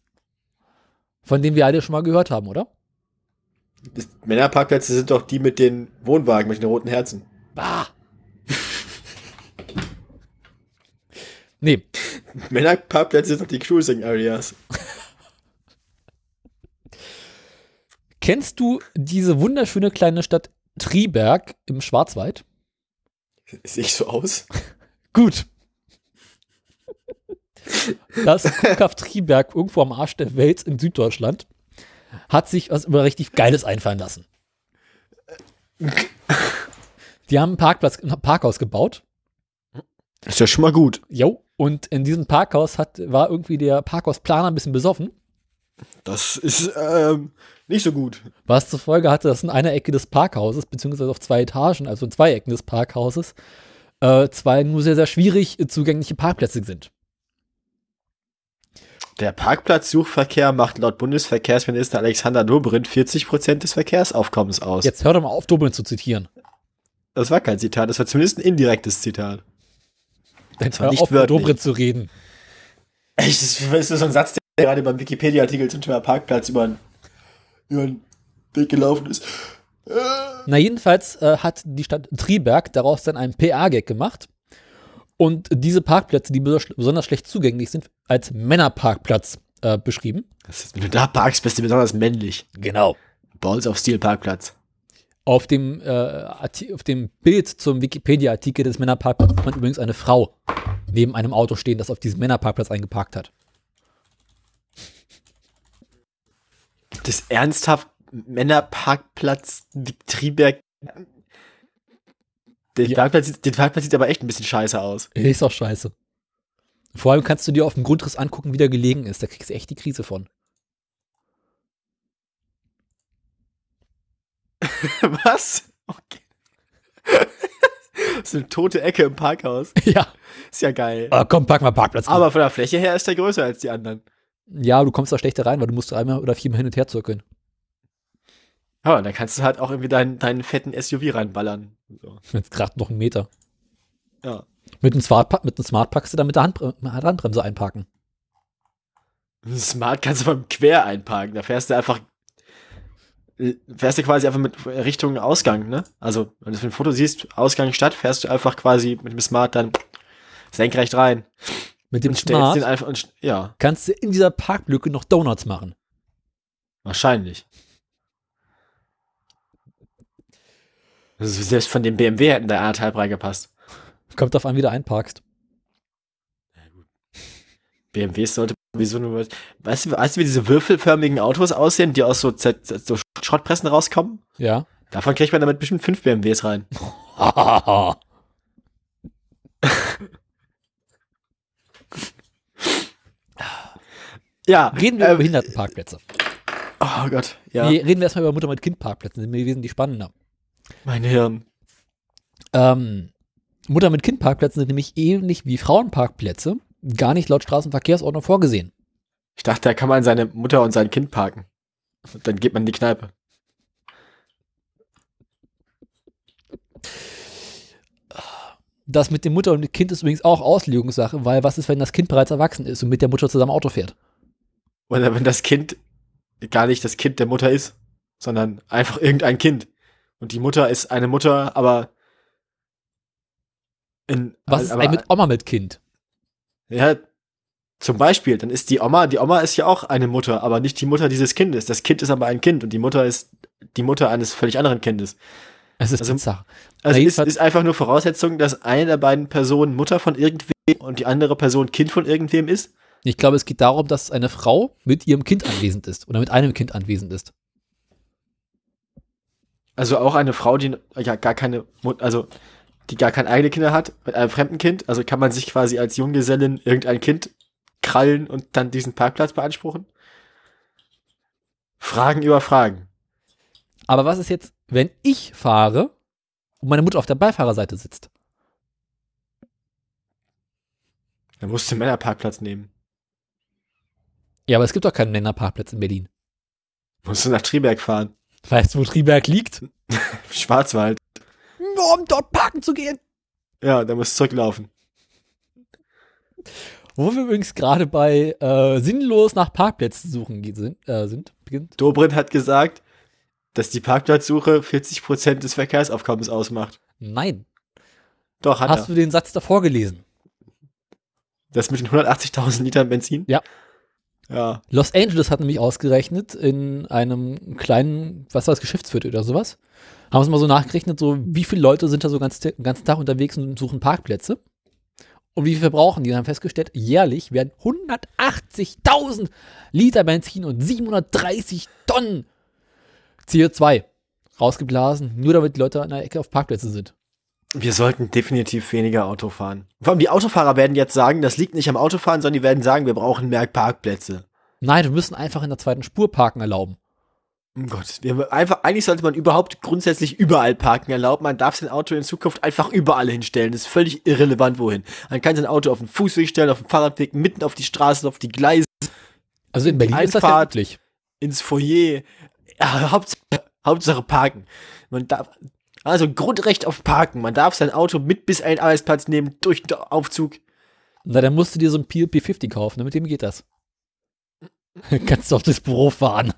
S1: Von dem wir alle schon mal gehört haben, oder?
S2: Das, Männerparkplätze sind doch die mit den Wohnwagen, mit den roten Herzen.
S1: Bah! nee,
S2: Männerparkplätze sind doch die Cruising Areas.
S1: Kennst du diese wunderschöne kleine Stadt Triberg im Schwarzwald?
S2: Sehe ich so aus?
S1: Gut. Das Kuhkaff Triberg irgendwo am Arsch der Welt in Süddeutschland hat sich was über richtig Geiles einfallen lassen. Die haben einen Parkplatz, ein Parkhaus gebaut.
S2: Ist ja schon mal gut.
S1: Jo. Und in diesem Parkhaus hat, war irgendwie der Parkhausplaner ein bisschen besoffen.
S2: Das ist ähm, nicht so gut.
S1: Was zur Folge hatte, dass in einer Ecke des Parkhauses, beziehungsweise auf zwei Etagen, also in zwei Ecken des Parkhauses, äh, zwei nur sehr, sehr schwierig äh, zugängliche Parkplätze sind.
S2: Der Parkplatzsuchverkehr macht laut Bundesverkehrsminister Alexander Dobrindt 40% des Verkehrsaufkommens aus.
S1: Jetzt hör doch mal auf, Dublin zu zitieren.
S2: Das war kein Zitat, das war zumindest ein indirektes Zitat.
S1: Jetzt
S2: war
S1: hör
S2: nicht
S1: auf, über
S2: wörtlich.
S1: Dublin zu reden.
S2: Echt, das ist so ein Satz, der gerade beim Wikipedia-Artikel zum Thema Parkplatz über den, über den Weg gelaufen ist.
S1: Na, jedenfalls äh, hat die Stadt Triberg daraus dann einen PA-Gag gemacht und diese Parkplätze, die bes- besonders schlecht zugänglich sind, als Männerparkplatz äh, beschrieben.
S2: Das ist, wenn du da parkst, bist du besonders männlich.
S1: Genau.
S2: Balls auf Steel Parkplatz.
S1: Auf dem, äh, Arti- auf dem Bild zum Wikipedia-Artikel des Männerparkplatzes sieht man übrigens eine Frau neben einem Auto stehen, das auf diesem Männerparkplatz eingeparkt hat.
S2: Das ernsthaft Männerparkplatz Triberg. Den,
S1: Ja.
S2: Parkplatz, sieht- den Parkplatz sieht aber echt ein bisschen scheiße aus.
S1: Ist auch scheiße. Vor allem kannst du dir auf dem Grundriss angucken, wie der gelegen ist. Da kriegst du echt die Krise von.
S2: Was? Okay. das ist eine tote Ecke im Parkhaus.
S1: ja.
S2: Ist ja geil.
S1: Aber komm, pack mal Parkplatz.
S2: Aber von der Fläche her ist er größer als die anderen.
S1: Ja, du kommst da schlechter rein, weil du musst einmal oder viermal hin und her zirkeln.
S2: Ja, und dann kannst du halt auch irgendwie deinen, deinen fetten SUV reinballern. So.
S1: Jetzt gerade noch einen Meter.
S2: Ja.
S1: Mit einem Smart, mit einem Smart packst du dann mit der Handbre Handbremse einparken.
S2: Smart kannst du beim Quer einparken. Da fährst du einfach. äh, Fährst du quasi einfach mit Richtung Ausgang, ne? Also, wenn du ein Foto siehst, Ausgang Stadt, fährst du einfach quasi mit dem Smart dann senkrecht rein.
S1: Mit dem
S2: und stellst
S1: Smart
S2: den einfach. Und, st- ja,
S1: kannst du in dieser Parklücke noch Donuts machen.
S2: wahrscheinlich. Also selbst von dem BMW hätten da anderthalb reingepasst.
S1: Kommt darauf an, wie du einparkst.
S2: BMWs sollte sowieso nur. was- Weißt du, weißt du, wie diese würfelförmigen Autos aussehen, die aus so, Z so Schrottpressen rauskommen?
S1: Ja.
S2: Davon kriegt man damit bestimmt fünf BMWs rein. Ja.
S1: reden wir
S2: ähm,
S1: über Behindertenparkplätze.
S2: Oh Gott, ja.
S1: Nee, reden wir erstmal über Mutter mit Kind Parkplätze. Sind mir wesentlich spannender.
S2: Mein Hirn.
S1: Ähm, Mutter mit Kind Parkplätze sind nämlich ähnlich wie Frauenparkplätze gar nicht laut Straßenverkehrsordnung vorgesehen.
S2: Ich dachte, da kann man seine Mutter und sein Kind parken. Und dann geht man in die Kneipe.
S1: Das mit dem Mutter und dem Kind ist übrigens auch Auslegungssache, weil was ist, wenn das Kind bereits erwachsen ist und mit der Mutter zusammen Auto fährt?
S2: Oder wenn das Kind gar nicht das Kind der Mutter ist, sondern einfach irgendein Kind. Und die Mutter ist eine Mutter, aber in,
S1: Was ist
S2: aber,
S1: eigentlich mit Oma mit Kind?
S2: Ja, zum Beispiel, dann ist die Oma, die Oma ist ja auch eine Mutter, aber nicht die Mutter dieses Kindes. Das Kind ist aber ein Kind und die Mutter ist die Mutter eines völlig anderen Kindes.
S1: Es ist
S2: Also-
S1: bizarr.
S2: Also
S1: Na,
S2: ist,
S1: jedenfalls-
S2: ist einfach nur Voraussetzung, dass eine der beiden Personen Mutter von irgendwem und die andere Person Kind von irgendwem ist.
S1: Ich glaube, es geht darum, dass eine Frau mit ihrem Kind anwesend ist oder mit einem Kind anwesend ist.
S2: Also auch eine Frau, die ja gar keine Mut, also die gar keine eigenen Kinder hat, mit einem fremden Kind. Also kann man sich quasi als Junggesellin irgendein Kind krallen und dann diesen Parkplatz beanspruchen? Fragen über Fragen.
S1: Aber was ist jetzt, wenn ich fahre und meine Mutter auf der Beifahrerseite sitzt?
S2: Dann musst du den Männerparkplatz nehmen.
S1: Ja, aber es gibt doch keinen Männerparkplatz in Berlin.
S2: Musst du nach Triberg fahren.
S1: Weißt du, wo Triberg liegt?
S2: Schwarzwald.
S1: Nur um dort parken zu gehen.
S2: Ja, dann musst du zurücklaufen.
S1: Wo wir übrigens gerade bei äh, sinnlos nach Parkplätzen suchen ge- sind, äh, sind beginnt.
S2: Dobrindt hat gesagt, dass die Parkplatzsuche 40% des Verkehrsaufkommens ausmacht.
S1: Nein.
S2: Doch, hat
S1: Hast du
S2: er.
S1: den Satz davor gelesen?
S2: Das mit den 180.000 Litern Benzin?
S1: Ja.
S2: Ja,
S1: Los Angeles hat nämlich ausgerechnet, in einem kleinen, was war das, Geschäftsviertel oder sowas, haben sie mal so nachgerechnet, so wie viele Leute sind da so ganz, den ganzen Tag unterwegs und suchen Parkplätze. Und wie viel verbrauchen die? Und haben festgestellt, jährlich werden 180.000 Liter Benzin und 730 Tonnen CO2 rausgeblasen, nur damit die Leute an der Ecke auf Parkplätze sind.
S2: Wir sollten definitiv weniger Auto fahren. Vor allem die Autofahrer werden jetzt sagen, das liegt nicht am Autofahren, sondern die werden sagen, wir brauchen mehr Parkplätze.
S1: Nein, wir müssen einfach in der zweiten Spur parken erlauben.
S2: Um Gott, wir einfach, eigentlich sollte man überhaupt grundsätzlich überall parken erlauben. Man darf sein Auto in Zukunft einfach überall hinstellen. Das ist völlig irrelevant, wohin. Man kann sein Auto auf den Fußweg stellen, auf den Fahrradweg, mitten auf die Straßen, auf die Gleise,
S1: Also in Berlin ist das ja
S2: Einfahrt.
S1: üblich.
S2: ins Foyer. Ja, Hauptsache, Hauptsache parken. Man darf, also Grundrecht auf Parken. Man darf sein Auto mit bis einen Arbeitsplatz nehmen, durch den Aufzug.
S1: Na, dann musst du dir so ein PLP50 kaufen, ne? mit dem geht das. Kannst du auch durchs Büro fahren.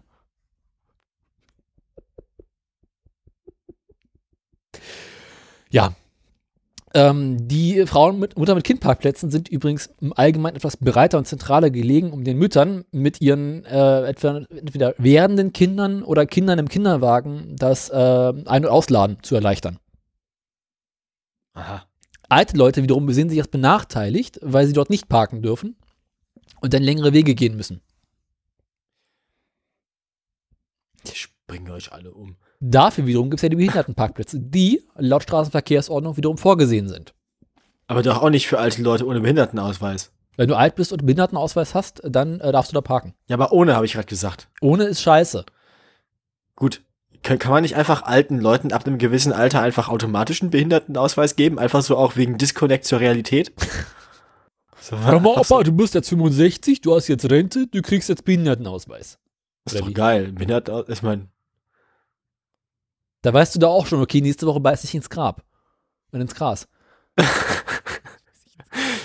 S1: Ja. Ähm, die Frauen mit Mutter mit Kindparkplätzen sind übrigens im Allgemeinen etwas breiter und zentraler gelegen, um den Müttern mit ihren äh, etwa, entweder werdenden Kindern oder Kindern im Kinderwagen das äh, Ein- und Ausladen zu erleichtern.
S2: Aha.
S1: Alte Leute wiederum sehen sich als benachteiligt, weil sie dort nicht parken dürfen und dann längere Wege gehen müssen.
S2: Ich bringe euch alle um.
S1: Dafür wiederum gibt es ja die Behindertenparkplätze, die laut Straßenverkehrsordnung wiederum vorgesehen sind.
S2: Aber doch auch nicht für alte Leute ohne Behindertenausweis.
S1: Wenn du alt bist und einen Behindertenausweis hast, dann äh, darfst du da parken.
S2: Ja, aber ohne, habe ich gerade gesagt.
S1: Ohne ist scheiße.
S2: Gut. Kann, kann man nicht einfach alten Leuten ab einem gewissen Alter einfach automatisch einen Behindertenausweis geben? Einfach so auch wegen Disconnect zur Realität? So,
S1: Sag mal,
S2: einfach so.
S1: Opa, du bist jetzt 65, du hast jetzt Rente, du kriegst jetzt Behindertenausweis.
S2: ist
S1: Oder wie?
S2: doch geil. Behindertenausweis, ich meine,
S1: Da weißt du da auch schon, okay, nächste Woche beiß ich ins Grab. Und ins Gras.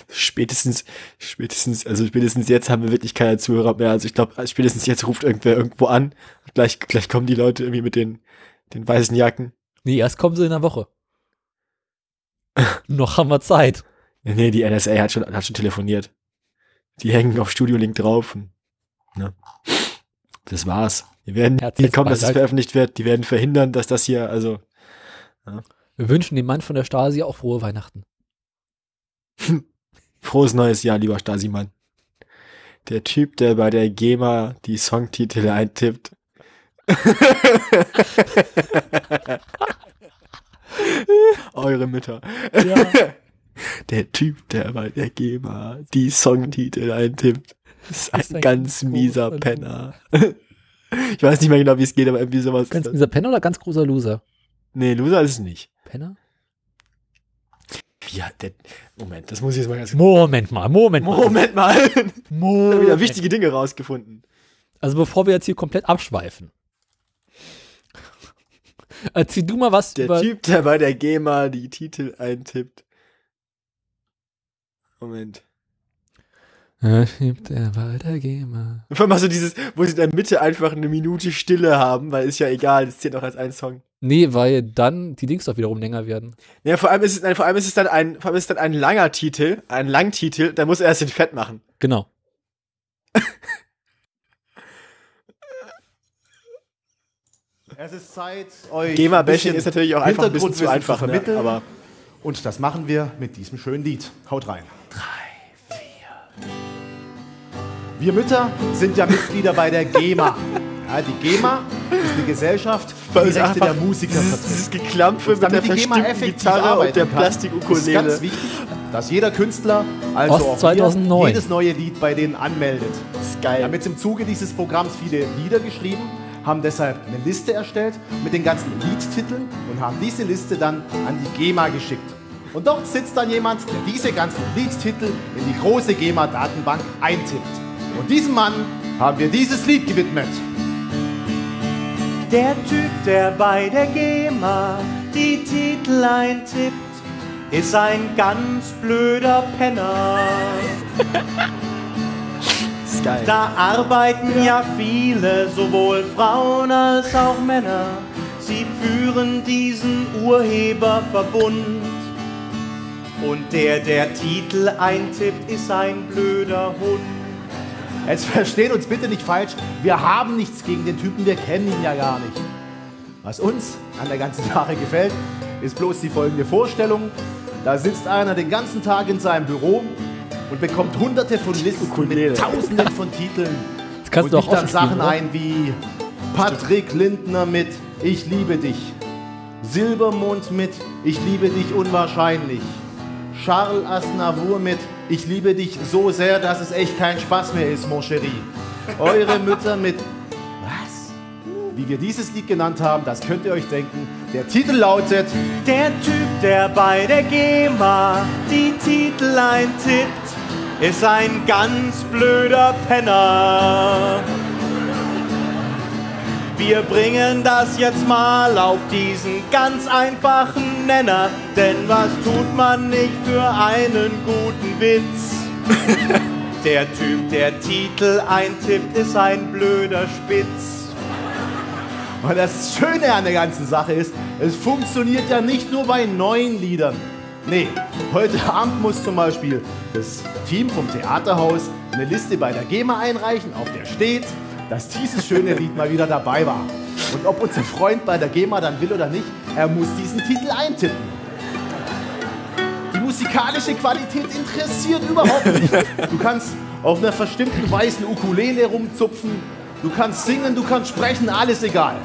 S2: spätestens, spätestens, also spätestens jetzt haben wir wirklich keine Zuhörer mehr. Also ich glaube, spätestens jetzt ruft irgendwer irgendwo an. Gleich, gleich kommen die Leute irgendwie mit den, den weißen Jacken.
S1: Nee, erst kommen sie in der Woche. Noch haben wir Zeit.
S2: Nee, die NSA hat schon, hat schon telefoniert. Die hängen auf Studiolink drauf. Und, ne? Das war's. Die werden nicht
S1: Herzlichen
S2: kommen, dass es
S1: Beileid.
S2: veröffentlicht wird. Die werden verhindern, dass das hier, also,
S1: Wir wünschen dem Mann von der Stasi auch frohe Weihnachten.
S2: frohes neues Jahr, lieber Stasimann. Der Typ, der bei der GEMA die Songtitel eintippt. Eure Mütter. Der Typ, der bei der GEMA die Songtitel eintippt, ist ein,
S1: ein
S2: ganz
S1: ganz
S2: mieser
S1: großer
S2: Penner. ich weiß nicht mehr genau, wie es geht, aber irgendwie sowas.
S1: Ganz
S2: ist das.
S1: mieser Penner oder ganz großer Loser?
S2: Nee, Loser ist es nicht.
S1: Penner?
S2: Ja, der, Moment, das muss ich jetzt mal ganz.
S1: Moment mal, Moment mal.
S2: Moment mal! Ich hab wieder
S1: Moment.
S2: wichtige Dinge rausgefunden.
S1: Also bevor wir jetzt hier komplett abschweifen. Erzähl du mal was
S2: Der
S1: über...
S2: Typ, der bei der GEMA die Titel eintippt. Moment.
S1: Der Typ, der weitergeht.
S2: Und vor allem hast du dieses, wo sie in der Mitte einfach eine Minute Stille haben, weil ist ja egal, das zählt auch als ein Song.
S1: Nee, weil dann die Dings doch wiederum länger werden.
S2: Ja, vor allem ist es, nein, vor allem ist es dann ein, vor allem ist es dann ein langer Titel, ein Langtitel, da muss er erst den Fett machen.
S1: Genau.
S7: Es ist Zeit, euch ein
S2: GEMA-Bashing
S7: bisschen
S2: ist natürlich auch einfach ein bisschen zu einfach,
S7: Hintergrundwissen
S2: ne?
S7: vermitteln.
S2: aber
S7: und das machen wir mit diesem schönen Lied. Haut rein. Drei, vier. Wir Mütter sind ja Mitglieder bei der GEMA. Ja, die GEMA ist die Gesellschaft, die
S2: weil es
S7: Rechte
S2: einfach
S7: der Musiker
S2: dieses,
S7: vertritt.
S2: dieses Geklampfe mit der
S7: Damit die GEMA
S2: verstimmten
S7: effektiv
S2: Gitarre und
S7: arbeiten
S2: der
S7: kann, ist
S2: Plastikukulele.
S7: ganz wichtig, dass jeder Künstler, also
S1: Ost
S7: auch wir,
S1: 2009.
S7: jedes neue Lied bei denen anmeldet.
S2: Das ist geil.
S7: Wir haben jetzt im Zuge dieses Programms viele Lieder geschrieben, haben deshalb eine Liste erstellt mit den ganzen Liedtiteln und haben diese Liste dann an die GEMA geschickt. Und dort sitzt dann jemand, der diese ganzen Liedtitel in die große GEMA-Datenbank eintippt. Und diesem Mann haben wir dieses Lied gewidmet.
S8: Der Typ, der bei der GEMA die Titel eintippt, ist ein ganz blöder Penner.
S2: Das ist geil.
S8: Da arbeiten ja viele, sowohl Frauen als auch Männer. Sie führen diesen Urheberverbund. Und der, der Titel eintippt, ist ein blöder Hund.
S7: Jetzt versteht uns bitte nicht falsch, wir haben nichts gegen den Typen, wir kennen ihn ja gar nicht. Was uns an der ganzen Sache gefällt, ist bloß die folgende Vorstellung. Da sitzt einer den ganzen Tag in seinem Büro und bekommt hunderte von Listen mit tausenden von Titeln
S1: Das kannst
S7: und
S1: du auch
S7: gibt dann
S1: offen spielen,
S7: Sachen
S1: oder?
S7: ein wie Patrick Lindner mit Ich liebe dich, Silbermond mit Ich liebe dich unwahrscheinlich, Charles Aznavour mit Ich liebe dich so sehr, dass es echt kein Spaß mehr ist, mon chéri. Eure Mütter mit Was? Wie wir dieses Lied genannt haben, das könnt ihr euch denken. Der Titel lautet
S8: Der Typ, der bei der GEMA die Titel eintippt, ist ein ganz blöder Penner. Wir bringen das jetzt mal auf diesen ganz einfachen Nenner, denn was tut man nicht für einen guten Witz? Der Typ, der Titel eintippt, ist ein blöder Spitz.
S7: Und das Schöne an der ganzen Sache ist, es funktioniert ja nicht nur bei neuen Liedern. Nee, heute Abend muss zum Beispiel das Team vom Theaterhaus eine Liste bei der GEMA einreichen, auf der steht, dass dieses schöne Lied mal wieder dabei war. Und ob unser Freund bei der GEMA dann will oder nicht, er muss diesen Titel eintippen. Die musikalische Qualität interessiert überhaupt nicht. Du kannst auf einer verstimmten weißen Ukulele rumzupfen, du kannst singen, du kannst sprechen, alles egal.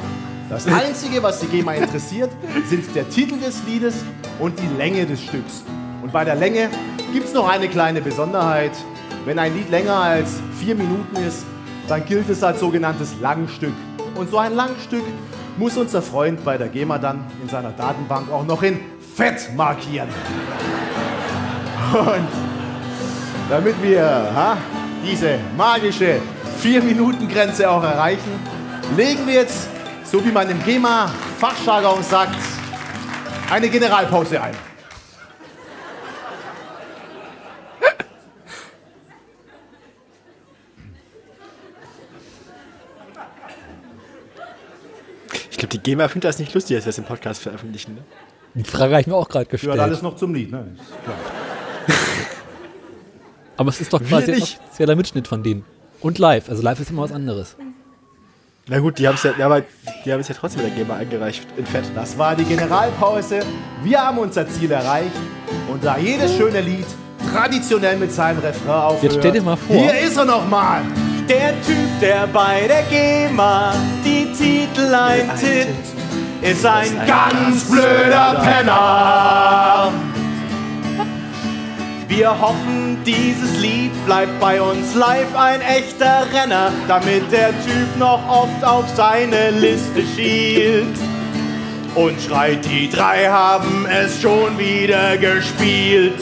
S7: Das Einzige, was die GEMA interessiert, sind der Titel des Liedes und die Länge des Stücks. Und bei der Länge gibt es noch eine kleine Besonderheit. Wenn ein Lied länger als vier Minuten ist, dann gilt es als sogenanntes Langstück. Und so ein Langstück muss unser Freund bei der GEMA dann in seiner Datenbank auch noch in Fett markieren. Und damit wir ha, diese magische 4-Minuten-Grenze auch erreichen, legen wir jetzt, so wie man im GEMA-Fachjargon sagt, eine Generalpause ein.
S2: Ich glaube, die GEMA findet das nicht lustig, dass wir das im Podcast veröffentlichen. Ne?
S1: Die Frage habe ich mir auch gerade
S7: Gehört
S1: gestellt.
S7: alles noch zum Lied, ne? Ist klar.
S1: Aber es ist doch quasi ein
S2: nicht.
S1: offizieller Mitschnitt von denen. Und live. Also live ist immer was anderes.
S2: Na gut, die haben es ja, ja, aber die haben es ja trotzdem mit der GEMA eingereicht. In Fett. ne?
S7: Das war die Generalpause. Wir haben unser Ziel erreicht. Und da jedes schöne Lied traditionell mit seinem Refrain aufhört.
S1: Jetzt stell dir mal vor.
S7: Hier ist er nochmal.
S8: Der Typ, der bei der GEMA die Titel eintippt, ist ein ganz blöder Penner. Wir hoffen, dieses Lied bleibt bei uns live ein echter Renner, damit der Typ noch oft auf seine Liste schielt. Und schreit, die drei haben es schon wieder gespielt.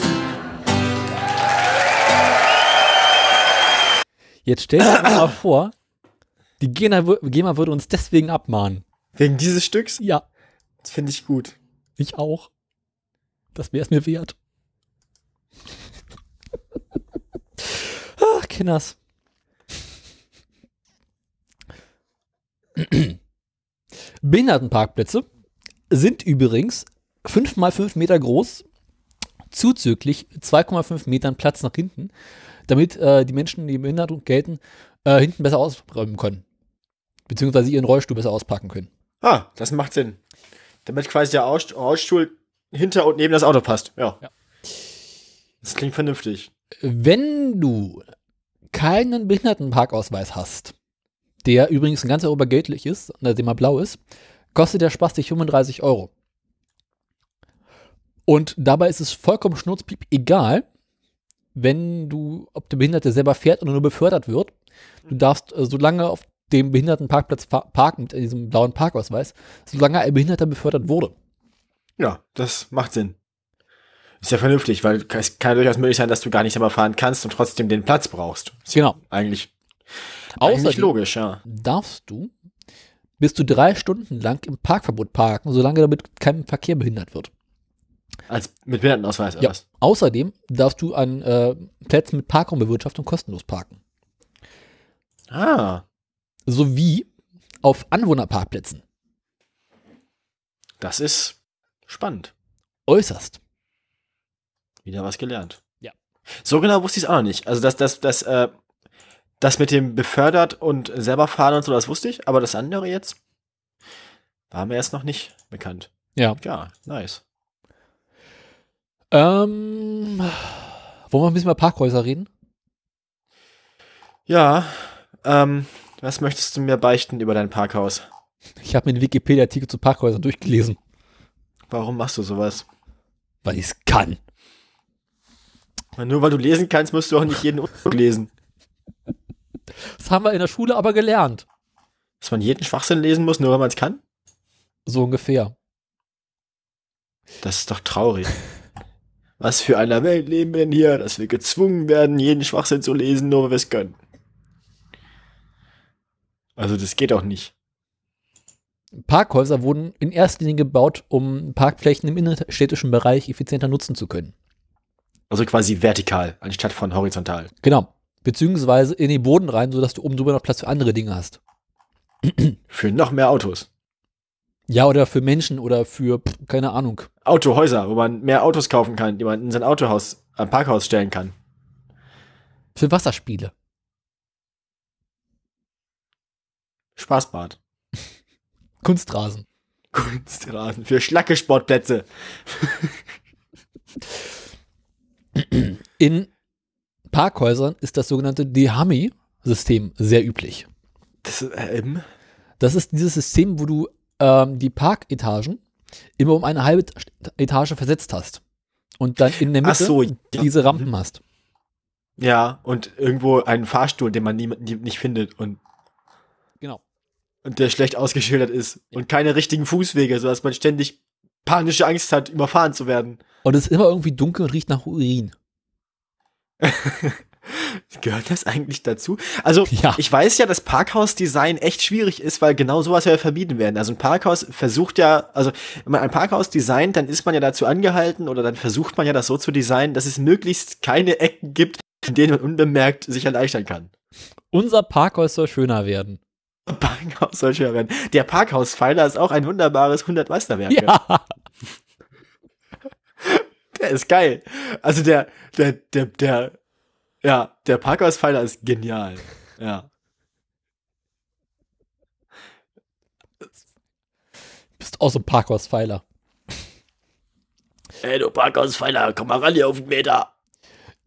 S1: Jetzt stell dir mal vor, die Gena, GEMA würde uns deswegen abmahnen.
S2: Wegen dieses Stücks?
S1: Ja,
S2: Das finde ich gut.
S1: ich auch. Das wäre es mir wert. Ach, Kinders. Behindertenparkplätze sind übrigens 5 mal 5 Meter groß, zuzüglich 2,5 Metern Platz nach hinten, damit äh, die Menschen, die behindert gelten, äh, hinten besser ausräumen können. Beziehungsweise ihren Rollstuhl besser auspacken können.
S2: Ah, das macht Sinn. Damit quasi der Aus- Rollstuhl hinter und neben das Auto passt. Ja.
S1: Ja.
S2: Das klingt vernünftig.
S1: Wenn du keinen Behindertenparkausweis hast, der übrigens in ganz Europa geltlich ist, nachdem er blau ist, kostet der Spaß dich 35 Euro. Und dabei ist es vollkommen schnurzpiep egal, wenn du, ob der Behinderte selber fährt oder nur befördert wird. Du darfst äh, so lange auf dem Behindertenparkplatz fa- parken, mit diesem blauen Parkausweis, solange ein Behinderter befördert wurde.
S2: Ja, das macht Sinn. Ist ja vernünftig, weil es kann ja durchaus möglich sein, dass du gar nicht einmal fahren kannst und trotzdem den Platz brauchst. Ist ja
S1: Genau.
S2: Eigentlich, eigentlich
S1: Außerdem
S2: logisch, ja.
S1: darfst du bis zu drei Stunden lang im Parkverbot parken, solange damit kein Verkehr behindert wird.
S2: Als mit Behindertenausweis oder
S1: Ja.
S2: was?
S1: Außerdem darfst du an äh, Plätzen mit Parkraumbewirtschaftung kostenlos parken.
S2: Ah,
S1: Sowie auf Anwohnerparkplätzen.
S2: das ist spannend.
S1: Äußerst.
S2: Wieder was gelernt.
S1: Ja.
S2: So genau wusste ich es auch noch nicht. Also das, das, das, äh, das mit dem befördert und selber fahren und so, das wusste ich, aber das andere jetzt war mir erst noch nicht bekannt.
S1: Ja.
S2: Ja, nice.
S1: Ähm, wollen wir ein bisschen über Parkhäuser reden?
S2: Ja, ähm, was möchtest du mir beichten über dein Parkhaus?
S1: Ich habe mir einen Wikipedia-Artikel zu Parkhäusern durchgelesen,
S2: Warum machst du sowas?
S1: weil ich es kann.
S2: Nur weil du lesen kannst, musst du auch nicht jeden Unfug lesen.
S1: Das haben wir in der Schule aber gelernt.
S2: Dass man jeden Schwachsinn lesen muss, nur weil man es kann?
S1: So ungefähr.
S2: Das ist doch traurig. Was für einer Welt leben wir denn hier, dass wir gezwungen werden, jeden Schwachsinn zu lesen, nur weil wir es können. Also das geht auch nicht.
S1: Parkhäuser wurden in erster Linie gebaut, um Parkflächen im innerstädtischen Bereich effizienter nutzen zu können.
S2: Also quasi vertikal, anstatt von horizontal.
S1: Genau. Beziehungsweise in den Boden rein, sodass du oben drüber noch Platz für andere Dinge hast.
S2: Für noch mehr Autos.
S1: Ja, oder für Menschen oder für, pff, keine Ahnung.
S2: Autohäuser, wo man mehr Autos kaufen kann, die man in sein Autohaus, am Parkhaus stellen kann.
S1: Für Wasserspiele.
S2: Spaßbad.
S1: Kunstrasen.
S2: Kunstrasen. Für schlacke Sportplätze.
S1: In Parkhäusern ist das sogenannte Dehami-System sehr üblich.
S2: Das ist, äh, eben.
S1: Das ist dieses System, wo du ähm, die Parketagen immer um eine halbe Ta- Etage versetzt hast. Und dann in der
S2: Ach
S1: Mitte
S2: so, ja. Mhm.
S1: diese Rampen hast.
S2: Ja, und irgendwo einen Fahrstuhl, den man nie, nie, nicht findet und,
S1: Genau.
S2: und der schlecht ausgeschildert ist. Und keine richtigen Fußwege, sodass man ständig panische Angst hat, überfahren zu werden.
S1: Und es ist immer irgendwie dunkel und riecht nach Urin.
S2: Gehört das eigentlich dazu? Also,
S1: Ja.
S2: ich weiß ja, dass Parkhausdesign echt schwierig ist, weil genau sowas soll ja vermieden werden. Also ein Parkhaus versucht ja, also wenn man ein Parkhaus designt, dann ist man ja dazu angehalten oder dann versucht man ja das so zu designen, dass es möglichst keine Ecken gibt, in denen man unbemerkt sich erleichtern kann.
S1: Unser Parkhaus soll schöner werden.
S2: Parkhaus soll schön werden. Der Parkhauspfeiler ist auch ein wunderbares 100 Meisterwerk.
S1: Ja.
S2: Der ist geil. Also der, der, der, der, ja, der Parkhauspfeiler ist genial. Ja.
S1: Bist auch so ein Parkhaus-Pfeiler.
S2: Ey, du Parkhauspfeiler, komm mal ran hier auf den Meter.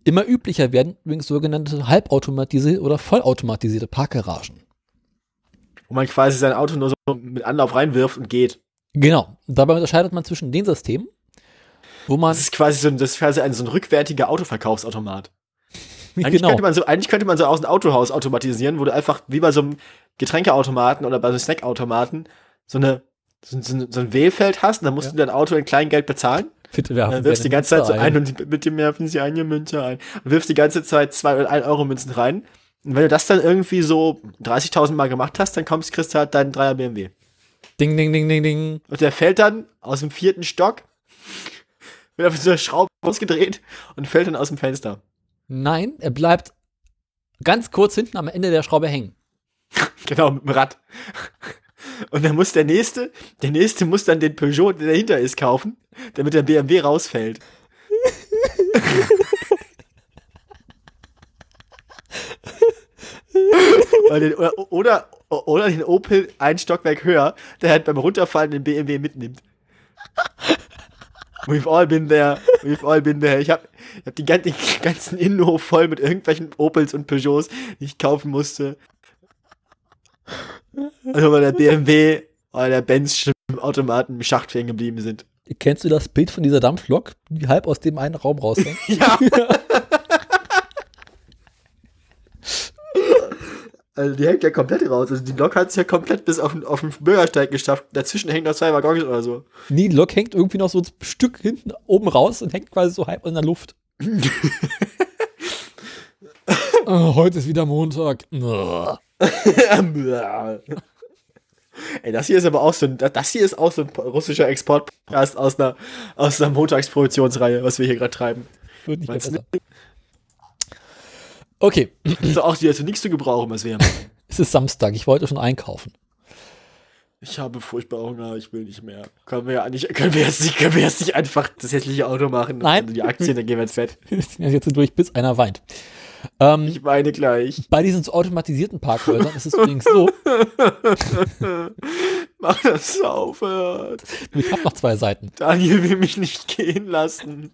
S1: Immer üblicher werden übrigens sogenannte halbautomatisierte oder vollautomatisierte Parkgaragen.
S2: Wo man quasi sein Auto nur so mit Anlauf reinwirft und geht.
S1: Genau. Dabei unterscheidet man zwischen den Systemen, wo man.
S2: Das ist quasi so, ein- das ist quasi ein, so ein rückwärtiger Autoverkaufsautomat. Eigentlich,
S1: genau.
S2: könnte man so, eigentlich könnte man so aus dem Autohaus automatisieren, wo du einfach wie bei so einem Getränkeautomaten oder bei so einem Snackautomaten so, eine, so, so, so ein Wählfeld hast und dann musst du dein Auto in Kleingeld bezahlen.
S1: Bitte werfen
S2: Dann wirfst
S1: Sie
S2: du die
S1: eine
S2: ganze Zeit
S1: Münze
S2: so ein und die- mit dem werfen sie eine Münze ein. Und wirfst die ganze Zeit zwei und ein Euro Münzen rein. Und wenn du das dann irgendwie so 30.000 Mal gemacht hast, dann kommst, kriegst du halt deinen Dreier BMW.
S1: Ding, ding, ding, ding, ding.
S2: Und der fällt dann aus dem vierten Stock, wird auf so einer Schraube ausgedreht und fällt dann aus dem Fenster.
S1: Nein, er bleibt ganz kurz hinten am Ende der Schraube hängen.
S2: Genau, mit dem Rad. Und dann muss der Nächste, der Nächste muss dann den Peugeot, der dahinter ist, kaufen, damit der BMW rausfällt. oder, den, oder, oder, oder den Opel ein Stockwerk höher, der halt beim Runterfallen den BMW mitnimmt. We've all been there, we've all been there. Ich hab, ich hab die gan- den ganzen Innenhof voll mit irgendwelchen Opels und Peugeots, die ich kaufen musste. Also weil der BMW oder der Benz schon im Automaten im Schacht hängen geblieben sind.
S1: Kennst du das Bild von dieser Dampflok, die halb aus dem einen Raum rauskommt?
S2: Also die hängt ja komplett raus. Also die Lok hat es ja komplett bis auf, den- auf den Bürgersteig geschafft. Dazwischen hängen noch zwei Waggons oder so.
S1: nee, die Lok hängt irgendwie noch so ein Stück hinten oben raus und hängt quasi so halb in der Luft. Äh, Ah, heute ist wieder Montag. Uah.
S2: Ey, das hier ist aber auch so ein, das hier ist auch so ein russischer Export-Podcast aus einer, aus einer Montagsproduktionsreihe, was wir hier gerade treiben.
S1: Wird nicht mehr
S2: Meinst du
S1: besser. Okay,
S2: Ist doch auch hier zu nichts zu gebrauchen, was wir hier machen.
S1: es ist Samstag. Ich wollte schon einkaufen.
S2: Ich habe furchtbar Hunger, ich will nicht mehr. Können wir ja nicht, können wir jetzt nicht, können wir jetzt nicht einfach das hässliche Auto machen?
S1: Nein.
S2: Also die Aktien, dann gehen wir ins Fett.
S1: Jetzt sind jetzt durch, bis einer weint. Ähm,
S2: Ich meine gleich.
S1: bei diesen so automatisierten Parkhäusern ist es übrigens so,
S2: Mach das aufhört.
S1: ich habe noch zwei Seiten.
S2: Daniel will mich nicht gehen lassen.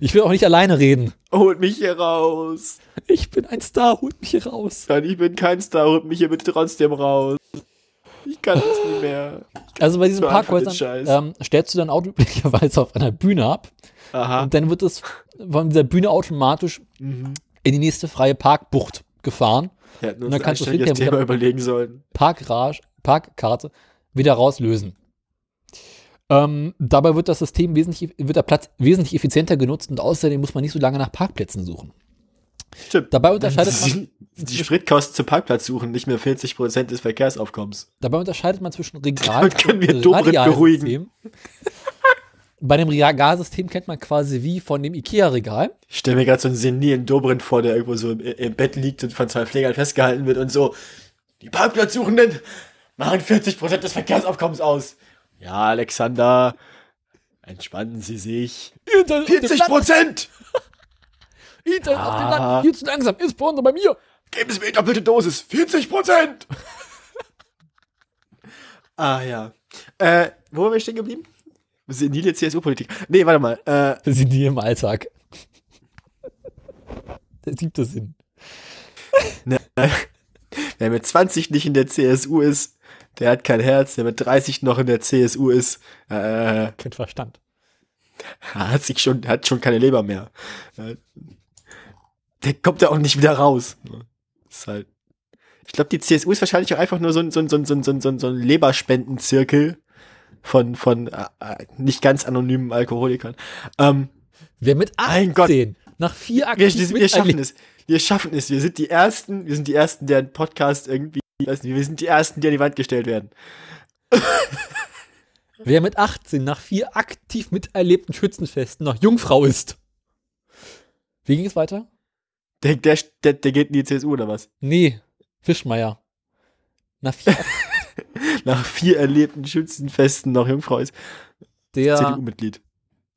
S1: Ich will auch nicht alleine reden.
S2: Holt mich hier raus.
S1: Ich bin ein Star, holt mich hier raus.
S2: Nein, ich bin kein Star, holt mich hier bitte trotzdem raus. Ich kann das nicht mehr.
S1: Also bei diesen
S2: So einfach den
S1: Parkhäusern
S2: Scheiß.
S1: ähm, stellst du dein Auto üblicherweise auf einer Bühne ab
S2: Aha.
S1: und dann wird es von dieser Bühne automatisch in die nächste freie Parkbucht gefahren.
S2: Wir hätten
S1: Und
S2: uns
S1: dann
S2: ein
S1: kannst du das
S2: anständiges
S1: hinterher
S2: Thema
S1: wieder-
S2: überlegen sollen.
S1: Parkgarage, Parkkarte wieder rauslösen. Ähm, dabei wird das System wesentlich, wird der Platz wesentlich effizienter genutzt und außerdem muss man nicht so lange nach Parkplätzen suchen.
S2: Stimmt.
S1: Dabei unterscheidet man,
S2: die, die Spritkosten zum Parkplatz suchen nicht mehr 40% des Verkehrsaufkommens.
S1: dabei unterscheidet man zwischen Regal
S2: Damit können wir Dobrindt beruhigen.
S1: Radialsystem. Bei dem Regalsystem kennt man quasi wie von dem IKEA-Regal.
S2: Ich stelle mir gerade so einen senilen Dobrindt vor, der irgendwo so im, im Bett liegt und von zwei Pflegern festgehalten wird und so. Die Parkplatzsuchenden machen 40% des Verkehrsaufkommens aus. Ja, Alexander, entspannen Sie sich. 40%!
S1: Ihr seid auf dem
S2: Ah.
S1: Land. Hier zu langsam, ist vorne bei mir.
S2: Geben Sie mir die doppelte Dosis. 40%! ah ja. Äh, wo waren wir stehen geblieben? Senile CSU-Politik. Nee, warte mal. Äh,
S1: Das sind die im Alltag. Der siebte Sinn.
S2: Wer mit 20 nicht in der CSU ist, der hat kein Herz. Wer mit 30 noch in der CSU ist, äh,
S1: Kein Verstand.
S2: hat sich schon, hat schon keine Leber mehr. Äh, Der kommt da auch nicht wieder raus. Ist halt. Ich glaube, die CSU ist wahrscheinlich auch einfach nur so ein, so ein, so ein, so ein, so ein, so ein, so ein Leberspendenzirkel von, von äh, äh, nicht ganz anonymen Alkoholikern. Ähm,
S1: Wer mit
S2: Mein
S1: 18 nach vier
S2: wir,
S1: aktiv
S2: wir, wir schaffen es. Wir schaffen es. Wir sind die Ersten, wir sind die Ersten, deren Podcast irgendwie, weiß nicht, wir sind die Ersten, die an die Wand gestellt werden.
S1: Wer mit 18 nach vier aktiv miterlebten Schützenfesten noch Jungfrau ist. Wie ging es weiter?
S2: Der, der, der, der geht in die CSU oder was?
S1: Nee, Fischmeier. Nach vier
S2: Nach vier erlebten Schützenfesten noch Jungfrau ist
S1: der.
S2: CDU-Mitglied.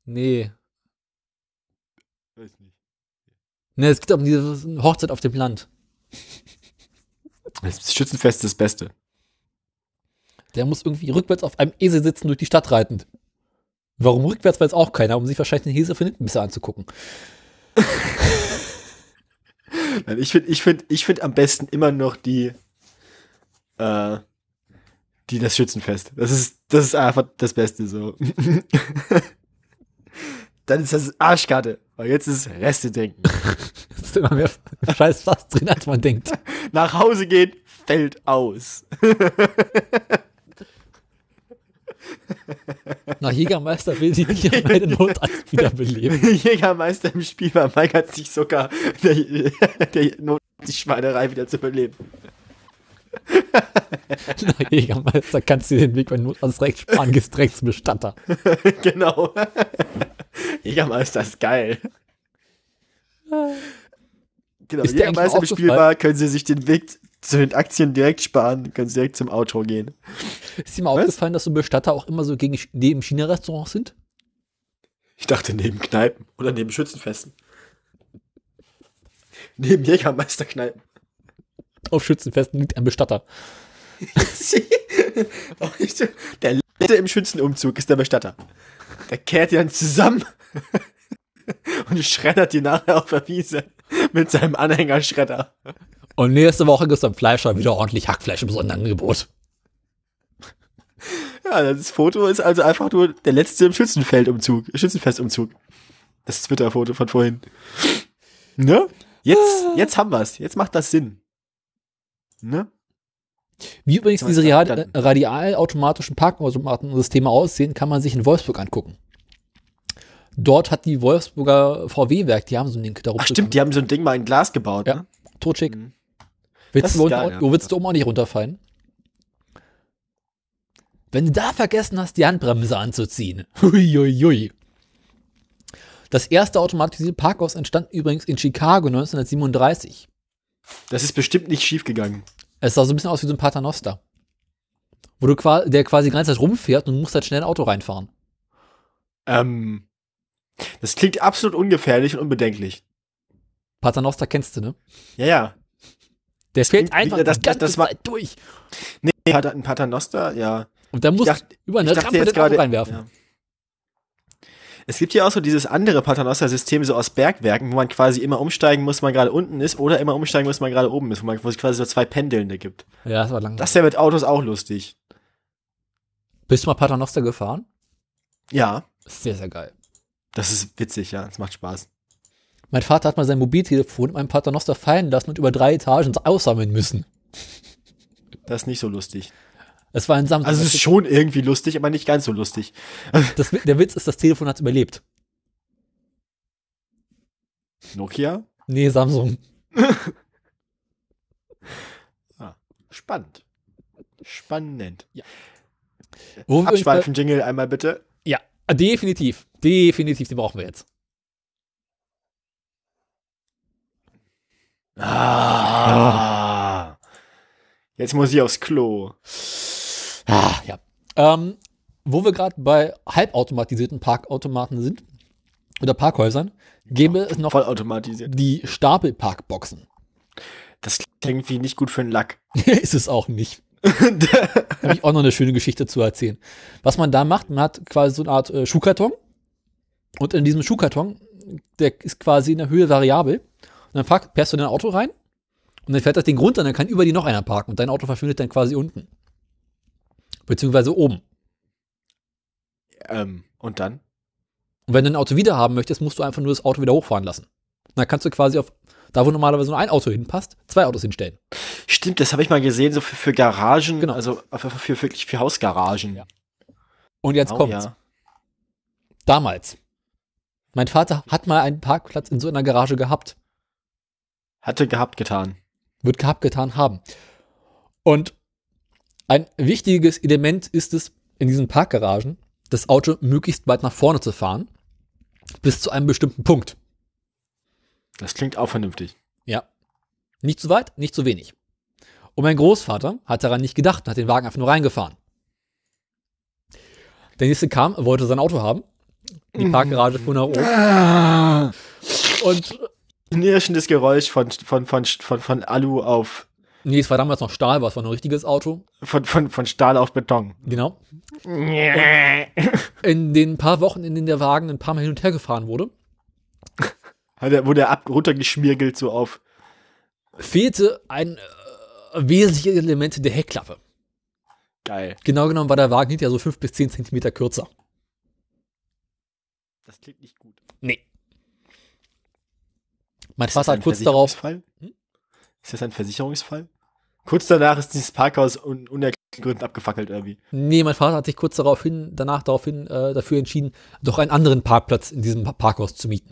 S1: Nee.
S2: Weiß nicht.
S1: Ne, es geht um diese Hochzeit auf dem Land.
S2: Das Schützenfest ist das Beste.
S1: Der muss irgendwie rückwärts auf einem Esel sitzen, durch die Stadt reitend. Warum rückwärts weiß auch keiner, um sich wahrscheinlich den Esel von hinten besser anzugucken.
S2: Nein, Ich finde ich find, ich find am besten immer noch die, äh, die das Schützenfest. Das ist, das ist einfach das Beste so. Dann ist das Arschkarte. Aber jetzt ist Reste denken.
S1: Es ist immer mehr Scheiß fast drin, als man denkt.
S2: Nach Hause gehen, fällt aus.
S1: Nach Jägermeister will sie die beide Notarzt wiederbeleben.
S2: Jägermeister im Spiel war weigert sich sogar, der, der Not die Schweinerei wieder zu beleben.
S1: Nach Jägermeister kannst du dir den Weg beim Notarzt recht sparen, gehst direkt zum Bestatter.
S2: genau. Jägermeister ist geil. Genau,
S1: Ist dir
S2: Jägermeister
S1: eigentlich mal
S2: bespielbar, können Sie sich den Weg zu den Aktien direkt sparen, können Sie direkt zum Outro gehen.
S1: Ist dir mal aufgefallen, dass so Bestatter auch immer so gegen Sch- die im China-Restaurant sind?
S2: Ich dachte neben Kneipen oder neben Schützenfesten. Neben Jägermeisterkneipen.
S1: Auf Schützenfesten liegt ein Bestatter.
S2: der letzte im Schützenumzug ist der Bestatter. Der kehrt die dann zusammen und schreddert die nachher auf der Wiese mit seinem Anhängerschredder.
S1: Und nächste Woche gibt es beim Fleischer wieder ordentlich Hackfleisch im Sonderangebot.
S2: Ja, das Foto ist also einfach nur der letzte im Schützenfeldumzug, Schützenfestumzug. Das Twitter-Foto von vorhin. Ne? Jetzt, jetzt haben wir's. Jetzt macht das Sinn. Ne?
S1: Wie übrigens
S2: Jetzt
S1: diese
S2: haben wir's
S1: radial,
S2: verstanden.
S1: radial automatischen Parkautomatensysteme aussehen, kann man sich in Wolfsburg angucken. Dort hat die Wolfsburger VW-Werk, die haben so ein Ding darum.
S2: Ach stimmt, die haben so ein Ding mal in Glas gebaut.
S1: Oh, Ja.
S2: Ne?
S1: totschick.
S2: Mhm. Das
S1: Willst
S2: ist
S1: du, unten,
S2: geil, ja.
S1: du willst du oben auch nicht runterfallen? Wenn du da vergessen hast, die Handbremse anzuziehen. Huiuiui. Das erste automatisierte Parkhaus entstand übrigens in Chicago 1937.
S2: Das ist bestimmt nicht schief gegangen.
S1: Es sah so ein bisschen aus wie so ein Paternoster. Wo du quasi, der quasi die ganze Zeit rumfährt und du musst halt schnell ein Auto reinfahren.
S2: Ähm, das klingt absolut ungefährlich und unbedenklich.
S1: Paternoster kennst du, ne?
S2: Ja, ja.
S1: Der fährt einfach
S2: das-
S1: die ganze
S2: das war-
S1: Zeit durch.
S2: Nee, hat ein Paternoster, ja.
S1: Und dann musst du
S2: dachte-
S1: über eine
S2: ich dachte
S1: Rampe
S2: jetzt
S1: den Auto
S2: gerade.
S1: reinwerfen.
S2: Ja. Es gibt ja auch so dieses andere Paternoster-System so aus Bergwerken, wo man quasi immer umsteigen muss, wenn man gerade unten ist, oder immer umsteigen muss, wenn man gerade oben ist, wo man wo es quasi so zwei Pendelnde gibt.
S1: Ja, das war langsam.
S2: Das ist ja mit Autos auch lustig.
S1: Bist du mal Paternoster gefahren?
S2: Ja,
S1: Sehr, sehr geil.
S2: das ist witzig, ja. Das macht Spaß.
S1: Mein Vater hat mal sein Mobiltelefon in meinem Paternoster fallen lassen und über drei Etagen aussammeln müssen.
S2: Das ist nicht so lustig.
S1: Es war ein Samstag.
S2: Also es ist schon irgendwie lustig, aber nicht ganz so lustig.
S1: das, der Witz ist, das Telefon hat überlebt.
S2: Nokia?
S1: Nee, Samsung.
S2: Spannend. Spannend.
S1: Wo wir übrigens
S2: Abschweifen, Jingle einmal bitte.
S1: bei- ja, definitiv. Definitiv, den brauchen wir jetzt.
S2: Ah. Jetzt muss ich aufs Klo.
S1: Ah, ja. Ähm, wo wir gerade bei halbautomatisierten Parkautomaten sind oder Parkhäusern, gäbe es noch
S2: Vollautomatisiert.
S1: die Stapelparkboxen.
S2: Das klingt wie nicht gut für einen Lack.
S1: ist es auch nicht. Habe ich auch noch eine schöne Geschichte zu erzählen. Was man da macht, man hat quasi so eine Art äh, Schuhkarton. Und in diesem Schuhkarton, der ist quasi in der Höhe variabel. Und dann park, fährst du dein Auto rein und dann fährt das Ding runter und dann kann über dir noch einer parken. Und dein Auto verschwindet dann quasi unten. Beziehungsweise oben.
S2: ähm, und dann?
S1: Und wenn du ein Auto wieder haben möchtest, musst du einfach nur das Auto wieder hochfahren lassen. Und dann kannst du quasi auf, da wo normalerweise nur ein Auto hinpasst, zwei Autos hinstellen.
S2: Stimmt, das habe ich mal gesehen, so für, für Garagen,
S1: Genau.
S2: also für, für, wirklich für Hausgaragen.
S1: Ja. Und jetzt
S2: Genau,
S1: kommt's. Damals. Mein Vater hat mal einen Parkplatz in so einer Garage gehabt.
S2: Hatte gehabt getan.
S1: wird gehabt getan haben. Und ein wichtiges Element ist es, in diesen Parkgaragen das Auto möglichst weit nach vorne zu fahren, bis zu einem bestimmten Punkt.
S2: Das klingt auch vernünftig.
S1: Ja. Nicht zu weit, nicht zu wenig. Und mein Großvater hat daran nicht gedacht und hat den Wagen einfach nur reingefahren. Der nächste kam, wollte sein Auto haben. Die Parkgarage fuhr nach oben. Und,
S2: Ein irrschendes Geräusch von, von, von, von, von Alu auf,
S1: nee, es war damals noch Stahl, war es war noch ein richtiges Auto.
S2: von, von, von Stahl auf Beton.
S1: Genau. Und in den paar Wochen, in denen der Wagen ein paar Mal hin und her gefahren wurde,
S2: Hat er, wurde er ab, runtergeschmirgelt so auf.
S1: fehlte ein äh, wesentliches Element der Heckklappe.
S2: Geil.
S1: Genau genommen war der Wagen hinterher so fünf bis zehn Zentimeter kürzer.
S2: Das klingt nicht gut.
S1: Nee. Mein
S2: Ist das
S1: Vater
S2: ein
S1: hat kurz darauf. Hm?
S2: Versicherungsfall? Ist das ein Versicherungsfall? Kurz danach ist dieses Parkhaus un unerklärlichen Gründen abgefackelt irgendwie.
S1: Nee, mein Vater hat sich kurz daraufhin, danach daraufhin äh, dafür entschieden, doch einen anderen Parkplatz in diesem Pa- Parkhaus zu mieten.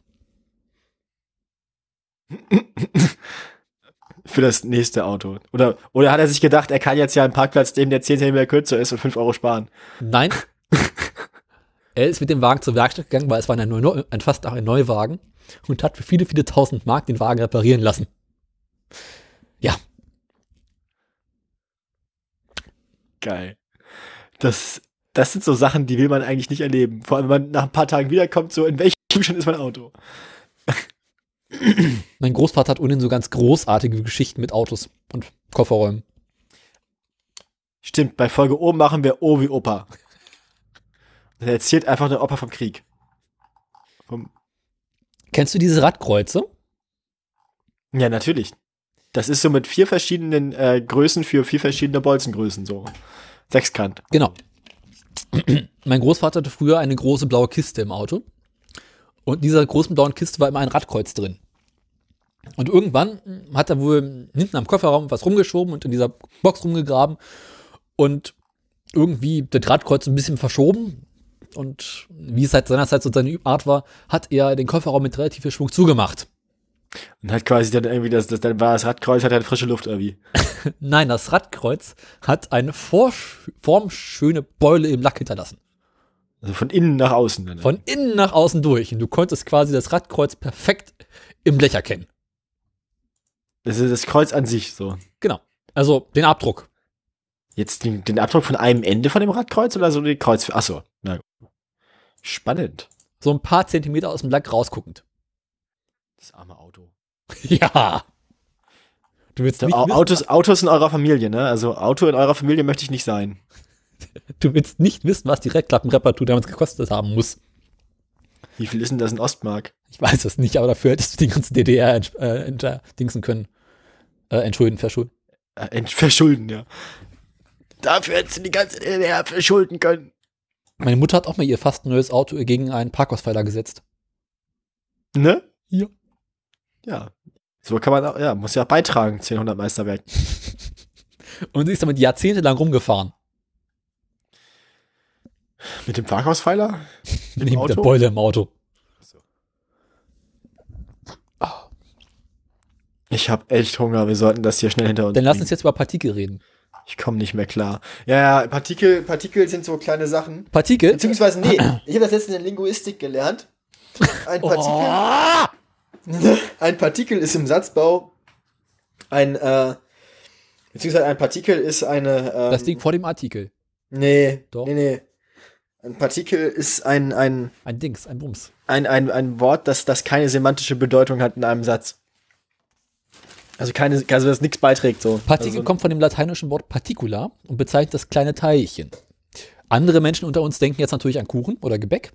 S2: Für das nächste Auto. Oder, oder hat er sich gedacht, er kann jetzt ja einen Parkplatz nehmen, der 10 cm kürzer ist und 5 Euro sparen.
S1: Nein. er ist mit dem Wagen zur Werkstatt gegangen, weil es war ein, neu, ein fast ein Neuwagen und hat für viele, viele tausend Mark den Wagen reparieren lassen. Ja,
S2: Geil. Das, das sind so Sachen, die will man eigentlich nicht erleben. Vor allem, wenn man nach ein paar Tagen wiederkommt, so in welchem Zustand ist mein Auto?
S1: mein Großvater hat ohnehin so ganz großartige Geschichten mit Autos und Kofferräumen.
S2: Stimmt, bei Folge O machen wir O wie Opa. Und er erzählt einfach nur Opa vom Krieg. Vom,
S1: Kennst du diese Radkreuze?
S2: Ja, natürlich. Das ist so mit vier verschiedenen äh, Größen für vier verschiedene Bolzengrößen so. Sechskant.
S1: Genau. mein Großvater hatte früher eine große blaue Kiste im Auto. Und in dieser großen blauen Kiste war immer ein Radkreuz drin. Und irgendwann hat er wohl hinten am Kofferraum was rumgeschoben und in dieser Box rumgegraben und irgendwie das Radkreuz ein bisschen verschoben. Und wie es halt seinerzeit so seine Art war, hat er den Kofferraum mit relativ viel Schwung zugemacht.
S2: Und hat quasi dann irgendwie das, das dann war das Radkreuz, hat dann frische Luft irgendwie.
S1: Nein, das Radkreuz hat eine vorsch- formschöne Beule im Lack hinterlassen.
S2: Also von innen nach außen. Dann.
S1: Von innen nach außen durch. Und du konntest quasi das Radkreuz perfekt im Blech erkennen.
S2: das ist das Kreuz an sich so.
S1: Genau. Also den Abdruck.
S2: Jetzt den, den Abdruck von einem Ende von dem Radkreuz oder so die Kreuz. Achso. Na, spannend.
S1: So ein paar Zentimeter aus dem Lack rausguckend.
S2: Das arme Auto.
S1: Ja. Du willst,
S2: Da,
S1: nicht
S2: Au-
S1: wissen,
S2: Autos, Autos in eurer Familie, ne? Also Auto in eurer Familie möchte ich nicht sein.
S1: du willst nicht wissen, was die Reklappenreparatur damals gekostet haben muss.
S2: Wie viel ist denn das in Ostmark?
S1: Ich weiß es nicht, aber dafür hättest du die ganze DDR entsch- äh, entsch- dingsen können. Äh, entschulden, verschulden.
S2: Äh, ent- verschulden, ja. Dafür hättest du die ganze DDR verschulden können.
S1: Meine Mutter hat auch mal ihr fast neues Auto gegen einen Parkhausfeiler gesetzt.
S2: Ne?
S1: Ja.
S2: Ja. So kann man auch, ja, muss ja beitragen zu den 100 Meisterwerken.
S1: Und sie ist damit jahrzehntelang rumgefahren.
S2: Mit dem Parkhausfeiler?
S1: neben der
S2: Auto?
S1: Beule im Auto.
S2: Ich habe echt Hunger. Wir sollten das hier schnell hinter uns
S1: Dann lass
S2: bringen.
S1: uns jetzt über Partikel reden.
S2: Ich komme nicht mehr klar. Ja, ja, Partikel, Partikel sind so kleine Sachen.
S1: Partikel?
S2: Beziehungsweise, nee, ich habe das jetzt in der Linguistik gelernt. Ein
S1: Oh.
S2: Partikel, ein Partikel ist im Satzbau ein, äh, beziehungsweise ein Partikel ist eine, ähm,
S1: Das Ding vor dem Artikel.
S2: nee,
S1: Doch.
S2: nee, nee. Ein Partikel ist ein, ein,
S1: Ein Dings, ein Bums.
S2: ein, ein, ein Wort, das, das keine semantische Bedeutung hat in einem Satz. Also keine, also das nichts beiträgt so.
S1: Partikel kommt von dem lateinischen Wort particula und bezeichnet das kleine Teilchen. Andere Menschen unter uns denken jetzt natürlich an Kuchen oder Gebäck.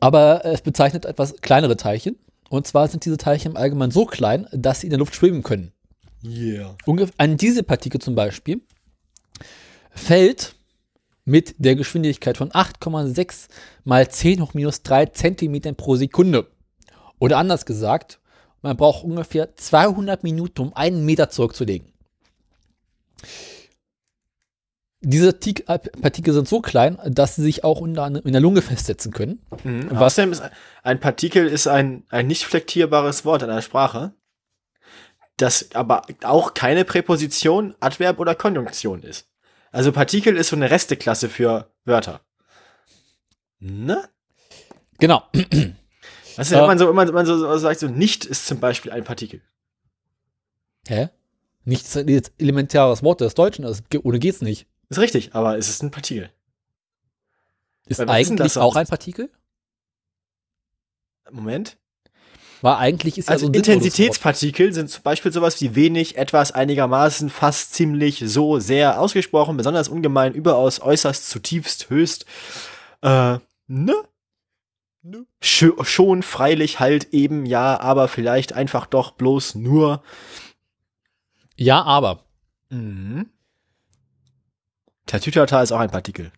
S1: Aber es bezeichnet etwas kleinere Teilchen. Und zwar sind diese Teilchen im Allgemeinen so klein, dass sie in der Luft schwimmen können.
S2: Yeah.
S1: Ungef an diese Partikel zum Beispiel fällt mit der Geschwindigkeit von 8,6 mal 10 hoch minus 3 Zentimetern pro Sekunde. Oder anders gesagt, man braucht ungefähr 200 Minuten, um einen Meter zurückzulegen. Diese Tik- äh, Partikel sind so klein, dass sie sich auch unter anderem in der Lunge festsetzen können.
S2: Was denn ist, ein Partikel ist ein, ein nicht flektierbares Wort in einer Sprache, das aber auch keine Präposition, Adverb oder Konjunktion ist. Also Partikel ist so eine Resteklasse für Wörter. Ne?
S1: Genau.
S2: Also wenn
S1: Äh.
S2: man so, wenn man, wenn man so, so sagt, so nicht ist zum Beispiel ein Partikel.
S1: Hä? Nicht das ist ein elementares Wort des Deutschen, das, ge- ohne geht's nicht.
S2: Ist richtig, aber es ist ein Partikel.
S1: Ist
S2: Weil was ist denn
S1: eigentlich
S2: das
S1: auch
S2: sonst?
S1: ein Partikel?
S2: Moment.
S1: Weil eigentlich ist
S2: Also
S1: ja so ein Sinnmodus-
S2: Intensitätspartikel sind zum Beispiel sowas wie wenig, etwas, einigermaßen, fast, ziemlich, so, sehr, ausgesprochen, besonders, ungemein, überaus, äußerst, zutiefst, höchst, äh, ne? Schö- schon, freilich, halt, eben, ja, aber vielleicht, einfach, doch, bloß, nur.
S1: Ja, aber.
S2: Mhm. Tatütata ist auch ein Partikel.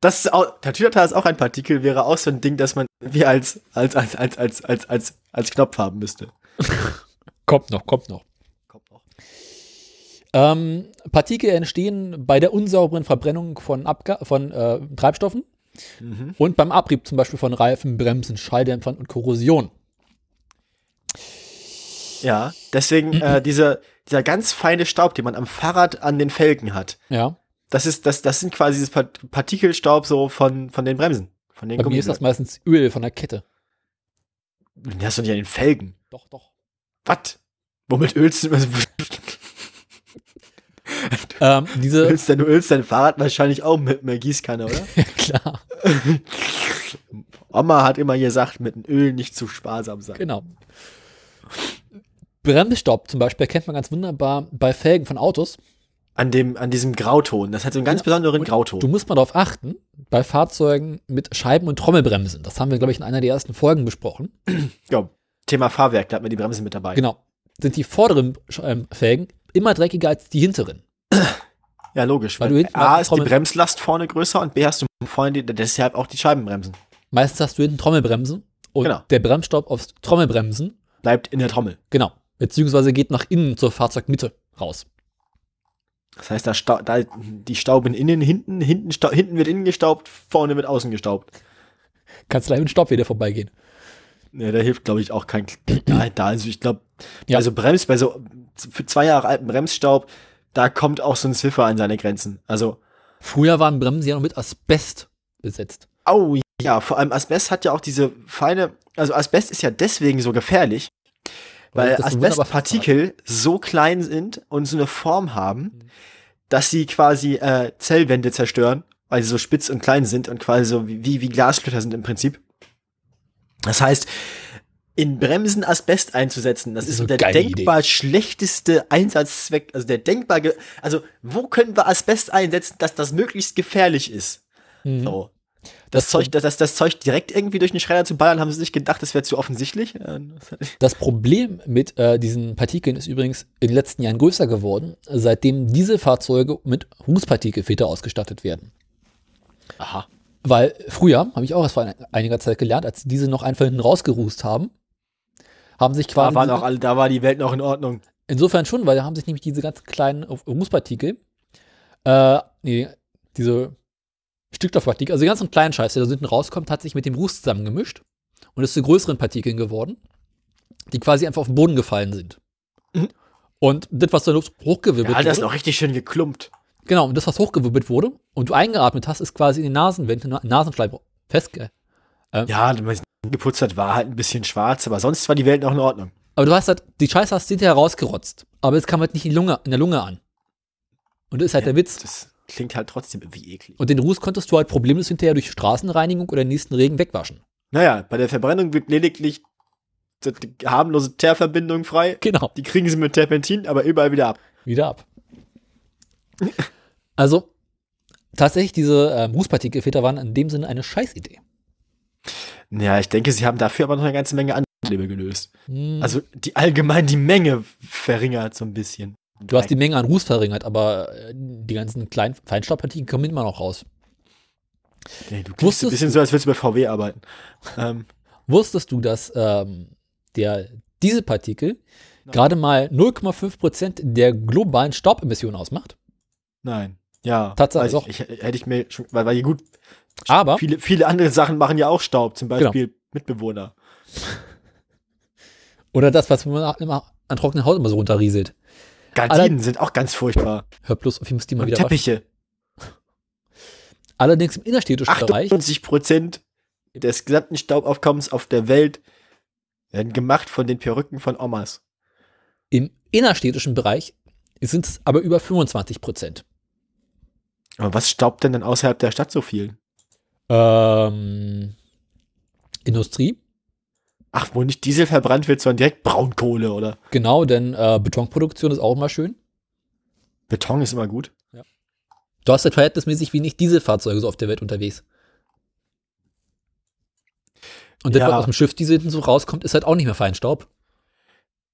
S2: Das ist auch, Tatütata ist auch ein Partikel, wäre auch so ein Ding, das man wie als, als, als, als, als, als, als, als Knopf haben müsste.
S1: Kommt noch, kommt noch. Ähm, Partikel entstehen bei der unsauberen Verbrennung von, Abga von äh, Treibstoffen und beim Abrieb zum Beispiel von Reifen, Bremsen, Schalldämpfern und Korrosion.
S2: Ja, deswegen äh, dieser, dieser ganz feine Staub, den man am Fahrrad an den Felgen hat,
S1: Ja,
S2: das ist, das, das sind quasi dieses Part Partikelstaub so von, von den Bremsen. Von den
S1: bei mir ist das
S2: Gummibögen.
S1: meistens Öl von der Kette.
S2: Den hast du nicht an den Felgen.
S1: Doch, doch.
S2: Was? Womit ölst du,
S1: Ähm, diese,
S2: ölst dein, du ölst dein Fahrrad wahrscheinlich auch mit einer Gießkanne, oder?
S1: ja klar,
S2: Oma hat immer gesagt, mit dem Öl nicht zu sparsam sein.
S1: genau. Bremsstaub zum Beispiel erkennt man ganz wunderbar bei Felgen von Autos.
S2: An, dem, an diesem Grauton. Das hat so einen ganz besonderen Grauton.
S1: Du musst mal darauf achten, bei Fahrzeugen mit Scheiben- und Trommelbremsen. Das haben wir, glaube ich, in einer der ersten Folgen besprochen.
S2: ja, Thema Fahrwerk, da hat man die Bremse mit dabei.
S1: Genau. Sind die vorderen Sch- ähm, Felgen immer dreckiger als die hinteren.
S2: Ja, logisch.
S1: Weil
S2: Weil
S1: du hinten
S2: A
S1: auf-
S2: ist die
S1: Trommel-
S2: Bremslast vorne größer und B hast du vorne die, deshalb auch die Scheibenbremsen.
S1: Meistens hast du hinten Trommelbremsen und
S2: Genau.
S1: der Bremsstaub auf Trommelbremsen,
S2: Bleibt in der Trommel.
S1: genau, beziehungsweise geht nach innen zur Fahrzeugmitte raus.
S2: Das heißt, da, sta da die stauben innen, hinten, hinten, sta hinten wird innen gestaubt, vorne wird außen gestaubt.
S1: Kannst gleich mit dem Staub wieder vorbeigehen.
S2: Ja, da hilft, glaube ich, auch kein. da, da, also ich glaube,
S1: Ja.
S2: also Brems, bei so für zwei Jahre alten Bremsstaub, da kommt auch so ein Zwiffer an seine Grenzen. Also,
S1: Früher waren Bremsen ja noch mit Asbest besetzt.
S2: au ja, vor allem Asbest hat ja auch diese feine, also Asbest ist ja deswegen so gefährlich, weil
S1: das wunderbar
S2: Asbestpartikel so klein sind und so eine Form
S1: Mhm.
S2: haben, dass sie quasi äh, Zellwände zerstören, weil sie so spitz und klein sind und quasi so wie, wie, wie Glassplitter sind im Prinzip. Das heißt, in Bremsen Asbest einzusetzen, das,
S1: Das ist
S2: ist
S1: eine
S2: der
S1: geile
S2: denkbar schlechteste Einsatzzweck, also der denkbar, ge- also wo können wir Asbest einsetzen, dass das möglichst gefährlich ist?
S1: Mhm.
S2: So. Das,
S1: Das
S2: Zeug, das, das, das Zeug direkt irgendwie durch den Schredder zu ballern, haben sie sich gedacht, das wäre zu offensichtlich. Äh,
S1: Das Problem mit äh, diesen Partikeln ist übrigens in den letzten Jahren größer geworden, seitdem diese Fahrzeuge mit Rußpartikelfilter ausgestattet werden.
S2: Aha.
S1: Weil früher, habe ich auch erst vor ein- einiger Zeit gelernt, als diese noch einfach hinten rausgerußt haben, haben sich quasi.
S2: Da, waren auch alle, da war die Welt noch in Ordnung.
S1: Insofern schon, weil da haben sich nämlich diese ganzen kleinen Rußpartikel, äh, nee, diese Stickstoffpartikel, also die ganzen kleinen Scheiß, der da hinten rauskommt, hat sich mit dem Ruß zusammengemischt und ist zu größeren Partikeln geworden, die quasi einfach auf den Boden gefallen sind. Und das, was da hoch- hochgewirbelt
S2: Mhm. Ja, das ist
S1: wurde,
S2: noch richtig schön geklumpt.
S1: genau, und das, was hochgewirbelt wurde und du eingeatmet hast, ist quasi in den Nasenwänden, in den Nasenschleim festge.
S2: Ja, das geputzt hat, war halt ein bisschen schwarz, aber sonst war die Welt noch in Ordnung.
S1: Aber du hast halt, die Scheiße hast du hinterher rausgerotzt, aber es kam halt nicht in, die Lunge, in der Lunge an. Und das ist halt der Witz.
S2: Das klingt halt trotzdem irgendwie eklig.
S1: Und den Ruß konntest du halt problemlos hinterher durch Straßenreinigung oder den nächsten Regen wegwaschen.
S2: Naja, bei der Verbrennung wird lediglich die die harmlose Teerverbindung frei.
S1: Genau.
S2: Die kriegen sie mit Terpentin, aber überall wieder ab.
S1: Wieder ab. also, tatsächlich, diese ähm, Rußpartikelfilter waren in dem Sinne eine Scheißidee.
S2: Ja, ich denke, sie haben dafür aber noch eine ganze Menge andere Probleme gelöst.
S1: Hm,
S2: Also die allgemein die Menge verringert so ein bisschen.
S1: du hast die Menge an Ruß verringert, aber äh, die ganzen kleinen Feinstaubpartikel kommen immer noch raus.
S2: Nee, du klingst
S1: Wusstest
S2: ein bisschen
S1: du-
S2: so, als würdest du bei VW arbeiten. Ähm,
S1: Wusstest du, dass ähm, der, diese Partikel gerade mal 0,5% der globalen Staubemissionen ausmacht?
S2: nein. Ja.
S1: Tatsache,
S2: weiß
S1: doch.
S2: Ich, ich, hätte ich mir schon, weil, weil gut,
S1: Aber
S2: viele, viele andere Sachen machen ja auch Staub, zum
S1: Genau.
S2: Beispiel Mitbewohner.
S1: Oder das, was man immer an trockenen Haut immer so runterrieselt.
S2: Gardinen sind auch ganz furchtbar.
S1: Hör bloß auf, ich muss die mal
S2: Und
S1: wieder waschen.
S2: Teppiche.
S1: Allerdings im innerstädtischen Bereich
S2: 98 Prozent des gesamten Staubaufkommens auf der Welt werden gemacht von den Perücken von Omas.
S1: Im innerstädtischen Bereich sind es aber über 25 Prozent.
S2: Aber was staubt denn dann außerhalb der Stadt so viel?
S1: Ähm, Industrie,
S2: Ach, wo nicht Diesel verbrannt wird, sondern direkt Braunkohle, oder?
S1: genau, denn äh, Betonproduktion ist auch immer schön.
S2: Beton ist immer gut.
S1: Du hast halt verhältnismäßig wenig Dieselfahrzeuge so auf der Welt unterwegs. Und das,
S2: Ja.
S1: was aus dem Schiff Diesel hinten so rauskommt, ist halt auch nicht mehr Feinstaub.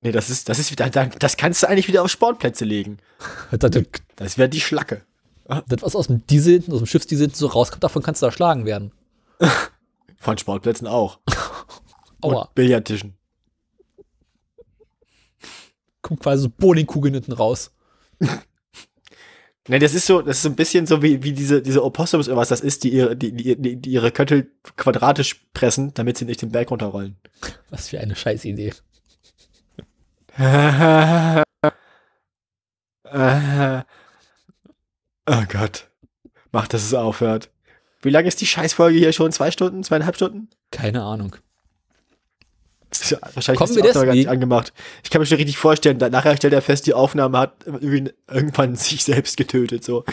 S2: Nee, das ist, das ist wieder, das kannst du eigentlich wieder auf Sportplätze legen.
S1: Das, das, das,
S2: Das wäre die Schlacke.
S1: was aus dem Diesel hinten, aus dem Schiffsdiesel hinten so rauskommt, davon kannst du erschlagen werden.
S2: Von Sportplätzen auch.
S1: Aua,
S2: Billardtischen.
S1: kommt quasi so Bowlingkugeln hinten raus.
S2: Ne, das ist so, das ist so ein bisschen so wie, wie diese, diese Opossums oder was das ist, die ihre, die, die, die die ihre Köttel quadratisch pressen, damit sie nicht den Berg runterrollen.
S1: Was für eine Scheißidee.
S2: Äh, oh Gott. Mach, dass es aufhört. Wie lange ist die Scheißfolge hier schon? Zwei Stunden? Zweieinhalb Stunden?
S1: Keine Ahnung.
S2: Das ist ja- Wahrscheinlich
S1: Kommen
S2: ist
S1: wir
S2: die Aufnahme gar nicht
S1: deswegen-
S2: angemacht. Ich kann mir schon richtig vorstellen, da- nachher stellt er fest, die Aufnahme hat irgendwie irgendwann sich selbst getötet. So, so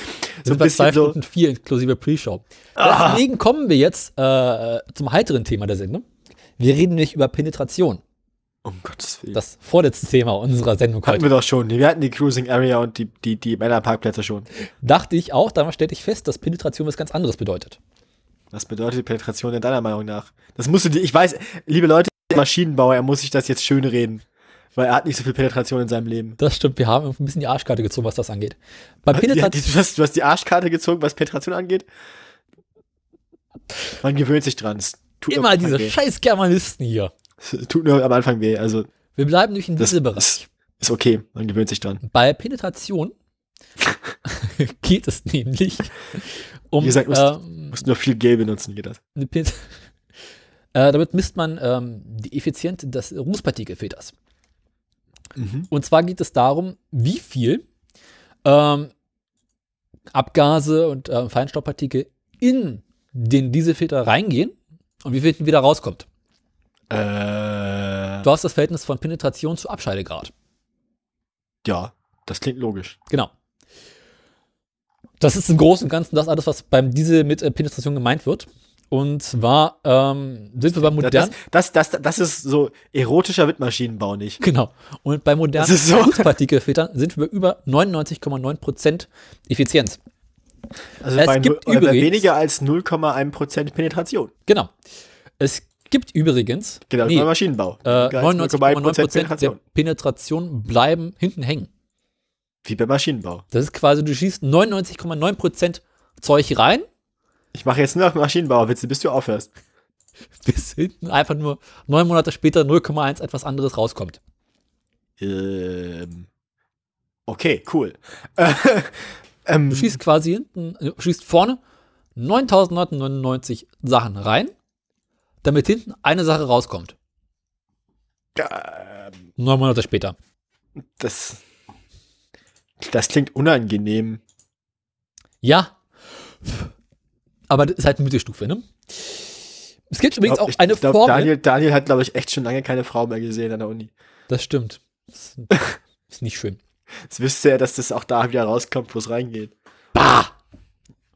S1: Sind
S2: ein
S1: bei 2
S2: bisschen so. Ah.
S1: Stunden 4 inklusive Pre-Show. Deswegen kommen wir jetzt äh, zum heiteren Thema der Sendung. Wir reden nämlich über Penetration.
S2: Um Gottes Willen. Das
S1: Das vorletzte Thema unserer Sendung
S2: hatten
S1: heute.
S2: wir doch schon. Wir hatten die Cruising Area und die, die, die Männerparkplätze schon.
S1: Dachte ich auch, damals stellte ich fest, dass Penetration was ganz anderes bedeutet.
S2: Was bedeutet die Penetration denn deiner Meinung nach? Das musst du dir, ich weiß, liebe Leute, Maschinenbauer, er muss sich das jetzt schön reden. Weil er hat nicht so viel Penetration in seinem Leben.
S1: Das stimmt, wir haben ein bisschen die Arschkarte gezogen, was das angeht. Bei
S2: Ja,
S1: Penetration.
S2: die, du, hast, du hast die Arschkarte gezogen, was Penetration angeht? Man gewöhnt sich dran. Es tut nur
S1: immer
S2: am Anfang
S1: diese
S2: weh.
S1: scheiß Germanisten hier.
S2: Es Tut nur am Anfang weh. Also,
S1: Wir bleiben durch den
S2: das
S1: Dieselbereich.
S2: ist, ist okay. Man gewöhnt sich dran.
S1: Bei Penetration geht es nämlich um
S2: Wie gesagt, musst-
S1: ähm,
S2: Muss nur viel Gel benutzen, geht das.
S1: eine Pen- äh, damit misst man ähm, die Effizienz des Rußpartikelfilters. Und zwar geht es darum, wie viel ähm, Abgase und ähm, Feinstaubpartikel in den Dieselfilter reingehen und wie viel hinten wieder rauskommt.
S2: Äh,
S1: Du hast das Verhältnis von Penetration zu Abscheidegrad.
S2: ja, das klingt logisch.
S1: Genau. Das ist im Großen und Ganzen das alles, was beim Diesel mit äh, Penetration gemeint wird. Und zwar ähm, sind wir bei
S2: Das,
S1: modernen.
S2: das, das, das, das ist so erotischer Windmaschinenbau nicht.
S1: Genau. Und bei modernen
S2: Das ist so.
S1: Partikelfiltern sind wir bei über 99,9% Effizienz.
S2: Also
S1: Es
S2: bei, null-
S1: gibt
S2: oder bei
S1: übrigens-
S2: weniger als 0,1% Penetration.
S1: Genau. Es gibt übrigens
S2: Genau,
S1: nee,
S2: beim Maschinenbau.
S1: äh,
S2: Weniger als
S1: 99,9% der
S2: Penetration.
S1: Penetration bleiben hinten hängen.
S2: Wie beim Maschinenbau.
S1: Das ist quasi, du schießt 99,9% Zeug rein,
S2: Ich mache jetzt nur noch Maschinenbauerwitze, bis du aufhörst.
S1: bis hinten einfach nur neun Monate später 0,1 etwas anderes rauskommt.
S2: Ähm, okay, cool.
S1: Du schießt quasi hinten, äh, schießt vorne 9999 Sachen rein, damit hinten eine Sache rauskommt.
S2: Ähm.
S1: Neun Monate später.
S2: Das, das klingt unangenehm.
S1: Ja. Aber das ist halt eine Mittelstufe, ne? Es gibt übrigens auch
S2: ich,
S1: eine
S2: ich glaub,
S1: Formel.
S2: Daniel, Daniel hat, glaube ich, echt schon lange keine Frau mehr gesehen an der Uni.
S1: Das stimmt. Ist, ist nicht schön.
S2: Jetzt wüsste er, dass das auch da wieder rauskommt, wo es reingeht. Bah!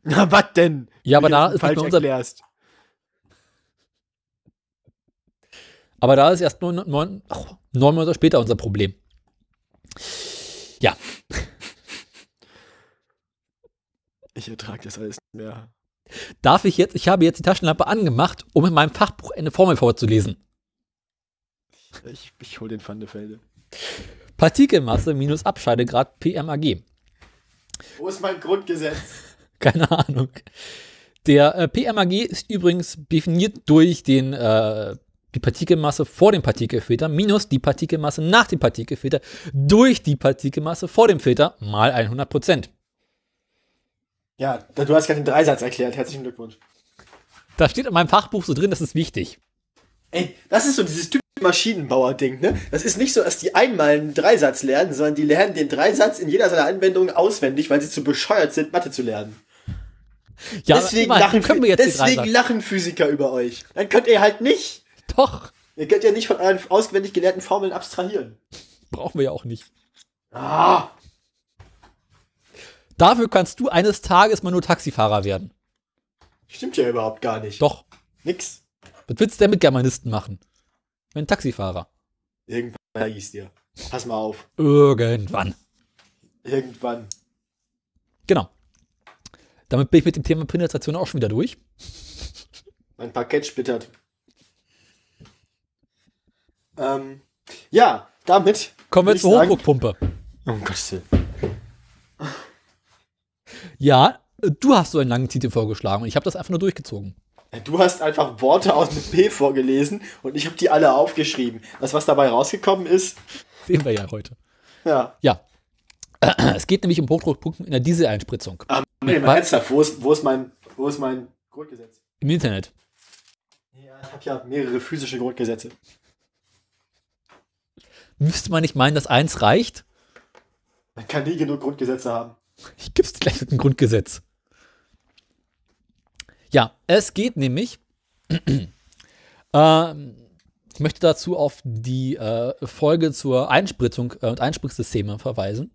S2: Na, was denn?
S1: Ja, aber
S2: Wenn du
S1: da
S2: das
S1: ist nicht
S2: falsch
S1: mehr unser-
S2: erklärst.
S1: Aber da ist erst neun, neun, ach, neun Monate später unser Problem. Ja.
S2: Ich ertrage das alles nicht mehr.
S1: Darf ich jetzt, ich habe jetzt die Taschenlampe angemacht, um in meinem Fachbuch eine Formel vorzulesen.
S2: Ich, ich hol den Pfandefelde.
S1: Partikelmasse minus Abscheidegrad PMAG.
S2: Wo ist mein Grundgesetz?
S1: Keine Ahnung. Der äh, PMAG ist übrigens definiert durch den, äh, die Partikelmasse vor dem Partikelfilter minus die Partikelmasse nach dem Partikelfilter durch die Partikelmasse vor dem Filter mal 100%.
S2: Ja, du hast gerade den Dreisatz erklärt. Herzlichen Glückwunsch.
S1: Da steht in meinem Fachbuch so drin, das ist wichtig.
S2: Ey, das ist so dieses typische Maschinenbauer-Ding, ne? Das ist nicht so, dass die einmal einen Dreisatz lernen, sondern die lernen den Dreisatz in jeder seiner Anwendungen auswendig, weil sie zu bescheuert sind, Mathe zu lernen.
S1: Ja,
S2: deswegen
S1: aber immerhin
S2: lachen,
S1: können wir jetzt die drei
S2: deswegen
S1: sagen.
S2: lachen Physiker über euch. Dann könnt ihr halt nicht.
S1: Doch,
S2: Ihr könnt ja nicht von euren auswendig gelernten Formeln abstrahieren.
S1: brauchen wir ja auch nicht.
S2: Ah.
S1: Dafür kannst du eines Tages mal nur Taxifahrer werden.
S2: Stimmt ja überhaupt gar nicht.
S1: Doch,
S2: Nix.
S1: was willst du denn mit Germanisten machen? Wenn Taxifahrer.
S2: Irgendwann sag ich's dir. Pass mal auf.
S1: Irgendwann.
S2: Irgendwann.
S1: Genau. Damit bin ich mit dem Thema Penetration auch schon wieder durch.
S2: Mein Parkett splittert. Ähm, ja, damit.
S1: Kommen wir
S2: würd
S1: zur
S2: ich sagen-
S1: Hochdruckpumpe.
S2: Oh um Gottes Willen.
S1: Ja, du hast so einen langen Titel vorgeschlagen und ich habe das einfach nur durchgezogen.
S2: Äh, Du hast einfach Worte aus dem P vorgelesen und ich habe die alle aufgeschrieben. Das, was dabei rausgekommen ist,
S1: Sehen wir ja heute.
S2: ja.
S1: Ja. Es geht nämlich um Hochdruckpumpen in der Dieseleinspritzung.
S2: Nee,
S1: was?
S2: mal ernsthaft, wo ist, wo ist mein, wo ist mein Grundgesetz?
S1: Im Internet.
S2: Ja, ich habe ja mehrere physische Grundgesetze.
S1: Müsste man nicht meinen, dass eins reicht?
S2: Man kann nie genug Grundgesetze haben.
S1: Ich gib's dir gleich mit dem Grundgesetz. Ja, es geht nämlich. ähm, ich möchte dazu auf die äh, Folge zur Einspritzung äh, und Einspritzsysteme verweisen.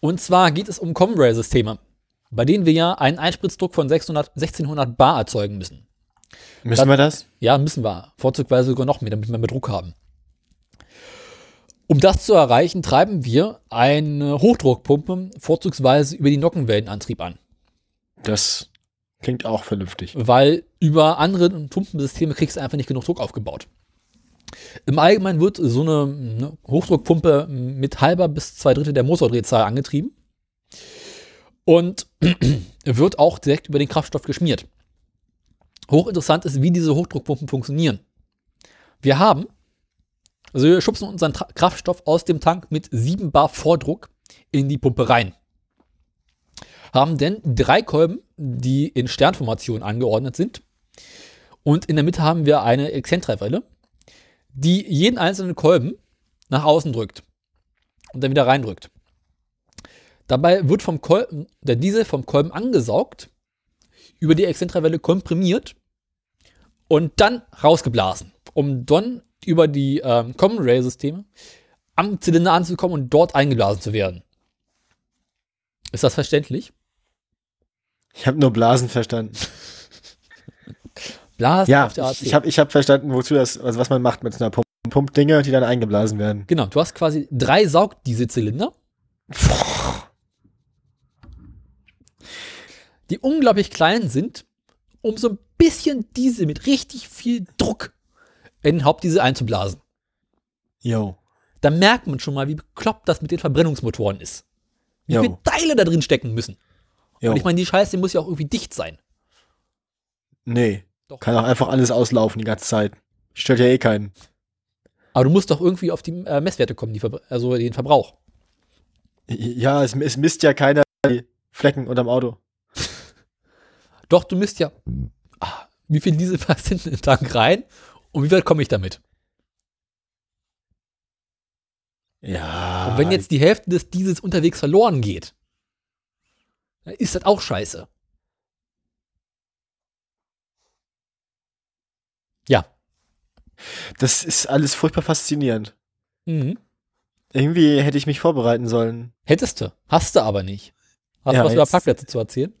S1: Und zwar geht es um Combrail-Systeme, bei denen wir ja einen Einspritzdruck von 600, 1600 Bar erzeugen müssen.
S2: Müssen wir das?
S1: Ja, müssen wir. Vorzugsweise sogar noch mehr, damit wir mehr Druck haben. Um das zu erreichen, treiben wir eine Hochdruckpumpe vorzugsweise über den Nockenwellenantrieb an.
S2: Das klingt auch vernünftig.
S1: Weil über andere Pumpensysteme kriegst du einfach nicht genug Druck aufgebaut. Im Allgemeinen wird so eine ne, Hochdruckpumpe mit halber bis zwei Drittel der Motordrehzahl angetrieben und wird auch direkt über den Kraftstoff geschmiert. Hochinteressant ist, wie diese Hochdruckpumpen funktionieren. Wir haben, also wir schubsen unseren Tra Kraftstoff aus dem Tank mit 7 Bar Vordruck in die Pumpe rein. Haben denn drei Kolben, die in Sternformation angeordnet sind. Und in der Mitte haben wir eine Exzentrewelle, die jeden einzelnen Kolben nach außen drückt und dann wieder reindrückt. Dabei wird vom Kolben, der Diesel vom Kolben angesaugt, über die Exzentrewelle komprimiert und dann rausgeblasen, um dann über die ähm, Common Rail Systeme am Zylinder anzukommen und dort eingeblasen zu werden. Ist das verständlich?
S2: Ich habe nur Blasen verstanden.
S1: Blasen
S2: Ja,
S1: auf der AC.
S2: ich, ich habe ich hab verstanden, wozu das, also was man macht mit so einer Pumpe. Pumpt Dinge, die dann eingeblasen werden.
S1: genau, du hast quasi drei Saugdieselzylinder, die unglaublich klein sind, um so ein bisschen Diesel mit richtig viel Druck in den Hauptdiesel einzublasen.
S2: Yo.
S1: da merkt man schon mal, wie bekloppt das mit den Verbrennungsmotoren ist. Wie
S2: Jo.
S1: viele Teile da drin stecken müssen.
S2: Yo.
S1: Und ich meine, die Scheiße muss ja auch irgendwie dicht sein.
S2: nee.
S1: Doch.
S2: Kann auch einfach alles auslaufen die ganze Zeit. Stört ja eh keinen.
S1: Aber du musst doch irgendwie auf die äh, Messwerte kommen, die Verbr- also den Verbrauch.
S2: Ja, es, es misst ja keiner die Flecken unterm Auto.
S1: Doch, du misst ja,
S2: Mhm.
S1: ah, wie viel Diesel passt in den Tank rein und wie weit komme ich damit?
S2: Ja.
S1: Und wenn jetzt die Hälfte des Diesels unterwegs verloren geht, dann ist das auch scheiße. Ja.
S2: Das ist alles furchtbar faszinierend.
S1: Mhm.
S2: Irgendwie hätte ich mich vorbereiten sollen.
S1: Hättest du, hast du aber nicht. Hast du
S2: Ja,
S1: was über
S2: jetzt-
S1: Parkplätze zu erzählen?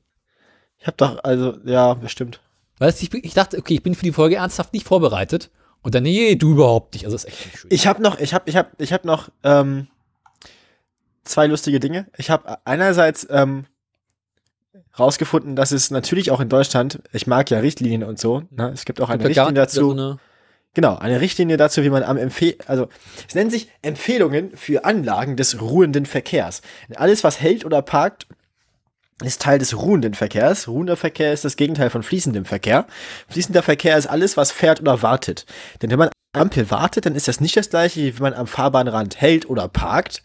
S2: Ich hab doch, also, ja, bestimmt.
S1: Weißt du, ich, bin- ich dachte, okay, ich bin für die Folge ernsthaft nicht vorbereitet. Und dann, nee, du überhaupt nicht. Also ist echt nicht schön.
S2: Ich habe noch, ich habe, ich habe, ich habe noch ähm, zwei lustige Dinge. Ich habe einerseits ähm, rausgefunden, dass es natürlich auch in Deutschland, ich mag ja Richtlinien und so, ne? es gibt auch eine
S1: Gibt ja also, ne,
S2: Richtlinie
S1: garantiert
S2: dazu.
S1: wieder So eine,
S2: Genau, eine Richtlinie dazu, wie man am Empfehl, also es nennen sich Empfehlungen für Anlagen des ruhenden Verkehrs. Alles, was hält oder parkt, ist Teil des ruhenden Verkehrs. Ruhender Verkehr ist das Gegenteil von fließendem Verkehr. Fließender Verkehr ist alles, was fährt oder wartet. Denn wenn man an der Ampel wartet, dann ist das nicht das gleiche, wie wenn man am Fahrbahnrand hält oder parkt.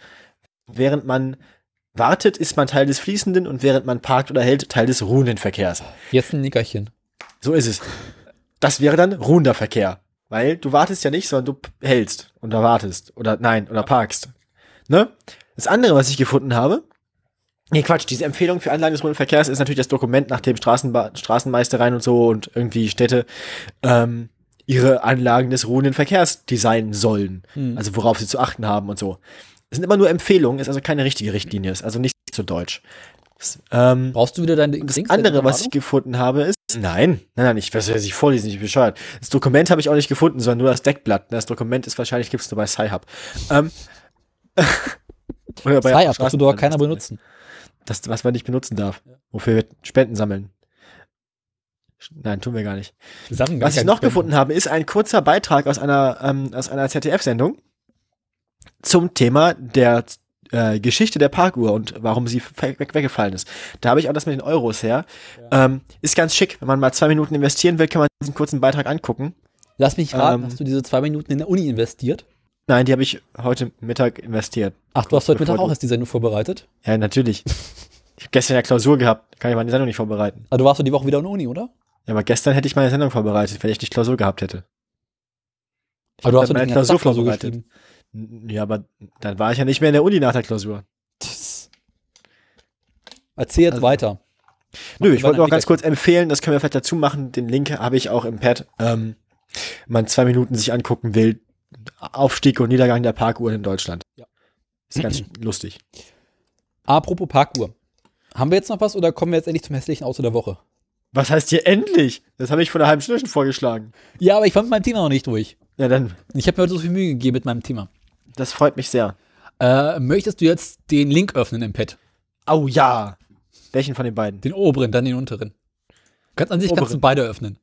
S2: Während man wartet, ist man Teil des fließenden und während man parkt oder hält, Teil des ruhenden Verkehrs.
S1: jetzt ein Nickerchen.
S2: So ist es. Das wäre dann ruhender Verkehr. Weil du wartest ja nicht, sondern du p- hältst und da wartest. Oder nein, oder parkst. Ne? Das andere, was ich gefunden habe, nee, Quatsch, diese Empfehlung für Anlagen des ruhenden Verkehrs ist natürlich das Dokument, nachdem Straßenba Straßenmeistereien und so und irgendwie Städte ähm, ihre Anlagen des ruhenden Verkehrs designen sollen. Also worauf sie zu achten haben und so. Es sind immer nur Empfehlungen, ist also keine richtige Richtlinie, ist also nicht zu deutsch. Das, ähm,
S1: Brauchst du wieder deine
S2: und das andere, was ich gefunden habe, ist. Nein, nein, nein, ich weiß, was ich vorlesen, ich bin bescheuert. Das Dokument habe ich auch nicht gefunden, sondern nur das Deckblatt. Das Dokument ist wahrscheinlich, gibt's nur bei Sci-Hub. Ähm, oder bei
S1: Sei ab, das würde doch
S2: Straßenbahn-
S1: keiner benutzen.
S2: Das, was man nicht benutzen darf. Wofür wir Spenden sammeln. Nein, tun wir gar nicht.
S1: Zusammen gar
S2: Was ich
S1: keine
S2: noch
S1: Spenden.
S2: gefunden habe, ist ein kurzer Beitrag aus einer, ähm, aus einer ZDF-Sendung zum Thema der äh, Geschichte der Parkuhr und warum sie weg, weg, weggefallen ist. Da habe ich auch das mit den Euros her. Ähm, ist ganz schick. Wenn man mal zwei Minuten investieren will, kann man diesen kurzen Beitrag angucken.
S1: Lass mich raten,
S2: Ähm,
S1: hast du diese zwei Minuten in der Uni investiert?
S2: Nein, die habe ich heute Mittag investiert.
S1: Ach, du hast heute
S2: bevor
S1: Mittag auch
S2: du-
S1: erst die Sendung vorbereitet.
S2: Ja, natürlich. Ich habe gestern ja Klausur gehabt, kann ich meine Sendung nicht vorbereiten.
S1: Aber Ah, du warst doch die Woche wieder in der Uni, oder?
S2: Ja, aber gestern hätte ich meine Sendung vorbereitet, wenn ich nicht Klausur gehabt hätte.
S1: Aber Ah, du
S2: hab
S1: hast doch
S2: meine
S1: den ganzen Tag
S2: Klausur
S1: Klausur
S2: vorbereitet.
S1: geschrieben.
S2: N- Ja, aber dann war ich ja nicht mehr in der Uni nach der Klausur.
S1: Tss. Erzähl jetzt
S2: Also-
S1: weiter.
S2: Nö,
S1: Mach
S2: ich
S1: mal
S2: wollte
S1: deinen
S2: noch ganz
S1: Nickerchen.
S2: kurz empfehlen, das können wir vielleicht dazu machen. Den Link habe ich auch im Pad. Ähm, wenn man zwei Minuten sich angucken will. Aufstieg und Niedergang der Parkuhren in Deutschland.
S1: Ja.
S2: Ist ganz lustig.
S1: Apropos Parkuhr. Haben wir jetzt noch was oder kommen wir jetzt endlich zum hässlichen Auto der Woche?
S2: Was heißt hier endlich? Das habe ich vor einer halben Stunde schon vorgeschlagen.
S1: Ja, aber ich war mit meinem Thema noch nicht durch.
S2: Ja, dann,
S1: Ich habe mir heute so viel Mühe gegeben mit meinem Thema.
S2: das freut mich sehr.
S1: Äh, möchtest du jetzt den Link öffnen im Pad?
S2: Au ja. Welchen von den beiden?
S1: Den oberen, dann den unteren. Ganz an sich kannst
S2: Oberen.
S1: du beide öffnen.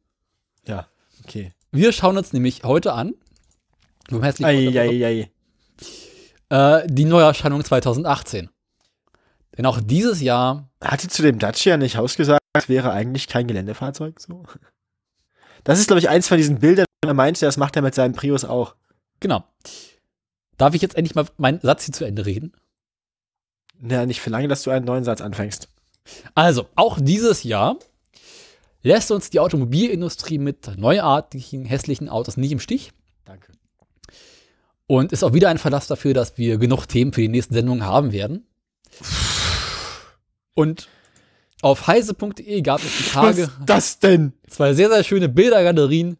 S2: Ja, okay.
S1: Wir schauen uns nämlich heute an Beim herzlichen Wunsch-
S2: Eieiei.
S1: Äh, die Neuerscheinung 2018. Denn auch dieses Jahr,
S2: Hatte zu dem Dacia nicht ausgesagt, es wäre eigentlich kein Geländefahrzeug so? Das ist, glaube ich, eins von diesen Bildern, wo er meinte, das macht er mit seinem Prius auch.
S1: genau. Darf ich jetzt endlich mal meinen Satz hier zu Ende reden?
S2: Naja, nicht für lange, dass du einen neuen Satz anfängst.
S1: Also, auch dieses Jahr lässt uns die Automobilindustrie mit neuartigen, hässlichen Autos nicht im Stich.
S2: Danke.
S1: Und ist auch wieder ein Verlass dafür, dass wir genug Themen für die nächsten Sendungen haben werden. Und auf heise.de gab es die
S2: Was
S1: Tage
S2: ist das denn?
S1: zwei sehr, sehr schöne Bildergalerien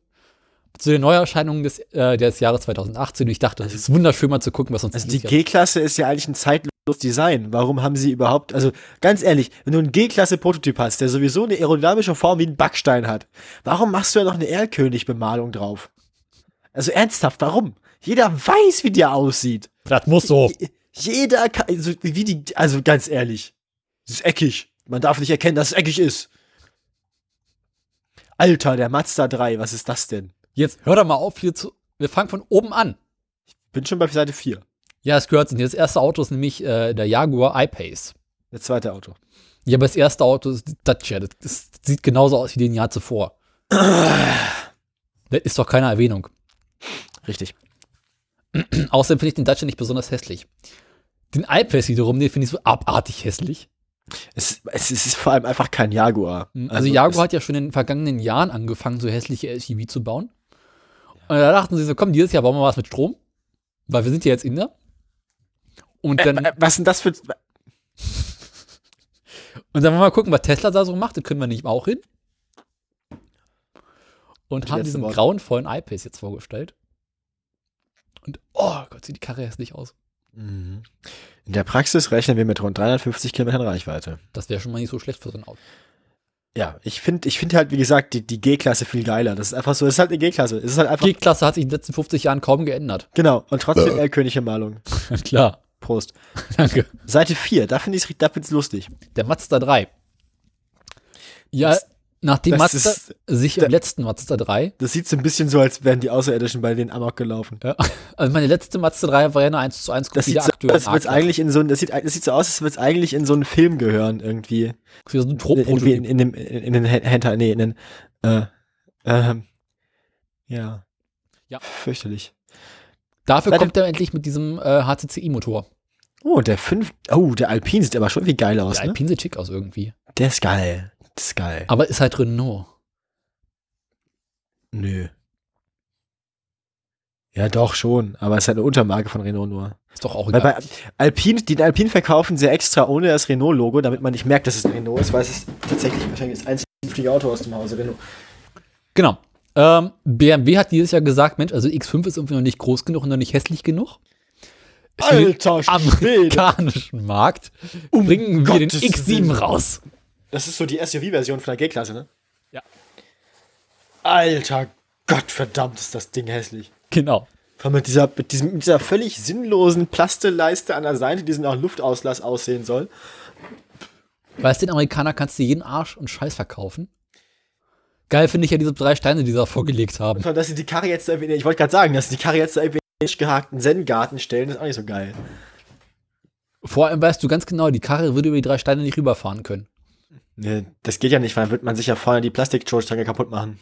S1: zu den Neuerscheinungen des, äh, des Jahres 2018. Und ich dachte, es ist wunderschön mal zu gucken, was uns
S2: Also die
S1: dieses Jahr-
S2: G-Klasse ist ja eigentlich ein zeitloses Design. Warum haben sie überhaupt, also ganz ehrlich, wenn du einen G-Klasse-Prototyp hast, der sowieso eine aerodynamische Form wie ein Backstein hat, warum machst du ja noch eine Erlkönig-Bemalung drauf? Also ernsthaft, warum? Jeder weiß, wie der aussieht.
S1: das muss so.
S2: Je- Jeder kann, also, wie die, also ganz ehrlich, es ist eckig. Man darf nicht erkennen, dass es eckig ist. Alter, der Mazda 3, was ist das denn?
S1: Jetzt hör doch mal auf hier zu. Wir fangen von oben an.
S2: Bin schon bei Seite 4.
S1: Ja, es gehört. Das erste Auto ist nämlich äh, der Jaguar I-Pace.
S2: Das zweite Auto.
S1: Ja, aber das erste Auto ist Dacia. Das, das sieht genauso aus wie den Jahr zuvor. das ist doch keine Erwähnung.
S2: Richtig.
S1: Außerdem finde ich den Dacia nicht besonders hässlich. Den I-Pace wiederum, den finde ich so abartig hässlich.
S2: Es, es, es ist vor allem einfach kein Jaguar.
S1: Also, Jaguar hat ja schon in den vergangenen Jahren angefangen, so hässliche SUV zu bauen. Und da dachten sie so, komm, dieses Jahr bauen wir was mit Strom. Weil wir sind ja jetzt Inder. Und
S2: es,
S1: dann,
S2: äh, was denn das für.
S1: und dann wollen wir mal gucken, was Tesla da so macht. Das können wir nicht auch hin. Und haben
S2: letzte
S1: diesen
S2: Worte.
S1: grauenvollen iPace jetzt vorgestellt. Und oh Gott, sieht die Karre hässlich aus.
S2: In der Praxis rechnen wir mit rund 350 Kilometern Reichweite.
S1: Das wäre schon mal nicht so schlecht für so ein Auto.
S2: Ja, ich finde ich find halt, wie gesagt, die, die G-Klasse viel geiler. Das ist einfach so, es ist halt eine G-Klasse. Es ist halt einfach.
S1: G-Klasse hat sich in den letzten 50 Jahren kaum geändert.
S2: genau, und trotzdem Erlkönige-Malung.
S1: Klar,
S2: Prost.
S1: danke.
S2: Seite 4, da finde ich es da find's lustig.
S1: Der Mazda 3. Ja,
S2: Das-
S1: nachdem
S2: das
S1: Mazda
S2: ist-
S1: sich
S2: da-
S1: im letzten Mazda 3,
S2: Das sieht so ein bisschen so, als wären die Außerirdischen bei denen Amok gelaufen.
S1: ja, also meine letzte Mazda 3 war ja eine 1 zu 1
S2: Das
S1: Kopie
S2: sieht,
S1: der
S2: so,
S1: aktuellen
S2: als würd's eigentlich in so ein, das, sieht, das sieht so aus, als würde es eigentlich in so einen Film gehören, irgendwie.
S1: Für so ein
S2: irgendwie in,
S1: Pro-Prototyp.
S2: in dem, in, in den Hen- Hentai, nee, in den, äh, ähm, ja.
S1: Ja.
S2: Fürchterlich.
S1: Dafür
S2: Seite-
S1: kommt er endlich mit diesem äh, HCCI-Motor.
S2: Oh, der 5, oh, der Alpine sieht aber schon wie geil aus,
S1: Der
S2: ne?
S1: Alpine sieht schick aus irgendwie.
S2: Der ist geil. Das ist geil.
S1: Aber ist halt Renault.
S2: Nö. Ja, doch, schon. Aber es ist halt eine Untermarke von Renault nur.
S1: Ist doch auch
S2: Weil
S1: egal.
S2: bei Alpine, den Alpine verkaufen sie extra ohne das Renault-Logo, damit man nicht merkt, dass es ein Renault ist, weil es ist tatsächlich wahrscheinlich das einzige vernünftige Auto aus dem Hause Renault.
S1: Genau. Ähm, BMW hat dieses Jahr gesagt, Mensch, also X5 ist irgendwie noch nicht groß genug und noch nicht hässlich genug. Für den
S2: Alter Schwede!
S1: amerikanischen Markt bringen wir den
S2: Gottes
S1: X7
S2: Willen.
S1: raus.
S2: Das ist so die SUV-Version von der G-Klasse, ne?
S1: Ja.
S2: Alter Gott, verdammt ist das Ding hässlich.
S1: Genau.
S2: Vor allem mit dieser, mit, diesem, mit dieser völlig sinnlosen Plasteleiste an der Seite, die so nach Luftauslass aussehen soll.
S1: Weißt du, den Amerikaner kannst du jeden Arsch und Scheiß verkaufen. Geil finde ich ja diese drei Steine, die sie da vorgelegt haben.
S2: Vor allem, dass sie die Karre jetzt da irgendwie, ich wollte gerade sagen, dass sie die Karre jetzt da irgendwie in den gehakten Zen-Garten stellen, ist auch nicht so geil.
S1: Vor allem weißt du ganz genau, die Karre würde über die drei Steine nicht rüberfahren können.
S2: Ne, das geht ja nicht, weil dann wird man sich ja vorne die Plastik-Stoßstange kaputt machen.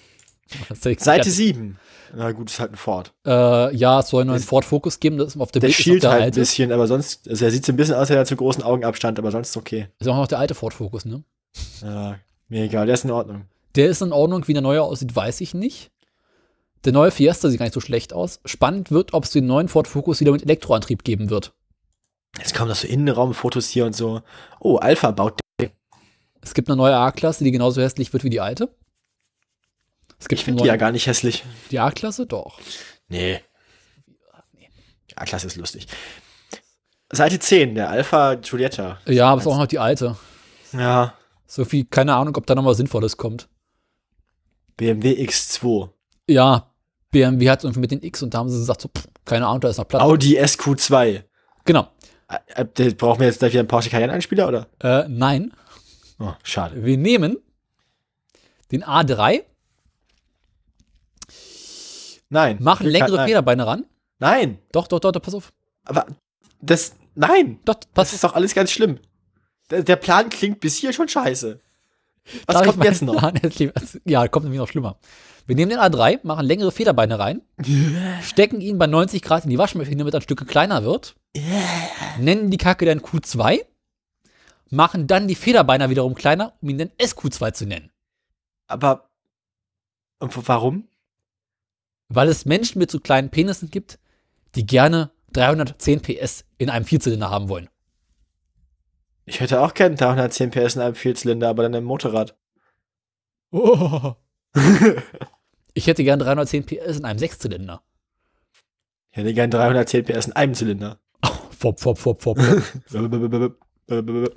S1: Das ist ja-
S2: Seite 7. Na gut, ist halt ein Ford.
S1: äh, ja, es soll einen neuen Ford Focus geben, das ist auf der
S2: Der
S1: Bild ist noch
S2: schielt
S1: der
S2: halt ein
S1: alte. Ist
S2: bisschen, aber sonst, also er sieht so ein bisschen aus, als hätte er zu großen Augenabstand, aber sonst okay.
S1: auch noch der alte Ford Focus, ne?
S2: Ja, mir egal, der ist in Ordnung.
S1: Der ist in Ordnung, wie der neue aussieht, weiß ich nicht. Der neue Fiesta sieht gar nicht so schlecht aus. Spannend wird, ob es den neuen Ford Focus wieder mit Elektroantrieb geben wird.
S2: Jetzt kommen noch so Innenraumfotos hier und so. Oh, Alpha baut
S1: Es gibt eine neue A-Klasse, die genauso hässlich wird wie die alte. Es gibt
S2: Ich finde
S1: eine
S2: die ja
S1: neue,
S2: gar nicht hässlich.
S1: die A-Klasse, doch.
S2: Nee. Ja, Ah, klasse ist lustig. Seite 10, der Alpha Giulietta.
S1: Ja, aber es ist auch noch die alte.
S2: Ja.
S1: So viel, keine Ahnung, ob da noch was Sinnvolles kommt.
S2: BMW X2.
S1: Ja, BMW hat irgendwie mit den X und da haben sie gesagt, so, pff, keine Ahnung, da ist noch Platz.
S2: Audi SQ2.
S1: Genau.
S2: Äh, äh, der- Brauchen wir jetzt gleich wieder einen Porsche Cayenne-Einspieler, oder?
S1: Äh, nein,
S2: Oh, schade.
S1: wir nehmen den A3,
S2: Nein.
S1: machen längere
S2: Nein. äh,
S1: Federbeine ran
S2: Nein,
S1: Doch, doch, doch, doch, pass auf.
S2: aber das, nein,
S1: Doch,
S2: das
S1: pass
S2: ist doch alles ganz schlimm. Der, der Plan klingt bis hier schon scheiße. Was
S1: Darf ich
S2: kommt jetzt
S1: meinen
S2: noch?
S1: Plan jetzt lieber- Ja, kommt nämlich noch schlimmer. Wir nehmen den A3, machen längere Federbeine rein, stecken ihn bei 90 Grad in die Waschmaschine, damit er ein Stück kleiner wird, nennen die Kacke dann Q2, machen dann die Federbeine wiederum kleiner, um ihn dann SQ2 zu nennen.
S2: Aber, und w- warum?
S1: Weil es Menschen mit so kleinen Penissen gibt, die gerne 310 PS in einem Vierzylinder haben wollen.
S2: Ich hätte auch gern 310 PS in einem Vierzylinder, aber dann im Motorrad.
S1: ich hätte gern 310 PS in einem Sechszylinder.
S2: Ich hätte gern 310 PS in einem Zylinder.
S1: Fop, fop, fop, fop.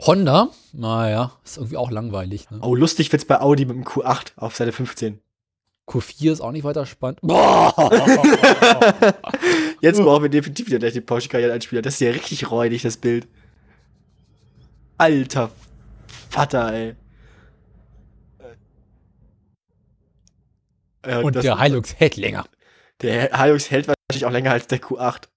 S1: Honda, naja, ist irgendwie auch langweilig. Ne?
S2: Oh, lustig wird's bei Audi mit dem Q8 auf Seite 15.
S1: Q4 ist auch nicht weiter spannend. Boah!
S2: Jetzt
S1: Uh.
S2: brauchen wir definitiv wieder gleich die Porsche Cayenne als Spieler. Das ist ja richtig räudig, das Bild. Alter Vater, ey. Ja,
S1: Und
S2: Äh, das-
S1: der Hilux hält länger.
S2: der Hilux hält wahrscheinlich auch länger als der Q8. Also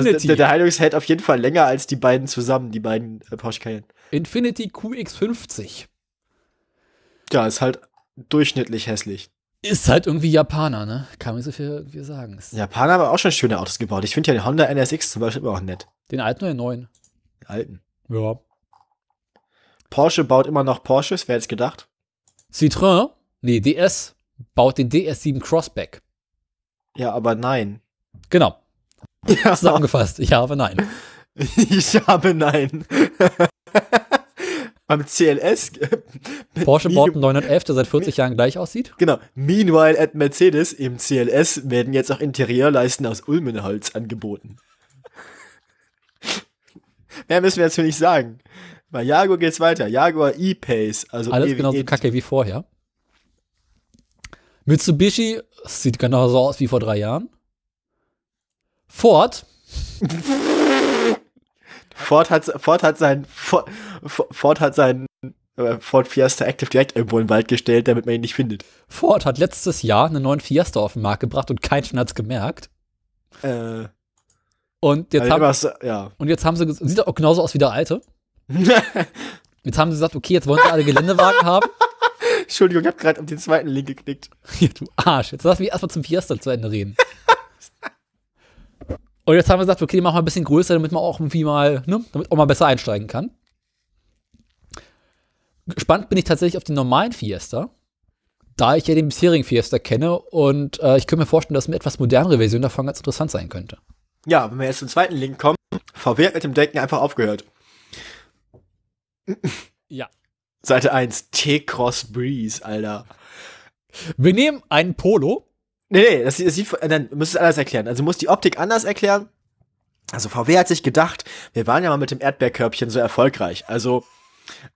S1: Infinity.
S2: der, der Hilux hält auf jeden Fall länger als die beiden zusammen, die beiden äh, Porsche Cayenne.
S1: Infinity QX50.
S2: Ja, ist halt durchschnittlich hässlich.
S1: Ist halt irgendwie Japaner, ne? Kann man nicht so viel irgendwie sagen. Ist
S2: Japaner haben auch schon schöne Autos gebaut. Ich finde ja den Honda NSX zum Beispiel immer auch nett.
S1: Den alten oder den neuen?
S2: Den alten.
S1: Ja.
S2: Porsche baut immer noch Porsches, wer hätte es gedacht?
S1: Citroën, nee, DS, baut den DS7 Crossback.
S2: Ja, aber nein.
S1: Genau.
S2: Ja.
S1: Zusammengefasst. Ich habe nein.
S2: Ich habe nein. Beim CLS, äh,
S1: Porsche
S2: nie
S1: baut
S2: ge-
S1: einen 911, der seit 40 Jahren gleich aussieht.
S2: genau, Meanwhile at Mercedes im CLS werden jetzt auch Interieurleisten aus Ulmenholz angeboten. Mehr müssen wir jetzt hier nicht sagen. Bei Jaguar geht's weiter. Jaguar E-Pace, also
S1: Alles
S2: E-
S1: genauso
S2: E-
S1: kacke wie vorher. Mitsubishi sieht genauso aus wie vor drei Jahren. Ford,
S2: Ford hat, Ford hat sein, Ford, Ford hat sein äh, Ford Fiesta Active direkt irgendwo in den Wald gestellt, damit man ihn nicht findet.
S1: Ford hat letztes Jahr einen neuen Fiesta auf den Markt gebracht und kein hat's gemerkt.
S2: Äh,
S1: Und jetzt,
S2: also
S1: haben,
S2: immer so, ja.
S1: und jetzt haben sie, ges- sieht auch genauso aus wie der alte. Jetzt haben sie gesagt, okay, jetzt wollen sie alle Geländewagen haben.
S2: Entschuldigung, ich habe gerade auf den zweiten Link geklickt.
S1: Ja, du Arsch. Jetzt lass mich erstmal zum Fiesta zu Ende reden. Und jetzt haben wir gesagt, okay, die machen wir ein bisschen größer, damit man auch irgendwie mal, ne, damit auch mal besser einsteigen kann. Gespannt bin ich tatsächlich auf den normalen Fiesta, da ich ja den bisherigen Fiesta kenne und äh, ich könnte mir vorstellen, dass eine etwas modernere Version davon ganz interessant sein könnte.
S2: Ja, wenn wir jetzt zum zweiten Link kommen, VW hat mit dem Denken einfach aufgehört.
S1: Ja.
S2: Seite 1, T-Cross Breeze, Alter.
S1: Wir nehmen einen Polo.
S2: Nee, nee, das, sieht- das sieht, dann müsst ihr es anders erklären. Also muss die Optik anders erklären. Also VW hat sich gedacht, wir waren ja mal mit dem Erdbeerkörbchen so erfolgreich. Also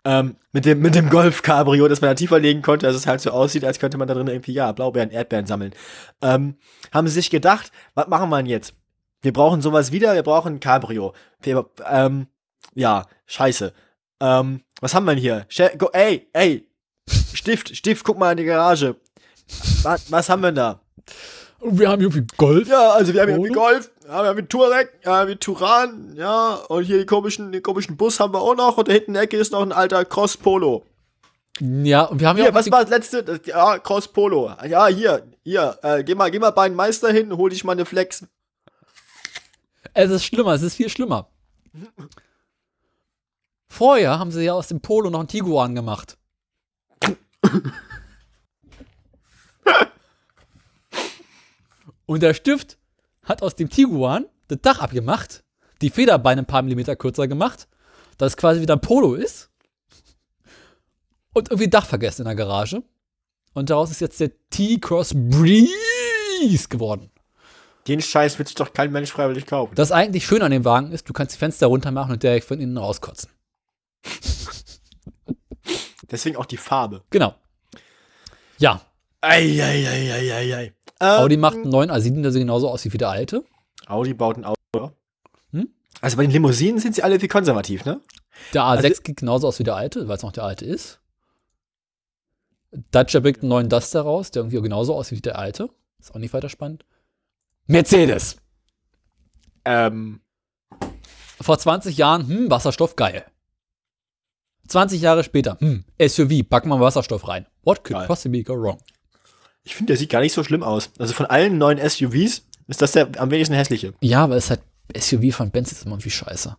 S2: ähm, mit dem, mit dem Golf-Cabrio, das man da tiefer legen konnte, dass es halt so aussieht, als könnte man da drin irgendwie, ja, Blaubeeren, Erdbeeren sammeln. Ähm, haben sie sich gedacht, was machen wir denn jetzt? Wir brauchen sowas wieder, wir brauchen ein Cabrio. Wir, ähm, ja, scheiße. Ähm, was haben wir denn hier? Sche- go, ey, ey, Stift, Stift, guck mal in die Garage. Was, was haben wir denn da?
S1: Und wir haben hier irgendwie Golf.
S2: Ja, also wir haben ja irgendwie Golf, haben ja irgendwie Touareg, ja, irgendwie Turan, ja, und hier die komischen, den komischen Bus haben wir auch noch und da hinten in der Ecke ist noch ein alter Cross Polo.
S1: Ja, und wir haben ja
S2: Hier,
S1: auch
S2: was war das letzte? Das- Ja, Cross Polo. Ja, hier, hier, äh, geh mal, geh mal bei einem Meister hin, hol dich mal eine Flex.
S1: Es ist schlimmer, es ist viel schlimmer. Vorher haben sie ja aus dem Polo noch einen Tiguan gemacht. Und der Stift hat aus dem Tiguan das Dach abgemacht, die Federbeine ein paar Millimeter kürzer gemacht, dass es quasi wieder ein Polo ist. Und irgendwie Dach vergessen in der Garage. Und daraus ist jetzt der T-Cross Breeze geworden.
S2: Den Scheiß wird sich doch kein Mensch freiwillig kaufen.
S1: Das eigentlich schön an dem Wagen ist, du kannst die Fenster runter machen und direkt von innen rauskotzen.
S2: Deswegen auch die Farbe.
S1: Genau. Ja,
S2: Eieieiei.
S1: Audi macht einen neuen A7, der sieht genauso aus wie der alte.
S2: Audi baut ein Auto. oder?
S1: Hm?
S2: Also bei den Limousinen sind sie alle wie konservativ, ne?
S1: Der A6
S2: Also-
S1: geht genauso aus wie der alte, weil es noch der alte ist. Dacia bringt einen neuen Duster raus, der irgendwie genauso aussieht wie der alte. Ist auch nicht weiter spannend. Mercedes.
S2: Ähm,
S1: Vor 20 Jahren, hm, Wasserstoff geil. 20 Jahre später, hm, SUV, pack mal Wasserstoff rein. What could
S2: Geil.
S1: possibly go wrong?
S2: ich finde, der sieht gar nicht so schlimm aus. Also von allen neuen SUVs ist das der am wenigsten hässliche.
S1: Ja, aber es hat SUV von Benz ist immer irgendwie scheiße.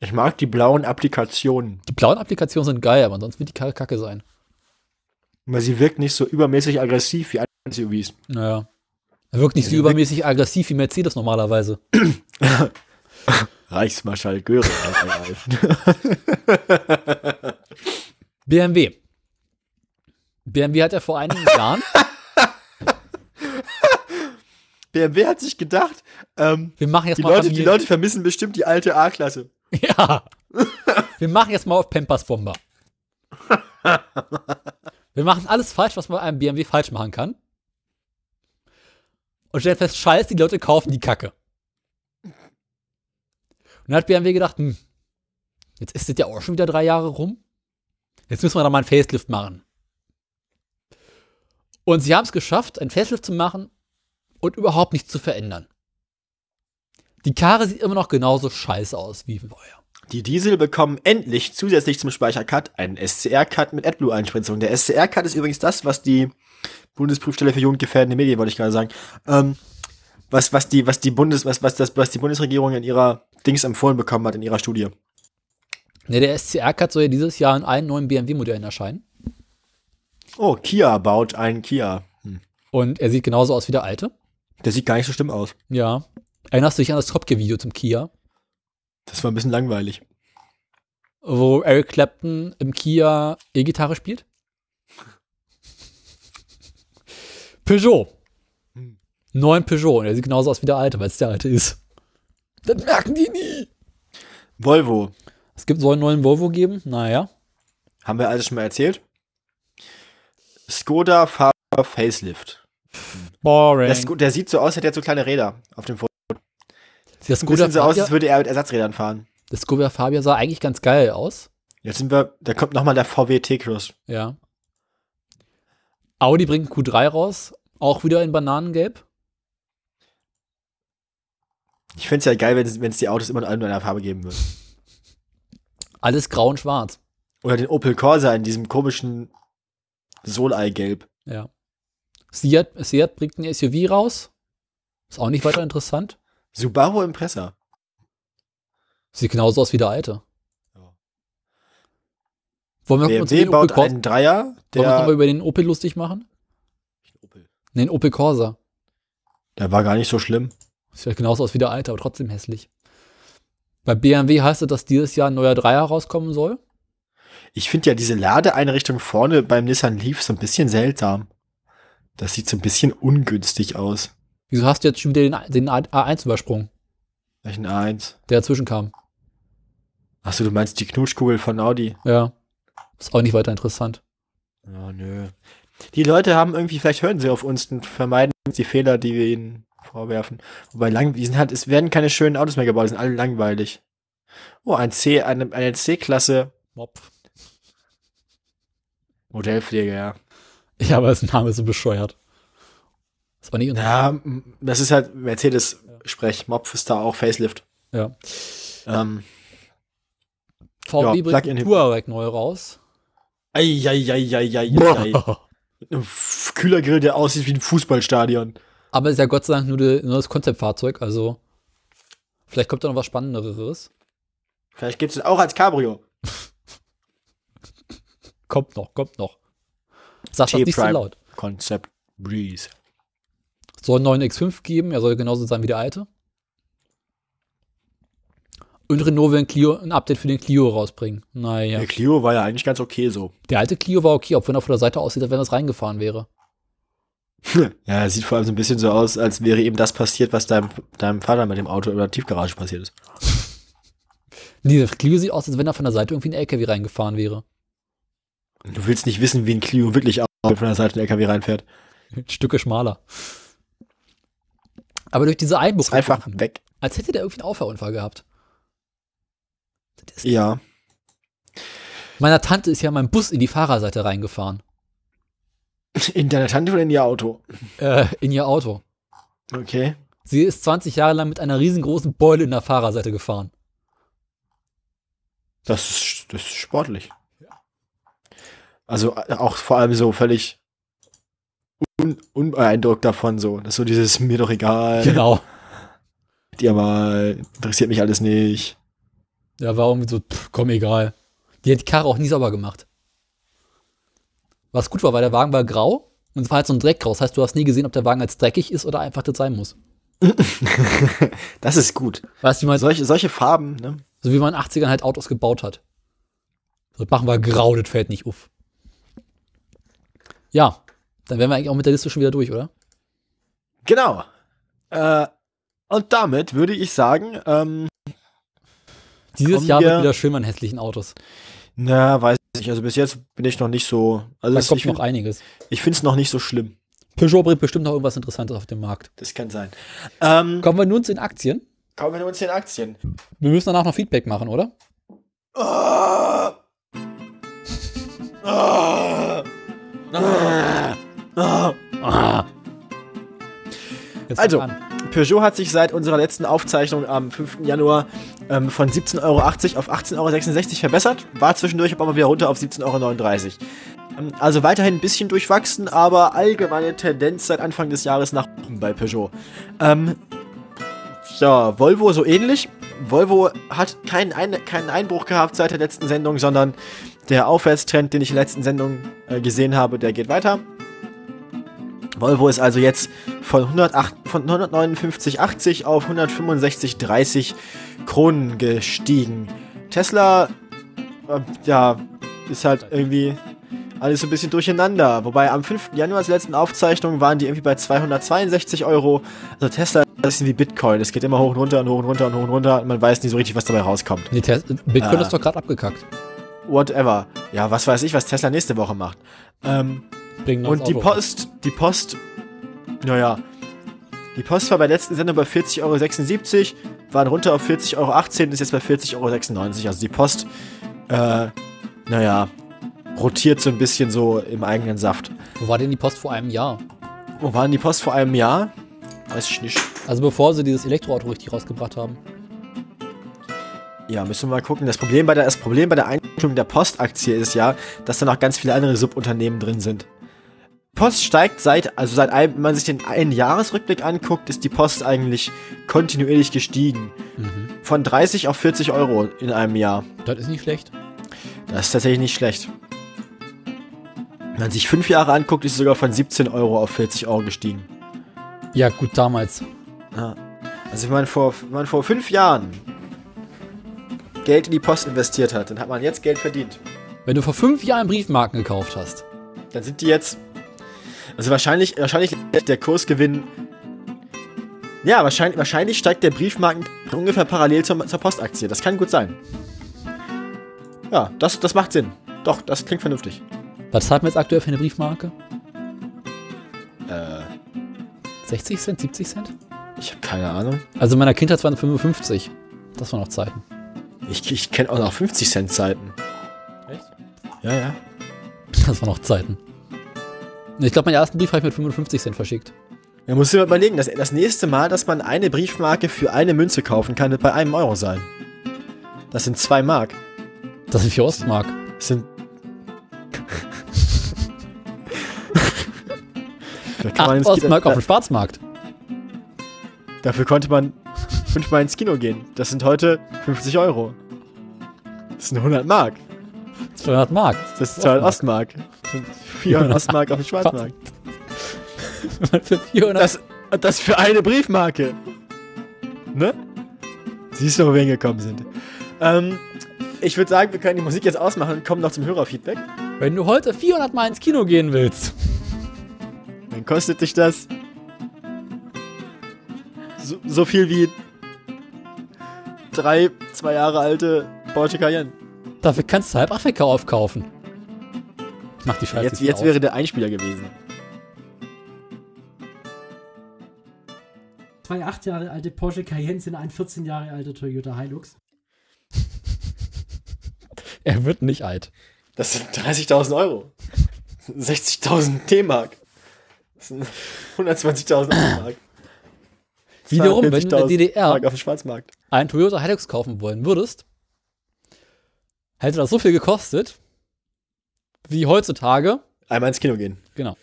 S2: Ich mag die blauen Applikationen,
S1: Die blauen Applikationen sind geil, aber sonst wird die Karre kacke sein.
S2: weil sie wirkt nicht so übermäßig aggressiv wie andere SUVs.
S1: Naja. Er wirkt nicht so übermäßig aggressiv wie Mercedes normalerweise.
S2: Reichsmarschall Göring.
S1: BMW. BMW hat ja vor einigen Jahren,
S2: BMW hat sich gedacht, ähm,
S1: wir machen jetzt
S2: die,
S1: mal
S2: Leute, die
S1: Familien-
S2: Leute vermissen bestimmt die alte A-Klasse.
S1: Ja. Wir machen jetzt mal auf Pampers Bomber. Wir machen alles falsch, was man bei einem BMW falsch machen kann. Und stellen fest, scheiße, die Leute kaufen die Kacke. Und dann hat BMW gedacht, hm, jetzt ist das ja auch schon wieder drei Jahre rum. Jetzt müssen wir da mal einen Facelift machen. Und sie haben es geschafft, einen Facelift zu machen und überhaupt nichts zu verändern. Die Karre sieht immer noch genauso scheiße aus wie vorher.
S2: Die Diesel bekommen endlich zusätzlich zum Speichercut einen SCR-Cut mit AdBlue-Einspritzung. Der SCR-Cut ist übrigens das, was die Bundesprüfstelle für jugendgefährdende Medien, wollte ich gerade sagen, ähm, was, was, die, was, die Bundes, was, was, das, was die Bundesregierung in ihrer Dings empfohlen bekommen hat, in ihrer Studie.
S1: Ne, der SCR-Cut soll ja dieses Jahr in allen neuen BMW-Modellen erscheinen.
S2: Oh, Kia baut einen Kia.
S1: Und er sieht genauso aus wie der alte.
S2: Der sieht gar nicht so schlimm aus.
S1: Ja. Erinnerst du dich an das Tropke-Video zum Kia,
S2: Das war ein bisschen langweilig.
S1: wo Eric Clapton im Kia E-Gitarre spielt? Peugeot. Neuen Peugeot. Und er sieht genauso aus wie der alte, weil es der alte ist. Das merken die nie.
S2: Volvo,
S1: Es gibt, soll einen neuen Volvo geben? Naja.
S2: haben wir alles schon mal erzählt? Skoda Faber Facelift.
S1: Boring.
S2: Der,
S1: Das
S2: Sko der sieht so aus, als hätte er so kleine Räder auf dem Foto.
S1: der
S2: Ein bisschen
S1: Skoda,
S2: so aus, als
S1: Fabia,
S2: würde er mit Ersatzrädern fahren.
S1: der Skoda Fabia sah eigentlich ganz geil aus.
S2: Jetzt sind wir, da kommt nochmal der VW T-Cross.
S1: Ja. Audi bringt einen Q3 raus, auch wieder in Bananengelb.
S2: Ich find's ja geil, wenn es die Autos immer in einer Farbe geben würde.
S1: Alles grau und schwarz.
S2: Oder den Opel Corsa in diesem komischen Solei-Gelb.
S1: Ja. Seat, Seat bringt ein SUV raus. Ist auch nicht weiter interessant.
S2: Subaru Impressa.
S1: Sieht genauso aus wie der alte.
S2: Ja.
S1: Wollen wir uns über
S2: BMW
S1: den Opel,
S2: baut
S1: Corsa,
S2: einen Dreier,
S1: wollen wir uns noch mal
S2: der,
S1: über den Opel lustig machen?
S2: Opel.
S1: Nee, den Opel Corsa.
S2: der war gar nicht so schlimm.
S1: Sieht halt genauso aus wie der alte, aber trotzdem hässlich. Bei BMW heißt es, dass dieses Jahr ein neuer Dreier rauskommen soll.
S2: Ich finde ja diese Ladeeinrichtung vorne beim Nissan Leaf so ein bisschen seltsam. Das sieht so ein bisschen ungünstig aus.
S1: Wieso hast du jetzt schon wieder den, A- den A1 übersprungen,
S2: Welchen A1?
S1: der dazwischen kam?
S2: Achso, du meinst die Knutschkugel von Audi?
S1: Ja. Ist auch nicht weiter interessant.
S2: Ja, nö. Die Leute haben irgendwie, vielleicht hören sie auf uns und vermeiden uns die Fehler, die wir ihnen vorwerfen. Wobei lang, die sind halt, es werden keine schönen Autos mehr gebaut, die sind alle langweilig. Oh, ein C, eine, eine C-Klasse
S1: Mopf.
S2: Modellpflege, ja.
S1: Ja, aber das Name ist so bescheuert. Ist auch nicht unser.
S2: Ja, m- das ist halt Mercedes-Sprech. Mopf ist da auch Facelift.
S1: Ja.
S2: Ähm,
S1: VW bringt
S2: Ja,
S1: einen
S2: Plug-in-Hybrid.
S1: Touareg neu raus.
S2: ei, ei, ei, ei, ei, ei, ei. Ein F- Kühlergrill, der aussieht wie ein Fußballstadion.
S1: Aber ist ja Gott sei Dank nur, de, nur das Konzeptfahrzeug, also vielleicht kommt da noch was Spannenderes.
S2: Vielleicht gibt's es auch als Cabrio.
S1: Kommt noch, kommt noch. Sag das nicht so
S2: T-Prime.
S1: laut.
S2: Concept Breeze.
S1: Soll einen neuen X5 geben, er soll genauso sein wie der alte. Und Renault will ein, Clio, ein Update für den Clio rausbringen. Naja.
S2: Der Clio war ja eigentlich ganz okay so.
S1: Der alte Clio war okay, obwohl er von der Seite aussieht, als wenn das reingefahren wäre.
S2: Ja, sieht vor allem so ein bisschen so aus, als wäre ihm das passiert, was deinem, deinem Vater mit dem Auto in der Tiefgarage passiert ist.
S1: Nee, der Clio sieht aus, als wenn er von der Seite irgendwie ein LKW reingefahren wäre.
S2: Du willst nicht wissen, wie ein Clio wirklich aussieht, wenn er seit ein LKW reinfährt.
S1: Stücke schmaler. Aber durch diese
S2: Ist
S1: Einbuchtung.
S2: einfach
S1: unten,
S2: weg.
S1: Als hätte der irgendwie einen Auffahrunfall gehabt. Das ist,
S2: Ja.
S1: Meiner Tante ist ja mein Bus in die Fahrerseite reingefahren.
S2: In deine Tante oder in ihr Auto?
S1: Äh, in ihr Auto.
S2: Okay.
S1: Sie ist 20 Jahre lang mit einer riesengroßen Beule in der Fahrerseite gefahren.
S2: Das ist, das ist sportlich. Also äh, auch vor allem so völlig un, unbeeindruckt davon so. Das ist so dieses mir doch egal,
S1: Genau.
S2: dir mal, interessiert mich alles nicht.
S1: Ja, war irgendwie so, pff, komm, egal. Die hat die Karre auch nie sauber gemacht. Was gut war, weil der Wagen war grau und es war halt so ein Dreckgrau. Das heißt, du hast nie gesehen, ob der Wagen als dreckig ist oder einfach das sein muss.
S2: Das ist gut.
S1: Weißt du, wie man, so
S2: Solche, solche Farben, ne?
S1: wie man in den 80ern halt Autos gebaut hat. Das machen wir grau, das fällt nicht auf. Ja, dann wären wir eigentlich auch mit der Liste schon wieder durch, oder?
S2: Genau. Äh, und damit würde ich sagen, ähm,
S1: Dieses
S2: Kommen
S1: Jahr wird
S2: wir-
S1: wieder schön an hässlichen Autos.
S2: na, weiß ich nicht. Also bis jetzt bin ich noch nicht so. Also
S1: Da
S2: es-
S1: kommt
S2: ich,
S1: noch
S2: find-
S1: einiges.
S2: ich finde es noch nicht so schlimm.
S1: Peugeot bringt bestimmt noch irgendwas Interessantes auf den Markt.
S2: Das kann sein. Ähm,
S1: Kommen wir nun zu den Aktien.
S2: kommen wir nun zu den Aktien.
S1: Wir müssen danach noch Feedback machen, oder?
S2: Ah.
S1: Jetzt
S2: Ah. Also,
S1: fang an.
S2: Peugeot hat sich seit unserer letzten Aufzeichnung am 5. Januar ähm, von 17,80 Euro auf 18,66 Euro verbessert, war zwischendurch aber wieder runter auf 17,39 Euro. Ähm, also weiterhin ein bisschen durchwachsen, aber allgemeine Tendenz seit Anfang des Jahres nach oben bei Peugeot. Ähm, ja, Volvo so ähnlich. Volvo hat keinen, Ein keinen Einbruch gehabt seit der letzten Sendung, sondern der Aufwärtstrend, den ich in der letzten Sendung äh, gesehen habe, der geht weiter. Volvo ist also jetzt von, 108 von 159,80 auf 165,30 Kronen gestiegen. Tesla, äh, ja, ist halt irgendwie alles so ein bisschen durcheinander. Wobei am 5. Januar als letzten Aufzeichnung waren die irgendwie bei 262 Euro. Also Tesla ist ein bisschen wie Bitcoin. Es geht immer hoch und runter und hoch und runter und hoch und runter. Und man weiß nie so richtig, was dabei rauskommt
S1: Nee, Tes- Bitcoin
S2: Ah.
S1: ist doch gerade abgekackt.
S2: whatever. Ja, was weiß ich, was Tesla nächste Woche macht. Ähm,
S1: Bringen wir
S2: und
S1: uns
S2: die
S1: auch raus.
S2: Post, die Post, naja, die Post war bei der letzten Sendung bei 40,76 Euro, waren runter auf 40,18 Euro, ist jetzt bei 40,96 Euro. Also die Post, äh, naja, rotiert so ein bisschen so im eigenen Saft.
S1: Wo war denn die Post vor einem Jahr?
S2: Wo waren die Post vor einem Jahr? Weiß ich nicht.
S1: Also bevor sie dieses Elektroauto richtig rausgebracht haben.
S2: Ja, müssen wir mal gucken. Das Problem bei der, das Problem bei der Einstellung der Postaktie ist ja, dass da noch ganz viele andere Subunternehmen drin sind. Post steigt seit, also seit einem, wenn man sich den einen Jahresrückblick anguckt, ist die Post eigentlich kontinuierlich gestiegen. Von 30 auf 40 Euro in einem Jahr.
S1: Das ist nicht schlecht.
S2: Das ist tatsächlich nicht schlecht. Wenn man sich fünf Jahre anguckt, ist sie sogar von 17 Euro auf 40 Euro gestiegen.
S1: Ja, gut, damals.
S2: Also wenn man vor, wenn man vor fünf Jahren Geld in die Post investiert hat, dann hat man jetzt Geld verdient.
S1: Wenn du vor fünf Jahren Briefmarken gekauft hast.
S2: Dann sind die jetzt. Also wahrscheinlich, wahrscheinlich der Kursgewinn. Ja, wahrscheinlich, wahrscheinlich steigt der Briefmarken ungefähr parallel zur, zur Postaktie. Das kann gut sein. Ja, das, das macht Sinn. Doch, das klingt vernünftig.
S1: Was hat man jetzt aktuell für eine Briefmarke? Äh. 60 Cent, 70 Cent?
S2: Ich habe keine Ahnung.
S1: Also in meiner Kindheit waren es 55. Das waren noch Zeiten.
S2: Ich, ich kenne auch noch 50 Cent Zeiten.
S1: Echt?
S2: Ja, ja.
S1: Das waren noch Zeiten. Ich glaube, meinen ersten Brief habe ich mit 55 Cent verschickt.
S2: Da musst du dir mal überlegen, dass das nächste Mal, dass man eine Briefmarke für eine Münze kaufen kann, wird bei einem Euro sein. Das sind zwei Mark.
S1: Das sind vier Ostmark.
S2: Das sind. Da kann man
S1: Acht
S2: ins Kino-
S1: Ostmark auf dem Schwarzmarkt.
S2: Dafür konnte man fünfmal ins Kino gehen. Das sind heute 50 Euro. Das sind 100 Mark.
S1: 200 Mark.
S2: Das sind 200 Ostmark. 400 Ostmark auf dem Schwarzmarkt.
S1: Für 400.
S2: Das, das für eine Briefmarke. Ne? Siehst du, wo wir hingekommen sind. Ähm, ich würde sagen, wir können die Musik jetzt ausmachen und kommen noch zum Hörerfeedback.
S1: Wenn du heute 400 Mal ins Kino gehen willst.
S2: Dann kostet dich das so, so viel wie drei, zwei Jahre alte Porsche Cayenne.
S1: Dafür kannst du halb Afrika aufkaufen. Ich mach die Scheiße.
S2: Jetzt,
S1: wieder
S2: jetzt
S1: aus.
S2: wäre der Einspieler gewesen.
S4: Zwei acht Jahre alte Porsche Cayennes in ein 14 Jahre alter Toyota Hilux.
S1: er wird nicht alt.
S2: Das sind 30.000 Euro. Das sind 60.000 T-Mark. Das sind 120.000 Mark.
S1: Wiederum, wenn du in der
S2: 42.000
S1: DDR
S2: Mark auf dem Schwarzmarkt.
S1: einen Toyota Hilux kaufen wollen würdest, hätte das so viel gekostet, wie heutzutage.
S2: Einmal ins Kino gehen.
S1: Genau.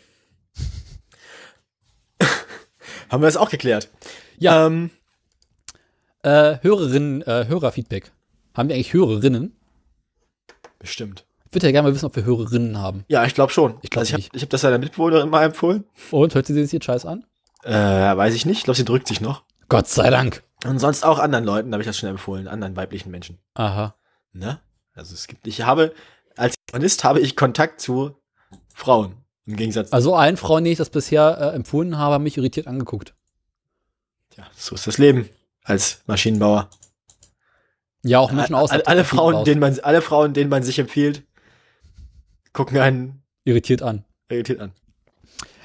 S2: Haben wir das auch geklärt?
S1: Ja.
S2: Ähm,
S1: Äh, Hörerinnen, äh, Hörerfeedback. Haben wir eigentlich Hörerinnen?
S2: bestimmt.
S1: Ich würde ja gerne mal wissen, ob wir Hörerinnen haben.
S2: Ja, ich glaube schon.
S1: Ich glaub
S2: also ich
S1: nicht.
S2: habe hab das seiner Mitbewohnerin mal empfohlen.
S1: Und hört sie sich jetzt Scheiß an?
S2: Äh, weiß ich nicht. Ich glaube, sie drückt sich noch.
S1: Gott sei Dank.
S2: Und sonst auch anderen Leuten habe ich das schon empfohlen, anderen weiblichen Menschen.
S1: Aha.
S2: Ne? Also es gibt, ich habe, als Journalist habe ich Kontakt zu Frauen. Im Gegensatz.
S1: Also allen Frauen, die ich das bisher äh, empfohlen habe, haben mich irritiert angeguckt.
S2: ja, so ist das Leben als Maschinenbauer.
S1: Ja, auch Menschen aus.
S2: alle, alle, Frauen, denen man, alle Frauen, denen man sich empfiehlt, gucken einen
S1: irritiert an.
S2: irritiert an.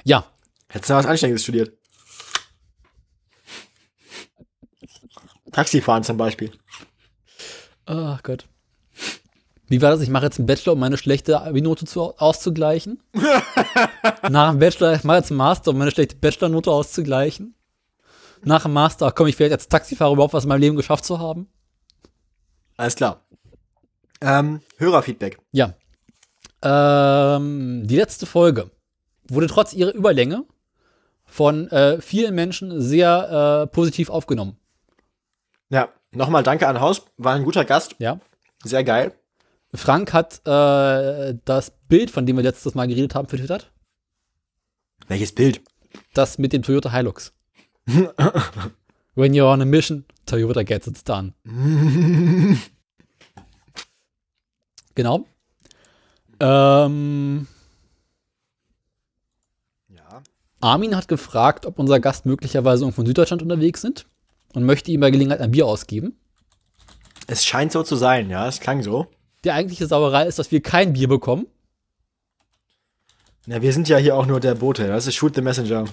S1: Ja,
S2: Hättest du mal was Anständiges studiert? Taxifahren zum Beispiel.
S1: Ach Gott. Wie war das? Ich mache jetzt einen Bachelor, um meine schlechte Abi-Note zu, auszugleichen. Nach dem Bachelor, ich mache jetzt einen Master, um meine schlechte Bachelor-Note auszugleichen. Nach dem Master, ach komm, ich werde als Taxifahrer um überhaupt was in meinem Leben geschafft zu haben.
S2: Alles klar. Ähm, Hörerfeedback.
S1: Ja. Ähm, die letzte Folge wurde trotz ihrer Überlänge von äh, vielen Menschen sehr äh, positiv aufgenommen.
S2: Ja, nochmal danke an Haus. War ein guter Gast.
S1: Ja.
S2: Sehr geil.
S1: Frank hat äh, das Bild, von dem wir letztes Mal geredet haben, vertwittert.
S2: Welches Bild?
S1: das mit dem Toyota Hilux. When you're on a mission, Toyota gets it done. genau. Ähm,
S2: Ja.
S1: Armin hat gefragt, ob unser Gast möglicherweise irgendwo in Süddeutschland unterwegs sind und möchte ihm bei Gelegenheit ein Bier ausgeben.
S2: Es scheint so zu sein, ja. Es klang so.
S1: Die eigentliche Sauerei ist, dass wir kein Bier bekommen.
S2: Na, wir sind ja hier auch nur der Bote. Das ist Shoot the Messenger.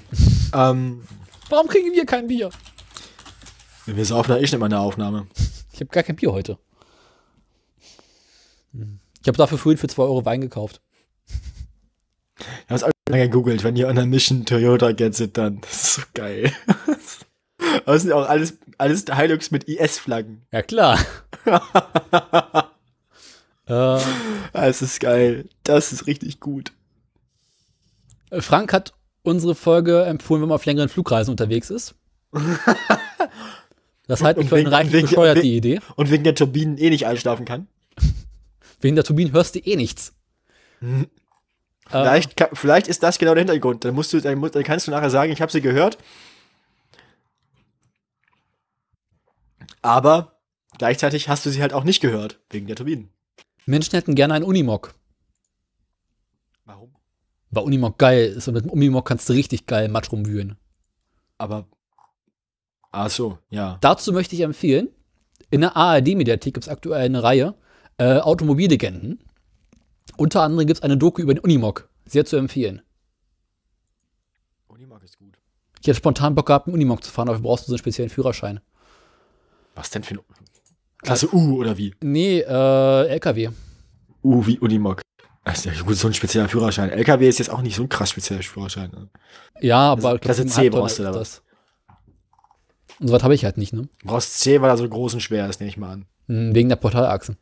S2: ähm,
S1: Warum kriegen wir kein Bier?
S2: wir saufen da ich nicht mal eine Aufnahme.
S1: Ich habe gar kein Bier heute. Ich habe dafür vorhin für 2 Euro Wein gekauft.
S2: Wir haben es auch schon lange gegoogelt. Wenn ihr on a mission Toyota gets it done. Das ist so geil. Aber es sind auch alles, alles Hilux mit IS-Flaggen.
S1: Ja, klar. äh,
S2: Das ist geil. Das ist richtig gut.
S1: Frank hat unsere Folge empfohlen, wenn man auf längeren Flugreisen unterwegs ist. Das halte ich
S2: Und
S1: für eine
S2: wegen-
S1: reichlich
S2: wegen-
S1: bescheuerte
S2: wegen-
S1: Idee.
S2: Und wegen der Turbinen eh nicht einschlafen kann.
S1: Wegen der Turbinen hörst du eh nichts. Äh,
S2: Vielleicht, ka- vielleicht ist das genau der Hintergrund. Dann, musst du, dann, mu- dann kannst du nachher sagen, ich habe sie gehört. Aber gleichzeitig hast du sie halt auch nicht gehört, wegen der Turbinen.
S1: Menschen hätten gerne einen Unimog.
S2: Warum?
S1: Weil Unimog geil ist und mit dem Unimog kannst du richtig geil Matsch rumwühlen.
S2: Aber. Ach so, ja.
S1: Dazu möchte ich empfehlen, in der ARD-Mediathek gibt es aktuell eine Reihe äh, Automobillegenden. Unter anderem gibt es eine Doku über den Unimog. Sehr zu empfehlen.
S2: Unimark ist gut.
S1: Ich hätte spontan Bock gehabt, einen Unimog zu fahren, dafür brauchst du so einen speziellen Führerschein.
S2: Was denn für ein. Klasse U oder wie?
S1: Nee, äh, LKW.
S2: U wie Unimog. Das ist ja gut, so ein spezieller Führerschein. LKW ist jetzt auch nicht so ein krass spezieller Führerschein. ne?
S1: Ja,
S2: Also
S1: aber ich glaub,
S2: Klasse C
S1: siebeneinhalb Tonnen
S2: brauchst du
S1: ist
S2: da
S1: das. Und so was habe ich halt nicht, ne?
S2: Du brauchst C, weil er so groß und schwer ist, nehme ich mal an.
S1: Hm, Wegen der Portalachsen.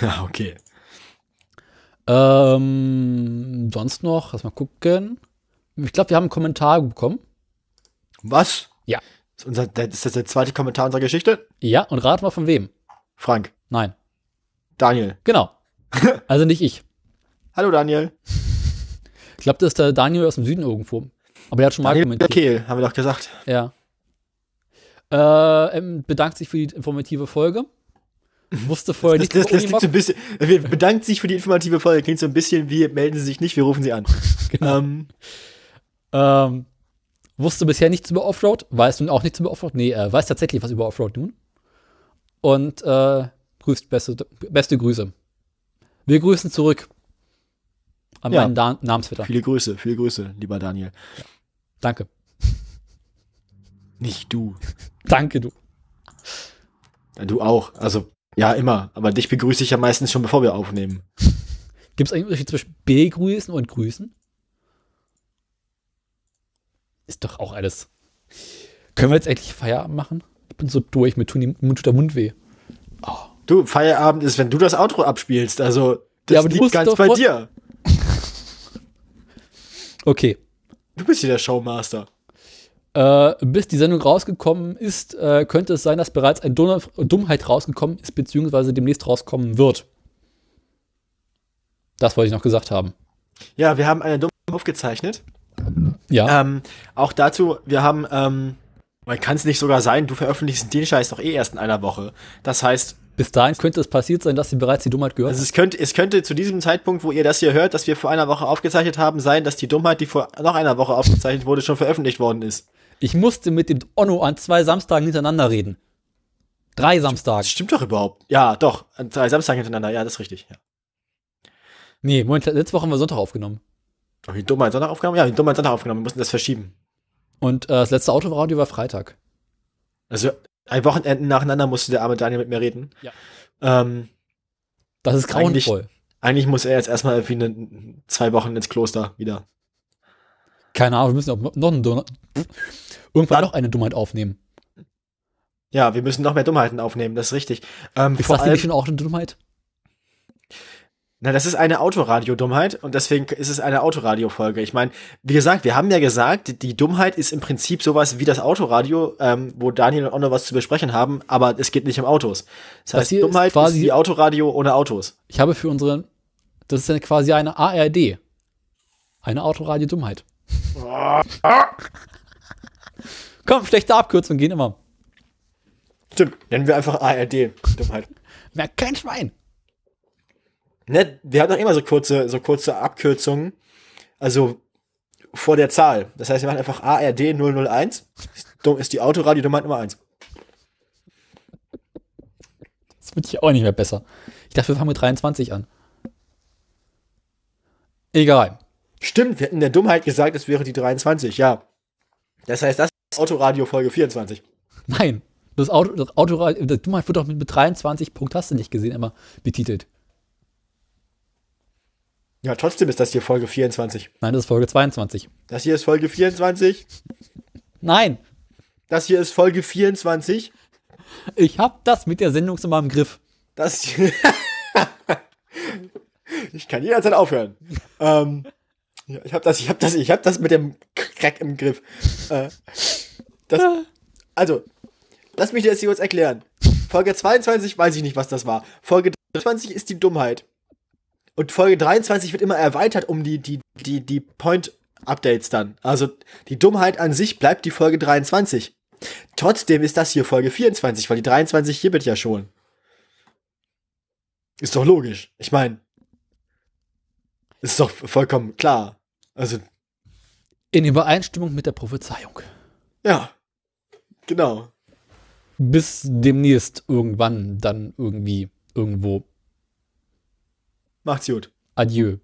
S2: Ja, okay.
S1: Ähm, sonst noch, lass mal gucken. Ich glaube, wir haben einen Kommentar bekommen.
S2: Was?
S1: Ja.
S2: Ist, unser, ist das der zweite Kommentar unserer Geschichte?
S1: Ja, und rat mal von wem.
S2: Frank.
S1: Nein.
S2: Daniel.
S1: Genau. Also nicht ich.
S2: Hallo Daniel.
S1: Ich glaube, das ist der Daniel aus dem Süden irgendwo. Aber der hat schon mal
S2: Daniel
S1: kommentiert.
S2: Kehl, haben wir doch gesagt.
S1: Ja. Äh, ähm, bedankt sich für die informative Folge. Wusste vorher
S2: Das,
S1: nicht,
S2: das,
S1: über
S2: das klingt so ein
S1: Unimog.
S2: bisschen, wir bedanken sich für die informative Folge. Klingt so ein bisschen wie, melden Sie sich nicht, wir rufen Sie an.
S1: Genau.
S2: ähm,
S1: ähm, wusste bisher nichts über Offroad, weiß nun auch nichts über Offroad. Nee, äh, weiß tatsächlich was über Offroad nun. Und äh, grüßt beste, beste Grüße. Wir grüßen zurück an
S2: Ja.
S1: meinen da Namensvetter.
S2: viele Grüße, viele Grüße, lieber Daniel.
S1: Danke.
S2: Nicht du.
S1: Danke, du.
S2: Du auch. Also, ja, immer. Aber dich begrüße ich ja meistens schon, bevor wir aufnehmen.
S1: Gibt es einen Unterschied zwischen begrüßen und grüßen? Ist doch auch alles. Können wir jetzt endlich Feierabend machen? Ich bin so durch, mir, tun die, mir tut der Mund weh.
S2: Du, Feierabend ist, wenn du das Outro abspielst. Also, das
S1: Ja, aber du
S2: liegt
S1: musst
S2: ganz
S1: doch
S2: bei
S1: vor-
S2: dir.
S1: Okay.
S2: Du bist hier der Showmaster.
S1: Äh, bis die Sendung rausgekommen ist, äh, könnte es sein, dass bereits eine Dunne- Dummheit rausgekommen ist, beziehungsweise demnächst rauskommen wird. Das wollte ich noch gesagt haben.
S2: Ja, wir haben eine dumme aufgezeichnet.
S1: Ja,
S2: Ähm, auch dazu, wir haben, ähm, man kann es nicht sogar sein, du veröffentlichst den Scheiß doch eh erst in einer Woche. Das heißt,
S1: bis dahin könnte es passiert sein, dass sie bereits die Dummheit gehört
S2: also es, könnte, es könnte zu diesem Zeitpunkt, wo ihr das hier hört, dass wir vor einer Woche aufgezeichnet haben, sein, dass die Dummheit, die vor noch einer Woche aufgezeichnet wurde, schon veröffentlicht worden ist.
S1: Ich musste mit dem Onno an zwei Samstagen hintereinander reden. Drei Samstagen.
S2: Das stimmt doch überhaupt. Ja, doch. An Zwei Samstagen hintereinander, ja, das ist richtig. Ja.
S1: Nee, Moment, letzte Woche haben wir Sonntag aufgenommen.
S2: Haben wir die Dummheit Sonntag aufgenommen? Ja, wir haben die Dummheit Sonntag aufgenommen. Wir mussten das verschieben.
S1: Und äh, das letzte Autoradio war Freitag.
S2: Also, ein Wochenende nacheinander musste der arme Daniel mit mir reden.
S1: Ja.
S2: Ähm,
S1: Das ist
S2: Eigentlich-
S1: grauenvoll.
S2: eigentlich muss er jetzt erstmal irgendwie ne, zwei Wochen ins Kloster wieder.
S1: Keine Ahnung, wir müssen auch noch einen Donut. Irgendwann noch eine Dummheit aufnehmen.
S2: Ja, wir müssen noch mehr Dummheiten aufnehmen, das ist richtig. Ähm,
S1: Ist
S2: vor
S1: das
S2: allem,
S1: nämlich schon auch eine Dummheit?
S2: na, das ist eine Autoradio-Dummheit und deswegen ist es eine Autoradio-Folge. Ich meine, wie gesagt, wir haben ja gesagt, die- die Dummheit ist im Prinzip sowas wie das Autoradio, ähm, wo Daniel und Onno was zu besprechen haben, aber es geht nicht um Autos. Das, heißt,
S1: hier ist
S2: Dummheit ist,
S1: quasi-
S2: wie Autoradio ohne Autos.
S1: Ich habe für unsere. Das ist ja quasi eine ARD. Eine Autoradio-Dummheit. Komm, schlechte Abkürzungen gehen immer.
S2: Stimmt, nennen wir einfach ARD. Dummheit.
S1: Merkt kein Schwein.
S2: Ne, wir haben doch immer so kurze, so kurze Abkürzungen. Also vor der Zahl. Das heißt, wir machen einfach ARD 001. Ist Dumm ist die Autoradio-Dummheit Nummer 1.
S1: Das wird hier auch nicht mehr besser. Ich dachte, wir fangen mit 23 an. Egal.
S2: Stimmt, wir hätten der Dummheit gesagt, es wäre die 23, ja. Das heißt, das ist Autoradio Folge 24.
S1: Nein. Das Auto, das Auto das Dummheit wird doch mit, mit 23 Punkt hast du nicht gesehen, immer betitelt.
S2: Ja, trotzdem ist das hier Folge 24.
S1: Nein, das ist Folge 22.
S2: Das hier ist Folge 24.
S1: Nein,
S2: Das hier ist Folge 24.
S1: ich hab das mit der Sendungsnummer im Griff.
S2: Das hier Ich kann jederzeit aufhören. ähm, ja, ich habe das, ich habe das, ich habe das mit dem Crack im Griff. Äh, das, also, lass mich dir das hier kurz erklären. Folge 22 weiß ich nicht, was das war. Folge 23 ist die Dummheit. Und Folge 23 wird immer erweitert um die, die, die, die Point-Updates dann. Also die Dummheit an sich bleibt die Folge 23. Trotzdem ist das hier Folge 24, weil die 23 hier wird ja schon. Ist doch logisch. Ich meine, ist doch vollkommen klar. Also,
S1: In Übereinstimmung mit der Prophezeiung.
S2: ja. Genau.
S1: Bis demnächst irgendwann, dann irgendwie, irgendwo.
S2: Macht's gut.
S1: Adieu.